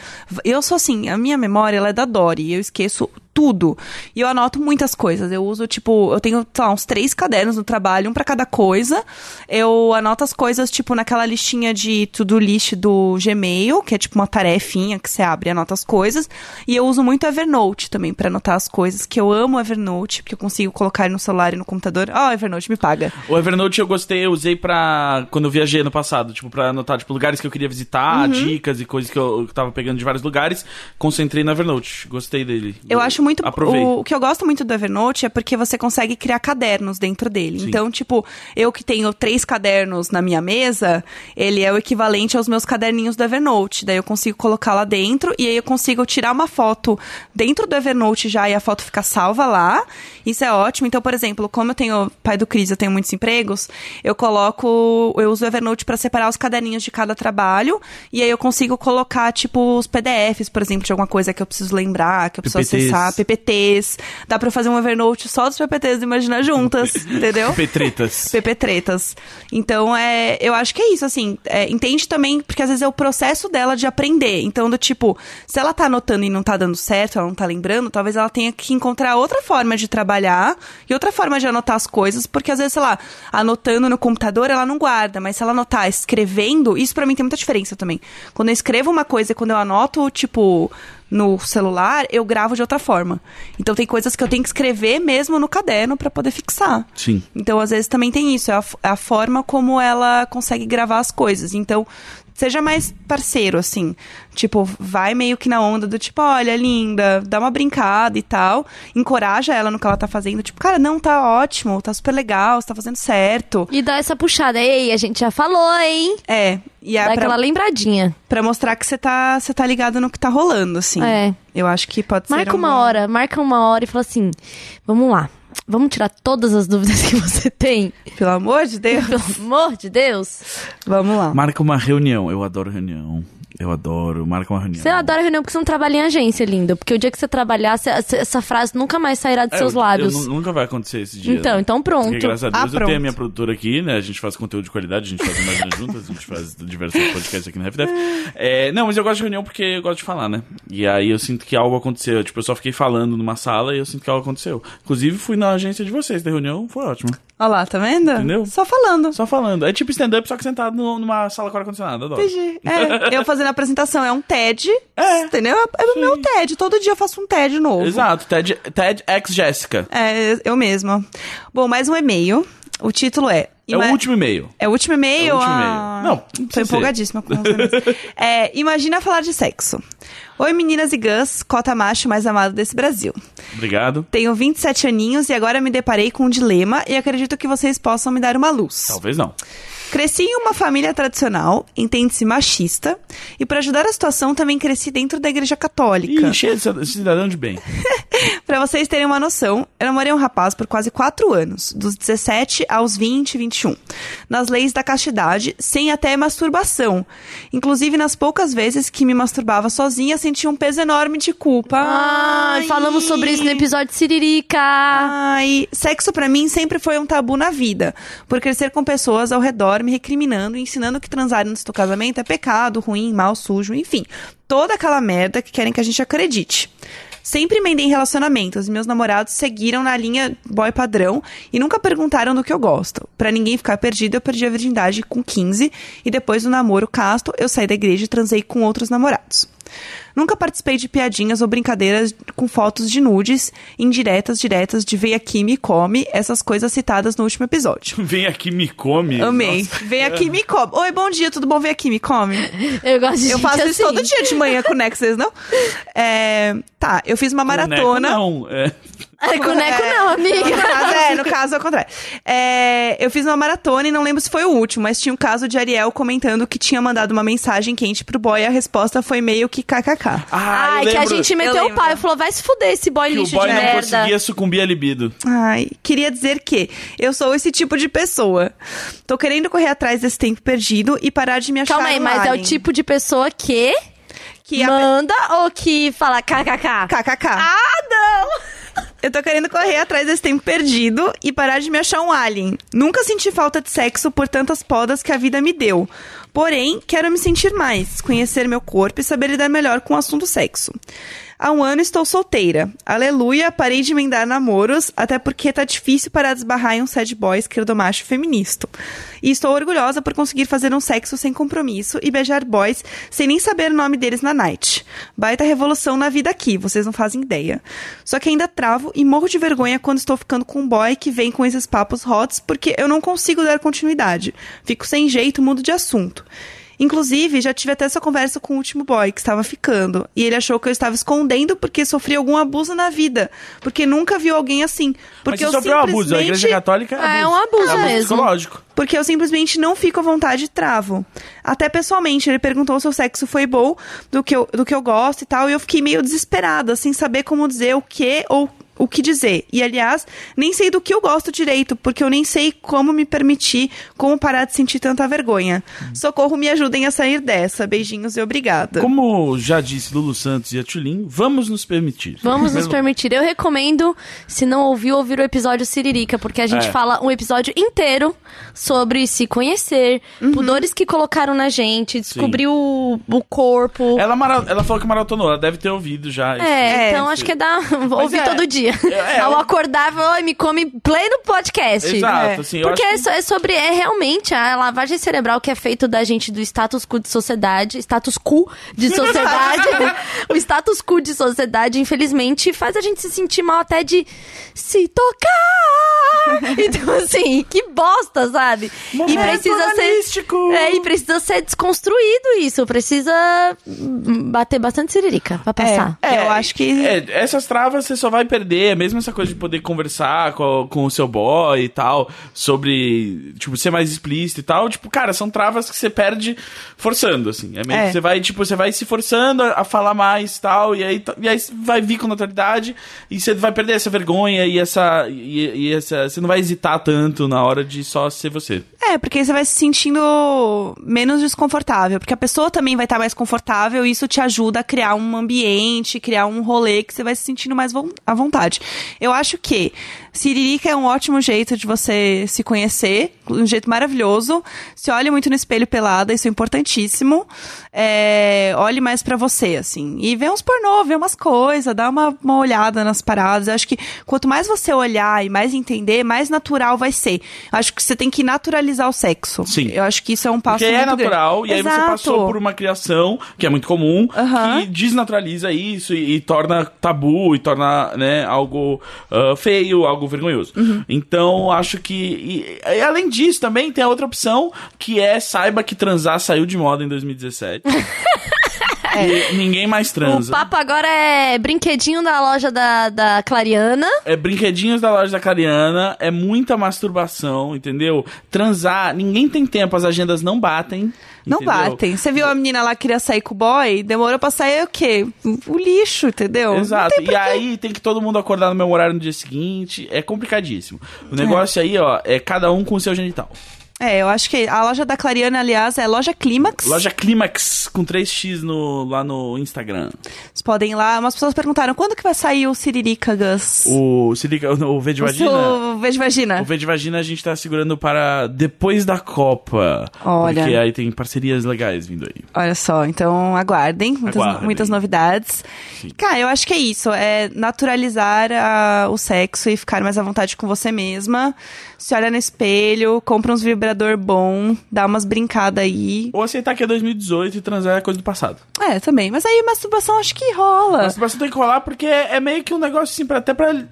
[SPEAKER 2] Eu sou assim, a minha memória ela é da Dory, eu esqueço tudo. E eu anoto muitas coisas. Eu uso, tipo, eu tenho, sei lá, uns três cadernos no trabalho, um pra cada coisa. Eu anoto as coisas, tipo, naquela listinha de to-do list do Gmail, que é tipo uma tarefinha que você abre e anota as coisas. E eu uso muito Evernote também pra anotar as coisas, que eu amo Evernote, porque eu consigo colocar ele no celular e no computador. Ó, Evernote me paga.
[SPEAKER 3] O Evernote eu gostei, eu usei pra. quando eu viajei no passado, tipo, pra anotar, tipo, lugares que eu queria
[SPEAKER 2] Uhum.
[SPEAKER 3] visitar, dicas e coisas que eu, eu tava pegando de vários lugares. Concentrei no Evernote. Gostei dele.
[SPEAKER 2] Eu acho muito.
[SPEAKER 3] Aprovei.
[SPEAKER 2] O, o que eu gosto muito do Evernote é porque você consegue criar cadernos dentro dele. Então, tipo, eu que tenho três cadernos na minha mesa, ele é o equivalente aos meus caderninhos do Evernote. Daí eu consigo colocar lá dentro e aí eu consigo tirar uma foto dentro do Evernote já e a foto fica salva lá. Isso é ótimo. Então, por exemplo, como eu tenho pai do Cris, eu tenho muitos empregos, eu coloco, eu uso o Evernote para separar os caderninhos de cada trabalho e aí eu consigo colocar tipo os PDFs, por exemplo, de alguma coisa que eu preciso lembrar, que eu preciso
[SPEAKER 3] PPTs.
[SPEAKER 2] acessar, PPTs. Dá pra fazer um Evernote só dos PPTs do Imagina Juntas, entendeu?
[SPEAKER 3] [laughs] Petretas.
[SPEAKER 2] PP tretas. Então, é, eu acho que é isso, assim. é, entende também, porque às vezes é o processo dela de aprender. Então, do tipo, se ela tá anotando e não tá dando certo, ela não tá lembrando, talvez ela tenha que encontrar outra forma de trabalhar e outra forma de anotar as coisas, porque às vezes, sei lá, anotando no computador ela não guarda, mas se ela anotar escrevendo, isso pra mim tem muita diferença também. Quando eu escrevo uma coisa e quando eu anoto, tipo, no celular, eu gravo de outra forma. Então tem coisas que eu tenho que escrever mesmo no caderno pra poder fixar.
[SPEAKER 3] Sim.
[SPEAKER 2] Então, às vezes, também tem isso. É a, f- a forma como ela consegue gravar as coisas. Então, seja mais parceiro, assim. Tipo, vai meio que na onda do tipo, olha, linda, dá uma brincada e tal. Encoraja ela no que ela tá fazendo. Tipo, cara, não, tá ótimo, tá super legal, você tá fazendo certo.
[SPEAKER 4] E dá essa puxada. Ei, a gente já falou, hein?
[SPEAKER 2] É, e é
[SPEAKER 4] Dá
[SPEAKER 2] pra,
[SPEAKER 4] aquela lembradinha.
[SPEAKER 2] pra mostrar que você tá, você tá ligado no que tá rolando, assim.
[SPEAKER 4] É.
[SPEAKER 2] Eu acho que pode ser. um
[SPEAKER 4] Marca uma
[SPEAKER 2] uma
[SPEAKER 4] hora, marca uma hora e fala assim: vamos lá, vamos tirar todas as dúvidas que você tem.
[SPEAKER 2] [laughs] Pelo amor de Deus.
[SPEAKER 4] [laughs] Pelo amor de Deus.
[SPEAKER 2] Vamos lá.
[SPEAKER 3] Marca uma reunião. Eu adoro reunião. Eu adoro. Marca uma reunião.
[SPEAKER 4] Você adora reunião porque você não trabalha em agência, lindo. Porque o dia que você trabalhar, você- essa essa frase nunca mais sairá dos
[SPEAKER 3] É,
[SPEAKER 4] seus
[SPEAKER 3] eu-
[SPEAKER 4] lábios.
[SPEAKER 3] eu nu- nunca vai acontecer esse dia.
[SPEAKER 4] Então,
[SPEAKER 3] né?
[SPEAKER 4] então pronto.
[SPEAKER 3] Porque, graças a
[SPEAKER 2] Ah,
[SPEAKER 3] Deus, eu tenho a
[SPEAKER 2] pronto.
[SPEAKER 3] minha produtora aqui, né? A gente faz conteúdo de qualidade, a gente faz imagina juntas, a gente faz diversos podcasts aqui no Half Death. É, não, mas eu gosto de reunião porque eu gosto de falar, né? E aí eu sinto que algo aconteceu. Tipo, eu só fiquei falando numa sala e eu sinto que algo aconteceu. Inclusive, fui na agência de vocês da reunião, foi ótimo.
[SPEAKER 2] Olha lá, tá vendo?
[SPEAKER 3] Entendeu?
[SPEAKER 2] Só falando.
[SPEAKER 3] Só falando. É tipo stand-up, só que sentado no- numa sala com ar-condicionado, adoro.
[SPEAKER 2] Entendi. É, eu fazendo a apresentação, é um TED. Entendeu? É, é o meu TED. Todo dia eu faço um TED novo.
[SPEAKER 3] Exato, Ted, Ted ex Jéssica.
[SPEAKER 2] É, eu mesma. Bom, mais um e-mail. O título é.
[SPEAKER 3] É o
[SPEAKER 2] Ima-
[SPEAKER 3] último e-mail.
[SPEAKER 2] É o último e-mail?
[SPEAKER 3] É o último
[SPEAKER 2] Ah,
[SPEAKER 3] e-mail. Não, não
[SPEAKER 2] tô
[SPEAKER 3] precisa ser.
[SPEAKER 2] empolgadíssima com os
[SPEAKER 3] [laughs]
[SPEAKER 2] e-mails. É, Imagina falar de sexo. Oi, meninas e gãs, cota macho mais amado desse Brasil.
[SPEAKER 3] Obrigado.
[SPEAKER 2] Tenho 27 aninhos e agora me deparei com um dilema e acredito que vocês possam me dar uma luz.
[SPEAKER 3] Talvez não.
[SPEAKER 2] Cresci em uma família tradicional, entende-se machista, e pra ajudar a situação também cresci dentro da igreja católica.
[SPEAKER 3] Ih, cheio de cid- cidadão de bem.
[SPEAKER 2] Pra vocês terem uma noção, eu namorei um rapaz por quase 4 anos, dos 17 aos 20, 21, nas leis da castidade, sem até masturbação. Inclusive, nas poucas vezes que me masturbava sozinha, sentia um peso enorme de culpa.
[SPEAKER 4] Ai, falamos sobre isso no episódio de Siririca.
[SPEAKER 2] Ah. Ai, sexo pra mim sempre foi um tabu na vida. Por crescer com pessoas ao redor me recriminando, e ensinando que transar antes do casamento é pecado, ruim, mal, sujo, enfim. Toda aquela merda que querem que a gente acredite. Sempre emendei relacionamentos e meus namorados seguiram na linha boy padrão e nunca perguntaram do que eu gosto. Pra ninguém ficar perdido, eu perdi a virgindade com 15 e depois do namoro casto, eu saí da igreja e transei com outros namorados. Nunca participei de piadinhas ou brincadeiras com fotos de nudes, indiretas, diretas, de vem aqui me come, essas coisas citadas no último episódio.
[SPEAKER 3] [laughs] Vem aqui, me come.
[SPEAKER 2] Amei. Vem aqui me come. Oi, bom dia, tudo bom? Vem aqui me come.
[SPEAKER 4] Eu gosto de
[SPEAKER 2] Eu
[SPEAKER 4] gente
[SPEAKER 2] faço isso
[SPEAKER 4] assim.
[SPEAKER 2] todo dia de manhã com o Neco, vocês não? É, tá, eu fiz uma
[SPEAKER 3] Nossa,
[SPEAKER 2] maratona.
[SPEAKER 3] Não, é.
[SPEAKER 4] É, Cuneco
[SPEAKER 2] É.
[SPEAKER 4] não,
[SPEAKER 2] No
[SPEAKER 4] amiga.
[SPEAKER 2] caso, é, no caso é o contrário. É, eu fiz uma maratona e não lembro se foi o último, mas tinha um caso de Ariel comentando que tinha mandado uma mensagem quente pro boy e a resposta foi meio que kkk.
[SPEAKER 3] Ah,
[SPEAKER 4] [laughs] Ai,
[SPEAKER 3] eu
[SPEAKER 4] que a
[SPEAKER 3] lembro
[SPEAKER 4] gente
[SPEAKER 2] Eu
[SPEAKER 4] meteu o
[SPEAKER 2] lembro.
[SPEAKER 4] pau e falou, vai se fuder esse boy
[SPEAKER 3] que o
[SPEAKER 4] lixo
[SPEAKER 3] boy
[SPEAKER 4] de
[SPEAKER 3] não
[SPEAKER 4] merda.
[SPEAKER 3] conseguia sucumbir à libido.
[SPEAKER 2] Ai, queria dizer que eu sou esse tipo de pessoa. Tô querendo correr atrás desse tempo perdido e parar de me achar
[SPEAKER 4] Calma aí,
[SPEAKER 2] um
[SPEAKER 4] mas é
[SPEAKER 2] alien.
[SPEAKER 4] o tipo de pessoa que,
[SPEAKER 2] que a-
[SPEAKER 4] manda ou que fala kkk?
[SPEAKER 2] kkk.
[SPEAKER 4] Ah, não!
[SPEAKER 2] Eu tô querendo correr atrás desse tempo perdido e parar de me achar um alien. Nunca senti falta de sexo por tantas podas que a vida me deu. Porém, quero me sentir mais, conhecer meu corpo e saber lidar melhor com o assunto sexo. Há um ano estou solteira. Aleluia, parei de emendar namoros, até porque tá difícil parar de esbarrar em um sad boy esquerdomacho feminista. E estou orgulhosa por conseguir fazer um sexo sem compromisso e beijar boys sem nem saber o nome deles na night. Baita revolução na vida aqui, vocês não fazem ideia. Só que ainda travo e morro de vergonha quando estou ficando com um boy que vem com esses papos hots porque eu não consigo dar continuidade. Fico sem jeito, mudo de assunto. Inclusive, já tive até essa conversa com o último boy que estava ficando. E ele achou que eu estava escondendo porque sofri algum abuso na vida. Porque nunca viu alguém assim.
[SPEAKER 3] Mas
[SPEAKER 2] Porque
[SPEAKER 3] você
[SPEAKER 2] eu
[SPEAKER 3] sofreu
[SPEAKER 2] simplesmente...
[SPEAKER 3] é abuso. A igreja católica é,
[SPEAKER 4] É
[SPEAKER 3] abuso.
[SPEAKER 4] um abuso mesmo.
[SPEAKER 3] psicológico.
[SPEAKER 2] Porque eu simplesmente não fico à vontade e travo. Até pessoalmente, ele perguntou se o sexo foi bom, do que eu, do que eu gosto e tal, e eu fiquei meio desesperada, sem saber como dizer o que ou o que dizer. E aliás, nem sei do que eu gosto direito, porque eu nem sei como me permitir, como parar de sentir tanta vergonha. Socorro, me ajudem a sair dessa. Beijinhos e
[SPEAKER 4] Tá.
[SPEAKER 2] obrigada.
[SPEAKER 3] Hum. Como já disse Lulu Santos e a Tulin, vamos nos permitir.
[SPEAKER 4] Vamos nos
[SPEAKER 3] Primeiro-
[SPEAKER 4] permitir. Eu recomendo, se não ouviu, ouvir o episódio Siririca, porque a gente
[SPEAKER 3] É.
[SPEAKER 4] fala um episódio inteiro sobre se conhecer, pudores que colocaram na gente, descobrir o, o corpo.
[SPEAKER 3] Ela, mara- ela falou que maratonou, ela deve ter ouvido já.
[SPEAKER 4] É,
[SPEAKER 2] É,
[SPEAKER 4] então
[SPEAKER 3] sim.
[SPEAKER 4] acho que é dar. [laughs] Vou
[SPEAKER 2] Pois
[SPEAKER 4] ouvir
[SPEAKER 2] é.
[SPEAKER 4] todo dia.
[SPEAKER 3] É, é,
[SPEAKER 4] Ao
[SPEAKER 3] eu-
[SPEAKER 4] acordar, vai, "Oi, me come play no podcast.
[SPEAKER 3] Exato,
[SPEAKER 2] É.
[SPEAKER 3] assim, eu
[SPEAKER 4] Porque
[SPEAKER 3] acho
[SPEAKER 4] é,
[SPEAKER 3] que...
[SPEAKER 4] so- é sobre, é realmente a lavagem cerebral que é feito da gente do status quo de sociedade, status quo
[SPEAKER 3] [laughs]
[SPEAKER 4] de sociedade, o status quo de sociedade, infelizmente, faz a gente se sentir mal até de se
[SPEAKER 3] [laughs]
[SPEAKER 4] tocar. Então, assim, que bosta, sabe? e precisa ser...
[SPEAKER 3] analístico.
[SPEAKER 4] É, e precisa ser desconstruído isso, precisa hum, bater bastante siririca pra passar.
[SPEAKER 2] É, eu acho que...
[SPEAKER 3] É, essas travas você só vai perder, é mesmo essa coisa de poder conversar com, com o seu boy e tal, sobre, tipo, ser mais explícito e tal, tipo, cara, são travas que você perde forçando, assim. É meio
[SPEAKER 2] É.
[SPEAKER 3] que você vai, tipo, você vai se forçando a, a falar mais e tal, e aí, ta- e aí você vai vir com naturalidade, e você vai perder essa vergonha e essa, e, e essa. Você não vai hesitar tanto na hora de só ser você.
[SPEAKER 2] É, porque você vai se sentindo menos desconfortável, porque a pessoa também vai estar mais confortável e isso te ajuda a criar um ambiente, criar um rolê que você vai se sentindo mais von- à vontade. Eu acho que Siririca é um ótimo jeito de você se conhecer, um jeito maravilhoso. Se olhe muito no espelho pelada, isso é importantíssimo. É, olhe mais pra você, assim. E vê uns pornô, vê umas coisas, dá uma, uma olhada nas paradas. Eu acho que quanto mais você olhar e mais entender, mais natural vai ser. Eu acho que você tem que naturalizar o sexo.
[SPEAKER 3] Sim.
[SPEAKER 2] Eu acho que isso é um passo
[SPEAKER 3] Porque é
[SPEAKER 2] muito
[SPEAKER 3] natural,
[SPEAKER 2] grande.
[SPEAKER 3] e aí você
[SPEAKER 2] Exato.
[SPEAKER 3] passou por um- uma criação, que é muito comum,
[SPEAKER 2] Aham.
[SPEAKER 3] que desnaturaliza isso e, e torna tabu, e torna né, algo ah, feio, algo vergonhoso.
[SPEAKER 2] Uhum.
[SPEAKER 3] Então, acho que. e- e além disso, também tem a outra opção, que é saiba que transar saiu de moda em
[SPEAKER 2] [laughs]
[SPEAKER 3] 2017. E ninguém mais
[SPEAKER 4] O
[SPEAKER 3] transa.
[SPEAKER 4] papo agora é brinquedinho da loja da, da Clariana.
[SPEAKER 3] É brinquedinhos da loja da Cariana, é muita masturbação, entendeu? Transar, ninguém tem tempo, as agendas não batem.
[SPEAKER 2] Não
[SPEAKER 3] entendeu?
[SPEAKER 2] batem. Você viu a menina lá que queria sair com o boy? Demorou pra sair o quê? O lixo, entendeu?
[SPEAKER 3] Exato. E aí tem que todo mundo acordar no mesmo horário no dia seguinte. É complicadíssimo. O negócio aí, ó, é cada um com o seu genital.
[SPEAKER 2] É, eu acho que a loja da Clariana, aliás, é loja Clímax.
[SPEAKER 3] Loja Climax com 3x no, lá no Instagram.
[SPEAKER 2] Vocês podem ir lá. Umas pessoas perguntaram quando que vai sair o Siririca, Gus?
[SPEAKER 3] O se liga, o V de vagina.
[SPEAKER 2] O Vejo Vagina.
[SPEAKER 3] O V de vagina a gente tá segurando para depois da Copa.
[SPEAKER 2] Olha.
[SPEAKER 3] Porque aí tem parcerias legais vindo aí.
[SPEAKER 2] Olha só, então aguardem. Muitas,
[SPEAKER 3] Aguardem.
[SPEAKER 2] muitas novidades. Cara, eu acho que é isso. É naturalizar ah, a- o sexo e ficar mais à vontade com você mesma. Se olha no espelho, compra uns vibra- namorador bom, dar umas brincadas aí.
[SPEAKER 3] Ou aceitar que é 2018 e transar é coisa do passado.
[SPEAKER 2] É, também. Mas aí masturbação acho que rola.
[SPEAKER 3] Masturbação tem que rolar porque é é meio que um negócio assim, pra, até pra. pra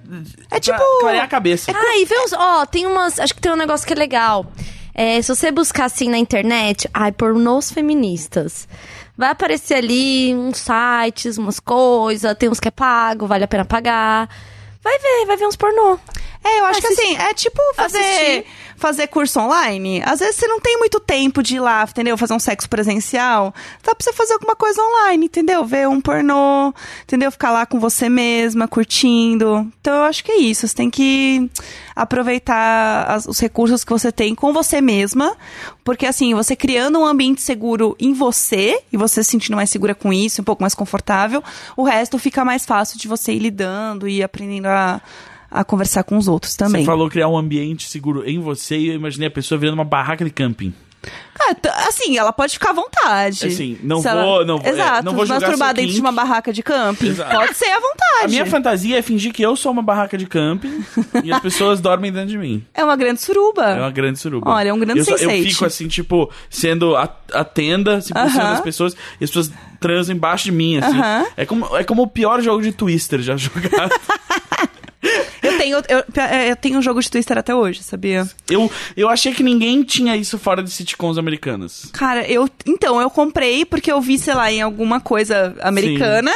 [SPEAKER 2] É tipo-
[SPEAKER 3] clarear a cabeça.
[SPEAKER 4] Ah, e vê uns. Ó, tem umas. Acho que tem um negócio que é legal. É, se você buscar assim na internet, ai, pornôs feministas. Vai aparecer ali uns sites, umas coisas, tem uns que é pago, vale a pena pagar. Vai ver, vai ver uns pornô.
[SPEAKER 2] É, eu acho que
[SPEAKER 4] Assistir.
[SPEAKER 2] assim, é tipo fazer,
[SPEAKER 4] Assistir.
[SPEAKER 2] fazer curso online. Às vezes você não tem muito tempo de ir lá, entendeu? Fazer um sexo presencial. Dá pra você fazer alguma coisa online, entendeu? Ver um pornô, entendeu? Ficar lá com você mesma, curtindo. Então eu acho que é isso. Você tem que aproveitar as- os recursos que você tem com você mesma. Porque assim, você criando um ambiente seguro em você, e você se sentindo mais segura com isso, um pouco mais confortável, o resto fica mais fácil de você ir lidando e aprendendo a a conversar com os outros também.
[SPEAKER 3] Você falou criar um ambiente seguro em você e eu imaginei a pessoa virando uma barraca de camping.
[SPEAKER 2] Ah, t- assim, ela pode ficar à vontade.
[SPEAKER 3] Assim, não
[SPEAKER 2] Se
[SPEAKER 3] vou- não vou- é,
[SPEAKER 2] Exato,
[SPEAKER 3] não vou julgar
[SPEAKER 2] masturbar
[SPEAKER 3] seu
[SPEAKER 2] dentro de
[SPEAKER 3] kink.
[SPEAKER 2] uma barraca de camping.
[SPEAKER 3] Exato.
[SPEAKER 2] Pode ser à vontade.
[SPEAKER 3] A minha fantasia é fingir que eu sou uma barraca de camping e as pessoas dormem dentro de mim.
[SPEAKER 2] É uma grande suruba.
[SPEAKER 3] É uma grande suruba.
[SPEAKER 2] Olha, é um grande
[SPEAKER 3] eu, só- eu
[SPEAKER 2] sense eight.
[SPEAKER 3] fico assim, tipo, sendo a, a tenda, assim, por cima
[SPEAKER 2] Aham.
[SPEAKER 3] das pessoas, e as pessoas transam embaixo de mim, assim.
[SPEAKER 2] Aham.
[SPEAKER 3] É, como, é como o pior jogo de Twister já [laughs] jogado.
[SPEAKER 2] Eu, tenho, eu, eu tenho um jogo de Twister até hoje, sabia?
[SPEAKER 3] eu, eu achei que ninguém tinha isso fora de sitcoms americanas.
[SPEAKER 2] Cara, eu. Então, eu comprei porque eu vi, sei lá, em alguma coisa americana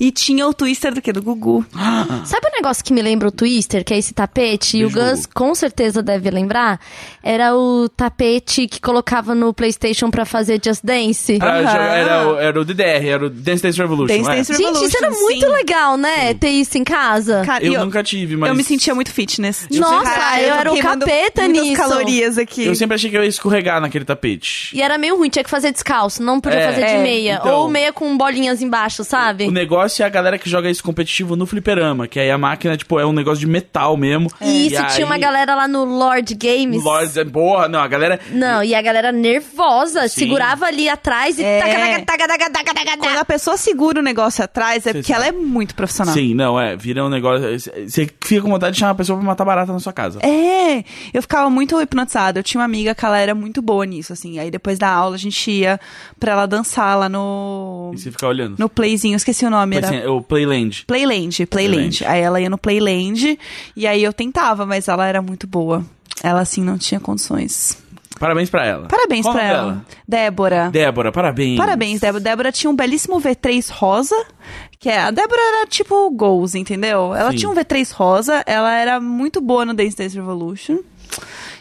[SPEAKER 2] e tinha o Twister do que? Do Gugu.
[SPEAKER 3] Ah,
[SPEAKER 4] Sabe o negócio que me lembra o Twister, que é esse tapete? E o
[SPEAKER 3] Beijo,
[SPEAKER 4] Gus
[SPEAKER 3] Gugu.
[SPEAKER 4] com certeza deve lembrar. Era o tapete que colocava no PlayStation pra fazer Just Dance.
[SPEAKER 3] Era,
[SPEAKER 2] Aham.
[SPEAKER 3] era, o- era o DDR, era o Dance Dance Revolution.
[SPEAKER 2] Dance
[SPEAKER 3] é.
[SPEAKER 2] Dance
[SPEAKER 4] Gente, isso era
[SPEAKER 2] Revolution,
[SPEAKER 4] muito
[SPEAKER 2] sim.
[SPEAKER 4] legal, né? Ter isso em casa.
[SPEAKER 2] Cara, e
[SPEAKER 3] Eu nunca tive, mas.
[SPEAKER 2] Eu me sentia muito fitness.
[SPEAKER 4] Nossa, eu era o
[SPEAKER 2] queimando
[SPEAKER 4] capeta
[SPEAKER 2] muitas
[SPEAKER 4] nisso.
[SPEAKER 2] calorias aqui.
[SPEAKER 3] Eu sempre achei que eu ia escorregar naquele tapete.
[SPEAKER 4] E era meio ruim, tinha que fazer descalço, não podia
[SPEAKER 3] É,
[SPEAKER 4] fazer de
[SPEAKER 2] é,
[SPEAKER 4] meia.
[SPEAKER 3] então.
[SPEAKER 4] Ou meia com bolinhas embaixo, sabe?
[SPEAKER 3] O negócio é a galera que joga isso competitivo no fliperama, que aí a máquina, tipo, é um negócio de metal mesmo.
[SPEAKER 2] É.
[SPEAKER 4] E isso,
[SPEAKER 3] É, aí-
[SPEAKER 4] tinha uma galera lá no Lord Games.
[SPEAKER 3] Lords é boa, não, a galera.
[SPEAKER 4] Não, e a galera nervosa, segurava ali atrás e...
[SPEAKER 2] É.
[SPEAKER 4] taca, taca, taca, taca, taca, taca, taca.
[SPEAKER 2] Quando a pessoa segura o negócio atrás, é porque ela é muito profissional.
[SPEAKER 3] Sim, não, é, vira um negócio. Você fica com vontade de chamar a pessoa pra matar barata na sua casa.
[SPEAKER 2] É, eu ficava muito hipnotizada. Eu tinha uma amiga que ela era muito boa nisso, assim. Aí depois da aula a gente ia pra ela dançar lá no.
[SPEAKER 3] E você fica olhando.
[SPEAKER 2] No Playzinho, esqueci o nome.
[SPEAKER 3] Mas,
[SPEAKER 2] Era
[SPEAKER 3] assim, é o Playland.
[SPEAKER 2] Playland, Playland.
[SPEAKER 3] Playland.
[SPEAKER 2] Aí ela ia no Playland e aí eu tentava, mas ela era muito boa. Ela, assim, não tinha condições.
[SPEAKER 3] Parabéns pra ela.
[SPEAKER 2] Parabéns
[SPEAKER 3] Qual o
[SPEAKER 2] pra
[SPEAKER 3] nome
[SPEAKER 2] ela.
[SPEAKER 3] dela?
[SPEAKER 2] Débora.
[SPEAKER 3] Débora, parabéns.
[SPEAKER 2] Parabéns, Débora. Débora tinha um belíssimo V3 rosa, que é, a Débora era tipo goals, entendeu? Ela
[SPEAKER 3] Sim.
[SPEAKER 2] tinha um V3 rosa, ela era muito boa no Dance Dance Revolution.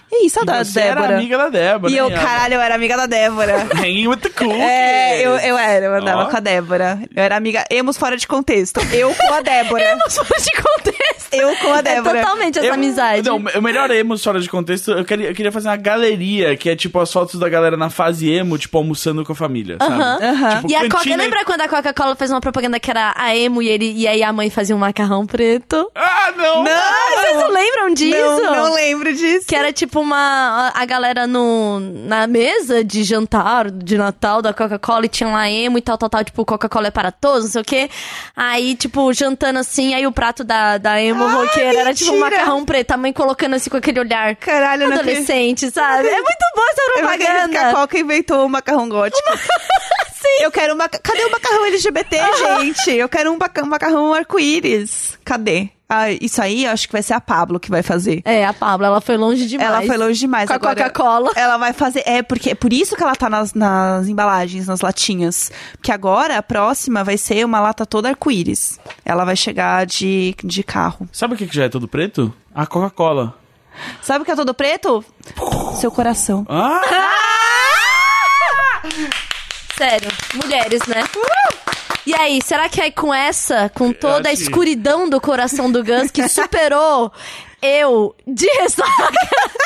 [SPEAKER 2] E aí,
[SPEAKER 3] E
[SPEAKER 2] saudades,
[SPEAKER 3] você
[SPEAKER 2] Débora.
[SPEAKER 3] Era amiga da Débora.
[SPEAKER 2] e eu,
[SPEAKER 3] hein, ela?
[SPEAKER 2] caralho, eu era amiga da
[SPEAKER 3] [laughs]
[SPEAKER 2] Débora.
[SPEAKER 3] Hanging with the cool.
[SPEAKER 2] É, eu, eu era, eu andava
[SPEAKER 3] Ó.
[SPEAKER 2] com a Débora. Eu era amiga, emos fora de contexto. Eu com a
[SPEAKER 3] [laughs]
[SPEAKER 2] Débora.
[SPEAKER 4] [laughs] Fora de contexto.
[SPEAKER 2] eu com a Débora.
[SPEAKER 4] É totalmente essa
[SPEAKER 3] Eu-
[SPEAKER 4] amizade.
[SPEAKER 3] Não, o melhor emo, fora de contexto, eu queria, eu queria fazer uma galeria, que é tipo as fotos da galera na fase emo, tipo, almoçando com a família, sabe?
[SPEAKER 2] Aham.
[SPEAKER 3] Tipo,
[SPEAKER 4] E a
[SPEAKER 3] cantina-
[SPEAKER 4] Coca, lembra quando a Coca-Cola fez uma propaganda que era a emo e, ele, e aí a mãe fazia um macarrão preto?
[SPEAKER 3] Ah, não!
[SPEAKER 4] Ah, vocês não lembram disso?
[SPEAKER 2] Não, não lembro disso.
[SPEAKER 4] Que era tipo uma. A a galera no, na mesa de jantar, de Natal, da Coca-Cola, e tinha lá emo e tal, tal, tal. Tipo, Coca-Cola é para todos, não sei o quê. Aí, tipo, jantando assim, aí o prato da, da emo
[SPEAKER 2] Ah,
[SPEAKER 4] roqueira era tipo um
[SPEAKER 2] mentira!
[SPEAKER 4] macarrão preto. A mãe colocando assim com aquele olhar
[SPEAKER 2] Caralho, eu não acredito.
[SPEAKER 4] adolescente, sabe? É muito boa essa
[SPEAKER 2] Eu não acredito que a
[SPEAKER 4] propaganda.
[SPEAKER 2] Coca inventou o um macarrão gótico.
[SPEAKER 4] [laughs]
[SPEAKER 2] Eu quero uma... Cadê o macarrão LGBT, gente? Eu quero um baca- macarrão arco-íris. Cadê? Ah, isso aí eu acho que vai ser a Pablo que vai fazer.
[SPEAKER 4] É, a Pablo, ela foi longe É demais.
[SPEAKER 2] Ela foi longe demais
[SPEAKER 4] Com a
[SPEAKER 2] agora.
[SPEAKER 4] Coca-Cola.
[SPEAKER 2] Ela vai fazer. É, porque é por isso que ela tá nas, nas embalagens, nas latinhas. Porque agora a próxima vai ser uma lata toda arco-íris. Ela vai chegar de, de carro.
[SPEAKER 3] Sabe o que que já é todo preto? A Coca-Cola.
[SPEAKER 2] Sabe o que é todo preto? Seu coração.
[SPEAKER 4] [laughs]
[SPEAKER 3] Ah!
[SPEAKER 4] Sério, mulheres, né? E aí, será que aí com essa, com toda a
[SPEAKER 3] acho que-
[SPEAKER 4] escuridão do coração do Gus que superou eu de ressaca,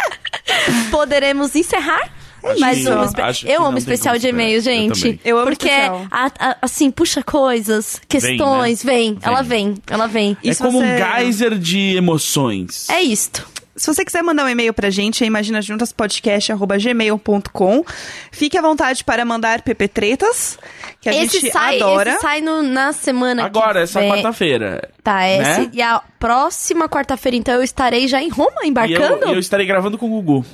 [SPEAKER 4] [laughs] poderemos encerrar?
[SPEAKER 3] Acho
[SPEAKER 4] mais
[SPEAKER 3] que-
[SPEAKER 4] um espe-
[SPEAKER 3] acho que
[SPEAKER 4] eu
[SPEAKER 3] não
[SPEAKER 4] amo
[SPEAKER 3] tem
[SPEAKER 4] especial
[SPEAKER 3] como
[SPEAKER 4] de e-mail,
[SPEAKER 3] superar. Eu
[SPEAKER 4] gente.
[SPEAKER 3] também.
[SPEAKER 2] Eu amo
[SPEAKER 4] Porque,
[SPEAKER 2] especial.
[SPEAKER 4] a- a- assim, puxa coisas,
[SPEAKER 3] né?
[SPEAKER 4] questões, vem, Ela vem, ela vem.
[SPEAKER 2] E
[SPEAKER 3] É
[SPEAKER 2] se
[SPEAKER 3] como um
[SPEAKER 2] você-
[SPEAKER 3] geyser de emoções.
[SPEAKER 4] É isto.
[SPEAKER 2] Se você quiser mandar um e-mail pra gente, é imaginajuntaspodcast.gmail.com. Fique à vontade para mandar pptretas, que a
[SPEAKER 4] esse,
[SPEAKER 2] gente
[SPEAKER 4] sai,
[SPEAKER 2] adora.
[SPEAKER 4] esse sai no- na semana
[SPEAKER 3] Agora,
[SPEAKER 4] que
[SPEAKER 3] essa
[SPEAKER 4] vem.
[SPEAKER 3] quarta-feira.
[SPEAKER 4] né? Tá, esse,
[SPEAKER 3] né?
[SPEAKER 4] e a próxima quarta-feira, então, eu estarei já em Roma,
[SPEAKER 3] E eu,
[SPEAKER 4] embarcando?
[SPEAKER 3] e eu estarei gravando com o Gugu.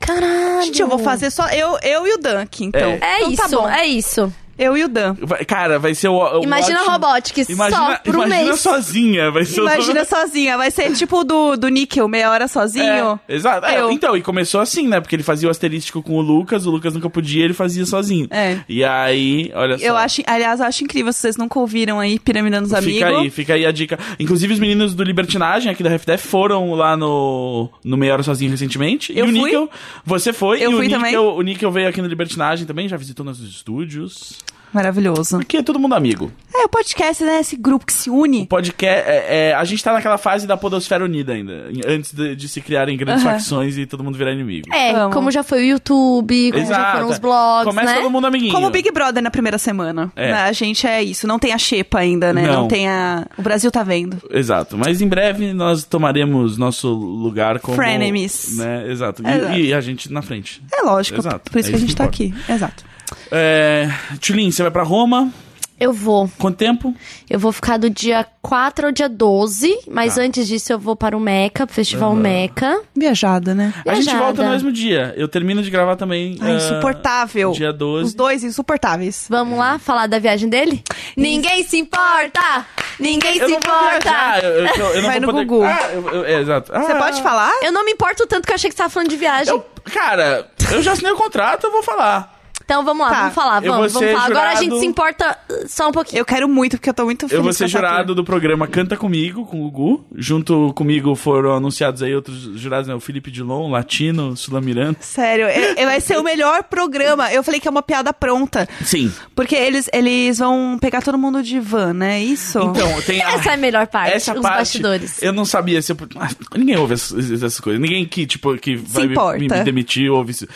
[SPEAKER 4] Caralho.
[SPEAKER 2] Gente, eu vou fazer só eu, eu e o Dan aqui, então.
[SPEAKER 3] É.
[SPEAKER 4] É
[SPEAKER 2] Então
[SPEAKER 4] isso,
[SPEAKER 2] tá bom.
[SPEAKER 4] é isso.
[SPEAKER 2] Eu e o Dan.
[SPEAKER 3] Vai- cara, vai ser o. o
[SPEAKER 4] Imagina
[SPEAKER 3] ótimo-
[SPEAKER 4] a Robotics só por um
[SPEAKER 3] imagina
[SPEAKER 4] mês.
[SPEAKER 3] sozinha, vai ser o-
[SPEAKER 2] Imagina sozinha. Vai ser tipo o do, do Níquel, meia hora sozinho.
[SPEAKER 3] É, exato. É,
[SPEAKER 2] Eu.
[SPEAKER 3] então, e começou assim, né? Porque ele fazia o asterístico com o Lucas, o Lucas nunca podia, ele fazia sozinho.
[SPEAKER 2] É.
[SPEAKER 3] E aí, olha só.
[SPEAKER 2] Eu acho, aliás, eu acho incrível. Se vocês nunca ouviram aí Piramida nos
[SPEAKER 3] Fica aí,
[SPEAKER 2] Amigos.
[SPEAKER 3] fica aí a dica. Inclusive, os meninos do Libertinagem aqui da RFDF foram lá no, no Meia Hora Sozinho recentemente. e
[SPEAKER 2] Eu
[SPEAKER 3] o
[SPEAKER 2] fui.
[SPEAKER 3] Níquel, você foi.
[SPEAKER 2] Eu
[SPEAKER 3] e o
[SPEAKER 2] fui
[SPEAKER 3] Níquel,
[SPEAKER 2] também.
[SPEAKER 3] o Níquel veio aqui no Libertinagem também, já visitou nossos estúdios.
[SPEAKER 2] Maravilhoso.
[SPEAKER 3] Aqui é todo mundo amigo.
[SPEAKER 2] É, o podcast, né? Esse grupo que se
[SPEAKER 3] Um
[SPEAKER 2] une.
[SPEAKER 3] Podcast, é, é, a gente tá naquela fase da podosfera unida ainda, em- antes de, de se criarem grandes
[SPEAKER 2] Aham.
[SPEAKER 3] facções e todo mundo virar inimigo.
[SPEAKER 4] É,
[SPEAKER 2] Vamos.
[SPEAKER 4] como já foi o YouTube,
[SPEAKER 2] É,
[SPEAKER 4] como já foram os blogs,
[SPEAKER 3] Começa
[SPEAKER 4] né?
[SPEAKER 3] todo mundo amiguinho.
[SPEAKER 2] Como o Big Brother na primeira semana.
[SPEAKER 3] É.
[SPEAKER 2] A gente é isso. Não tem a xepa ainda, né?
[SPEAKER 3] Não.
[SPEAKER 2] tem a. O Brasil tá vendo.
[SPEAKER 3] Exato, mas em breve nós tomaremos nosso lugar como...
[SPEAKER 2] Frenemies.
[SPEAKER 3] Né? Exato. E-
[SPEAKER 2] Exato.
[SPEAKER 3] E, a gente na frente.
[SPEAKER 2] É lógico.
[SPEAKER 3] Exato.
[SPEAKER 2] Por isso
[SPEAKER 3] É
[SPEAKER 2] que a
[SPEAKER 3] isso
[SPEAKER 2] gente
[SPEAKER 3] que
[SPEAKER 2] tá
[SPEAKER 3] importa.
[SPEAKER 2] aqui. Exato.
[SPEAKER 3] É, Tulin, você vai pra Roma,
[SPEAKER 4] Eu vou.
[SPEAKER 3] quanto tempo?
[SPEAKER 4] Eu vou ficar do dia 4 ao dia 12, mas
[SPEAKER 3] Tá.
[SPEAKER 4] antes disso eu vou para o Meca, pro Festival Meca.
[SPEAKER 2] Viajada, né?
[SPEAKER 3] A gente
[SPEAKER 4] Viajada.
[SPEAKER 3] volta no mesmo dia, eu termino de gravar também...
[SPEAKER 2] Ai,
[SPEAKER 3] ah,
[SPEAKER 2] insuportável.
[SPEAKER 3] Dia
[SPEAKER 2] Os
[SPEAKER 3] 12.
[SPEAKER 2] dois insuportáveis.
[SPEAKER 4] Vamos lá falar da viagem dele? Ninguém se importa! Ninguém
[SPEAKER 3] Eu
[SPEAKER 4] se
[SPEAKER 3] não vou
[SPEAKER 4] importa!
[SPEAKER 3] viajar, eu, eu, eu não
[SPEAKER 2] Vai
[SPEAKER 3] vou
[SPEAKER 2] no
[SPEAKER 3] poder...
[SPEAKER 2] Gugu.
[SPEAKER 3] Ah, eu- eu- é, exato.
[SPEAKER 2] Você
[SPEAKER 3] Ah,
[SPEAKER 2] pode falar?
[SPEAKER 4] Eu não me importo tanto que eu achei que você tava falando de viagem.
[SPEAKER 3] Eu, cara, eu já assinei o contrato, eu vou falar.
[SPEAKER 4] Então vamos lá,
[SPEAKER 2] Tá.
[SPEAKER 4] vamos falar,
[SPEAKER 3] Eu vou
[SPEAKER 4] vamos, vamos
[SPEAKER 3] ser
[SPEAKER 4] falar. Agora a gente
[SPEAKER 3] jurado.
[SPEAKER 4] se importa uh, só um pouquinho.
[SPEAKER 2] Eu quero muito, porque eu tô muito feliz.
[SPEAKER 3] Eu vou
[SPEAKER 2] com
[SPEAKER 3] ser
[SPEAKER 2] essa
[SPEAKER 3] jurado
[SPEAKER 2] turma.
[SPEAKER 3] do programa Canta Comigo, com o Gu. Junto comigo foram anunciados aí outros jurados, né? O Felipe Dilon, Latino, Sula Miranda.
[SPEAKER 2] Sério, é- é- vai ser o melhor programa. Eu falei que é uma piada pronta.
[SPEAKER 3] Sim.
[SPEAKER 2] Porque eles, eles vão pegar todo mundo de van, né? É Isso?
[SPEAKER 3] Então, tem a...
[SPEAKER 4] Essa é a melhor parte,
[SPEAKER 3] Essa
[SPEAKER 4] os
[SPEAKER 3] parte,
[SPEAKER 4] bastidores.
[SPEAKER 3] Eu não sabia se eu. Ah, ninguém ouve essas, essas coisas. Ninguém que, tipo, que vai me,
[SPEAKER 2] importa.
[SPEAKER 3] me- me demitir ouve isso.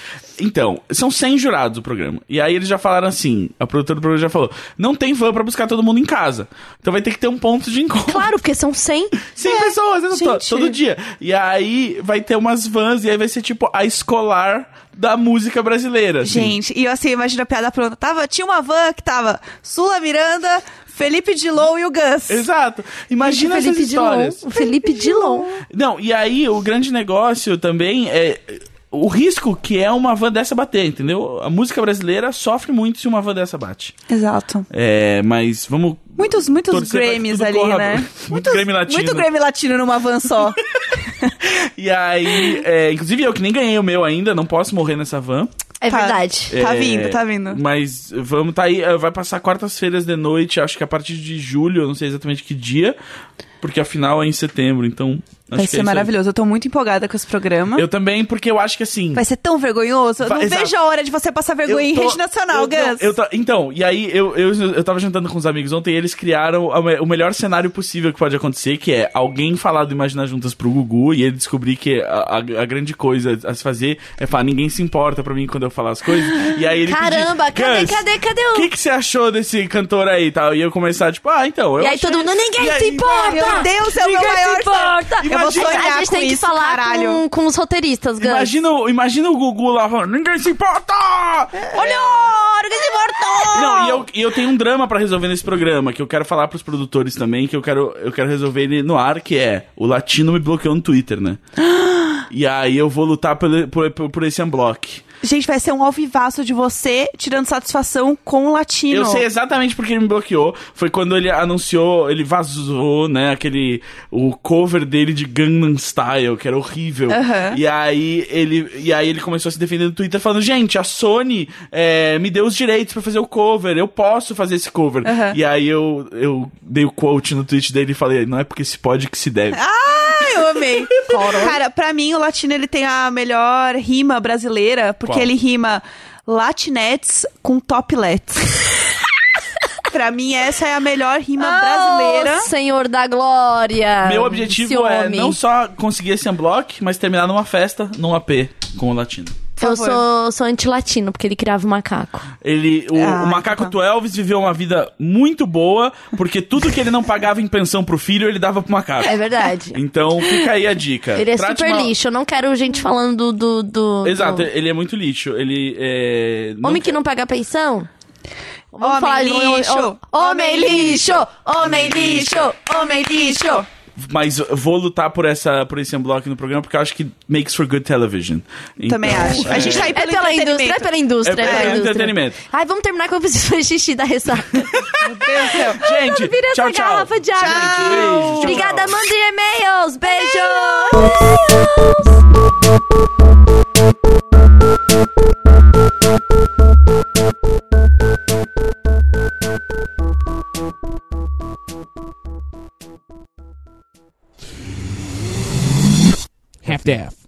[SPEAKER 3] Então, são 100 jurados o programa. E aí eles já falaram assim: a produtora do programa já falou, não tem van pra buscar todo mundo em casa. Então vai ter que ter um ponto de encontro. [laughs]
[SPEAKER 4] Claro, É. porque são [laughs] 100.
[SPEAKER 3] 100 pessoas, eu não tô-
[SPEAKER 2] gente.
[SPEAKER 3] todo dia. E aí vai ter umas vans, e aí vai ser tipo a escolar da música brasileira. assim.
[SPEAKER 2] Gente, e eu assim, imagina a piada pronta. Tava, tinha uma van que tava Sula Miranda, Felipe Dilon e o Gus.
[SPEAKER 3] Exato. Imagina
[SPEAKER 4] o Felipe
[SPEAKER 3] essas
[SPEAKER 4] Dilon.
[SPEAKER 3] histórias.
[SPEAKER 4] O Felipe Dilon.
[SPEAKER 3] Não, e aí o grande negócio também é o risco que é uma van dessa bater, entendeu? A música brasileira sofre muito se uma van dessa bate.
[SPEAKER 2] Exato.
[SPEAKER 3] É, mas vamos.
[SPEAKER 2] Muitos, muitos
[SPEAKER 3] torcer pra que
[SPEAKER 2] Grammys
[SPEAKER 3] tudo
[SPEAKER 2] ali,
[SPEAKER 3] corra-
[SPEAKER 2] né?
[SPEAKER 3] Muito Grammy latino.
[SPEAKER 2] Muito Grammy latino numa van só.
[SPEAKER 3] [laughs] E aí, é, inclusive eu que nem ganhei o meu ainda, não posso morrer nessa van.
[SPEAKER 4] É
[SPEAKER 2] Tá.
[SPEAKER 4] verdade.
[SPEAKER 2] Tá vindo, tá vindo.
[SPEAKER 3] Mas vamos, tá aí. eh, Vai passar quartas-feiras de noite, acho que a partir de julho, eu não sei exatamente que dia, porque afinal é em setembro, então.
[SPEAKER 2] Vai
[SPEAKER 3] Acho que é
[SPEAKER 2] ser
[SPEAKER 3] isso aí.
[SPEAKER 2] maravilhoso. Eu tô muito empolgada com esse programa.
[SPEAKER 3] Eu também, porque eu acho que assim.
[SPEAKER 2] Vai ser tão vergonhoso. Eu
[SPEAKER 3] Vai-
[SPEAKER 2] não
[SPEAKER 3] exato.
[SPEAKER 2] vejo a hora de você passar
[SPEAKER 3] eu
[SPEAKER 2] vergonha em
[SPEAKER 3] tô-
[SPEAKER 2] rede nacional,
[SPEAKER 3] eu- não,
[SPEAKER 2] Gus.
[SPEAKER 3] eu tô- então, e aí eu, eu, eu tava jantando com os amigos ontem e eles criaram a me- o melhor cenário possível que pode acontecer, que é alguém falar do Imaginar Juntas pro Gugu e ele descobrir que a, a- a grande coisa a se fazer é falar, ninguém se importa pra mim quando eu falar as coisas. E aí ele
[SPEAKER 4] Caramba,
[SPEAKER 3] pedir,
[SPEAKER 4] cadê,
[SPEAKER 3] "Gus,
[SPEAKER 4] cadê, cadê
[SPEAKER 3] o
[SPEAKER 4] o...
[SPEAKER 3] que, que você achou desse cantor aí e tal? E eu começar, tipo, ah, então. Eu
[SPEAKER 4] E aí
[SPEAKER 3] achei
[SPEAKER 4] todo mundo,
[SPEAKER 3] esse-
[SPEAKER 4] ninguém
[SPEAKER 3] e aí-
[SPEAKER 4] se importa!
[SPEAKER 2] Meu Deus, é o meu
[SPEAKER 4] Tá. Ninguém
[SPEAKER 2] maior...
[SPEAKER 4] se importa!
[SPEAKER 2] Eu vou
[SPEAKER 3] Imagina-
[SPEAKER 2] sonhar
[SPEAKER 4] A gente
[SPEAKER 2] com
[SPEAKER 4] tem que
[SPEAKER 2] isso,
[SPEAKER 4] falar
[SPEAKER 2] caralho.
[SPEAKER 4] com, com os roteiristas, Gus.
[SPEAKER 3] Imagina, o- imagina o Gugu lá falando, ninguém se importa!
[SPEAKER 4] Olha, olha que se importou!
[SPEAKER 3] É. Não, e eu, e eu tenho um drama pra resolver nesse programa, que eu quero falar pros produtores também, que eu quero, eu quero resolver ele no ar, que é o latino me bloqueou no Twitter, né? [gasps] e aí eu vou lutar pelo- por, por, por esse unblock.
[SPEAKER 2] Gente, vai ser um alvivaço de você tirando satisfação com o latino.
[SPEAKER 3] Eu sei exatamente porque ele me bloqueou. Foi quando ele anunciou, ele vazou, né, aquele. O cover dele de Gangnam Style, que era horrível.
[SPEAKER 2] Aham.
[SPEAKER 3] E aí ele. E aí ele começou a se defender no Twitter falando, gente, a Sony eh, me deu os direitos pra fazer o cover, eu posso fazer esse cover.
[SPEAKER 2] Aham.
[SPEAKER 3] E aí eu, eu dei o quote no tweet dele e falei, não é porque se pode que se deve.
[SPEAKER 2] Ah, eu amei. Cara, pra mim o latino ele tem a melhor rima brasileira, porque
[SPEAKER 3] Qual?
[SPEAKER 2] ele rima latinetes com
[SPEAKER 3] [laughs]
[SPEAKER 2] toplets. pra mim essa é a melhor rima brasileira.
[SPEAKER 4] Oh, Ah, Senhor da Glória.
[SPEAKER 3] Meu objetivo
[SPEAKER 4] Esse
[SPEAKER 3] é
[SPEAKER 4] homem.
[SPEAKER 3] não só conseguir esse unblock, mas terminar numa festa, num AP, com o latino.
[SPEAKER 4] Eu
[SPEAKER 2] favor.
[SPEAKER 4] sou, sou anti-latino, porque ele criava o macaco.
[SPEAKER 3] Ele, o,
[SPEAKER 2] Ah,
[SPEAKER 3] o macaco
[SPEAKER 2] então.
[SPEAKER 3] do Elvis viveu uma vida muito boa, porque tudo que ele não pagava em pensão pro filho, ele dava pro macaco.
[SPEAKER 4] É verdade.
[SPEAKER 3] Então fica aí a dica.
[SPEAKER 4] [laughs] Ele é
[SPEAKER 3] Trate
[SPEAKER 4] super
[SPEAKER 3] uma-
[SPEAKER 4] lixo. Eu não quero gente falando do. do, do-
[SPEAKER 3] Exato, ele é muito lixo. Ele é. não-
[SPEAKER 4] Homem que não paga pensão?
[SPEAKER 2] Homem lixo.
[SPEAKER 4] um Homem lixo! Homem lixo! Homem lixo!
[SPEAKER 3] Mas eu vou lutar por, essa, por esse unblock no programa porque eu acho que makes for good television.
[SPEAKER 2] Também
[SPEAKER 3] Então, [laughs]
[SPEAKER 2] acho. A gente tá aí
[SPEAKER 4] É
[SPEAKER 2] pelo
[SPEAKER 4] pela indústria, é
[SPEAKER 2] entretenimento.
[SPEAKER 4] pela indústria.
[SPEAKER 3] É pelo
[SPEAKER 4] pela indústria.
[SPEAKER 3] entretenimento.
[SPEAKER 4] Ai, vamos terminar que eu preciso fazer xixi da ressaca.
[SPEAKER 2] Meu Deus do céu.
[SPEAKER 3] Gente,
[SPEAKER 4] é Vira
[SPEAKER 3] tchau,
[SPEAKER 4] essa
[SPEAKER 3] tchau.
[SPEAKER 4] garrafa de água.
[SPEAKER 3] Gente, beijo, tchau,
[SPEAKER 4] Obrigada,
[SPEAKER 3] tchau.
[SPEAKER 4] mande e-mails. Beijo.
[SPEAKER 6] half-deaf.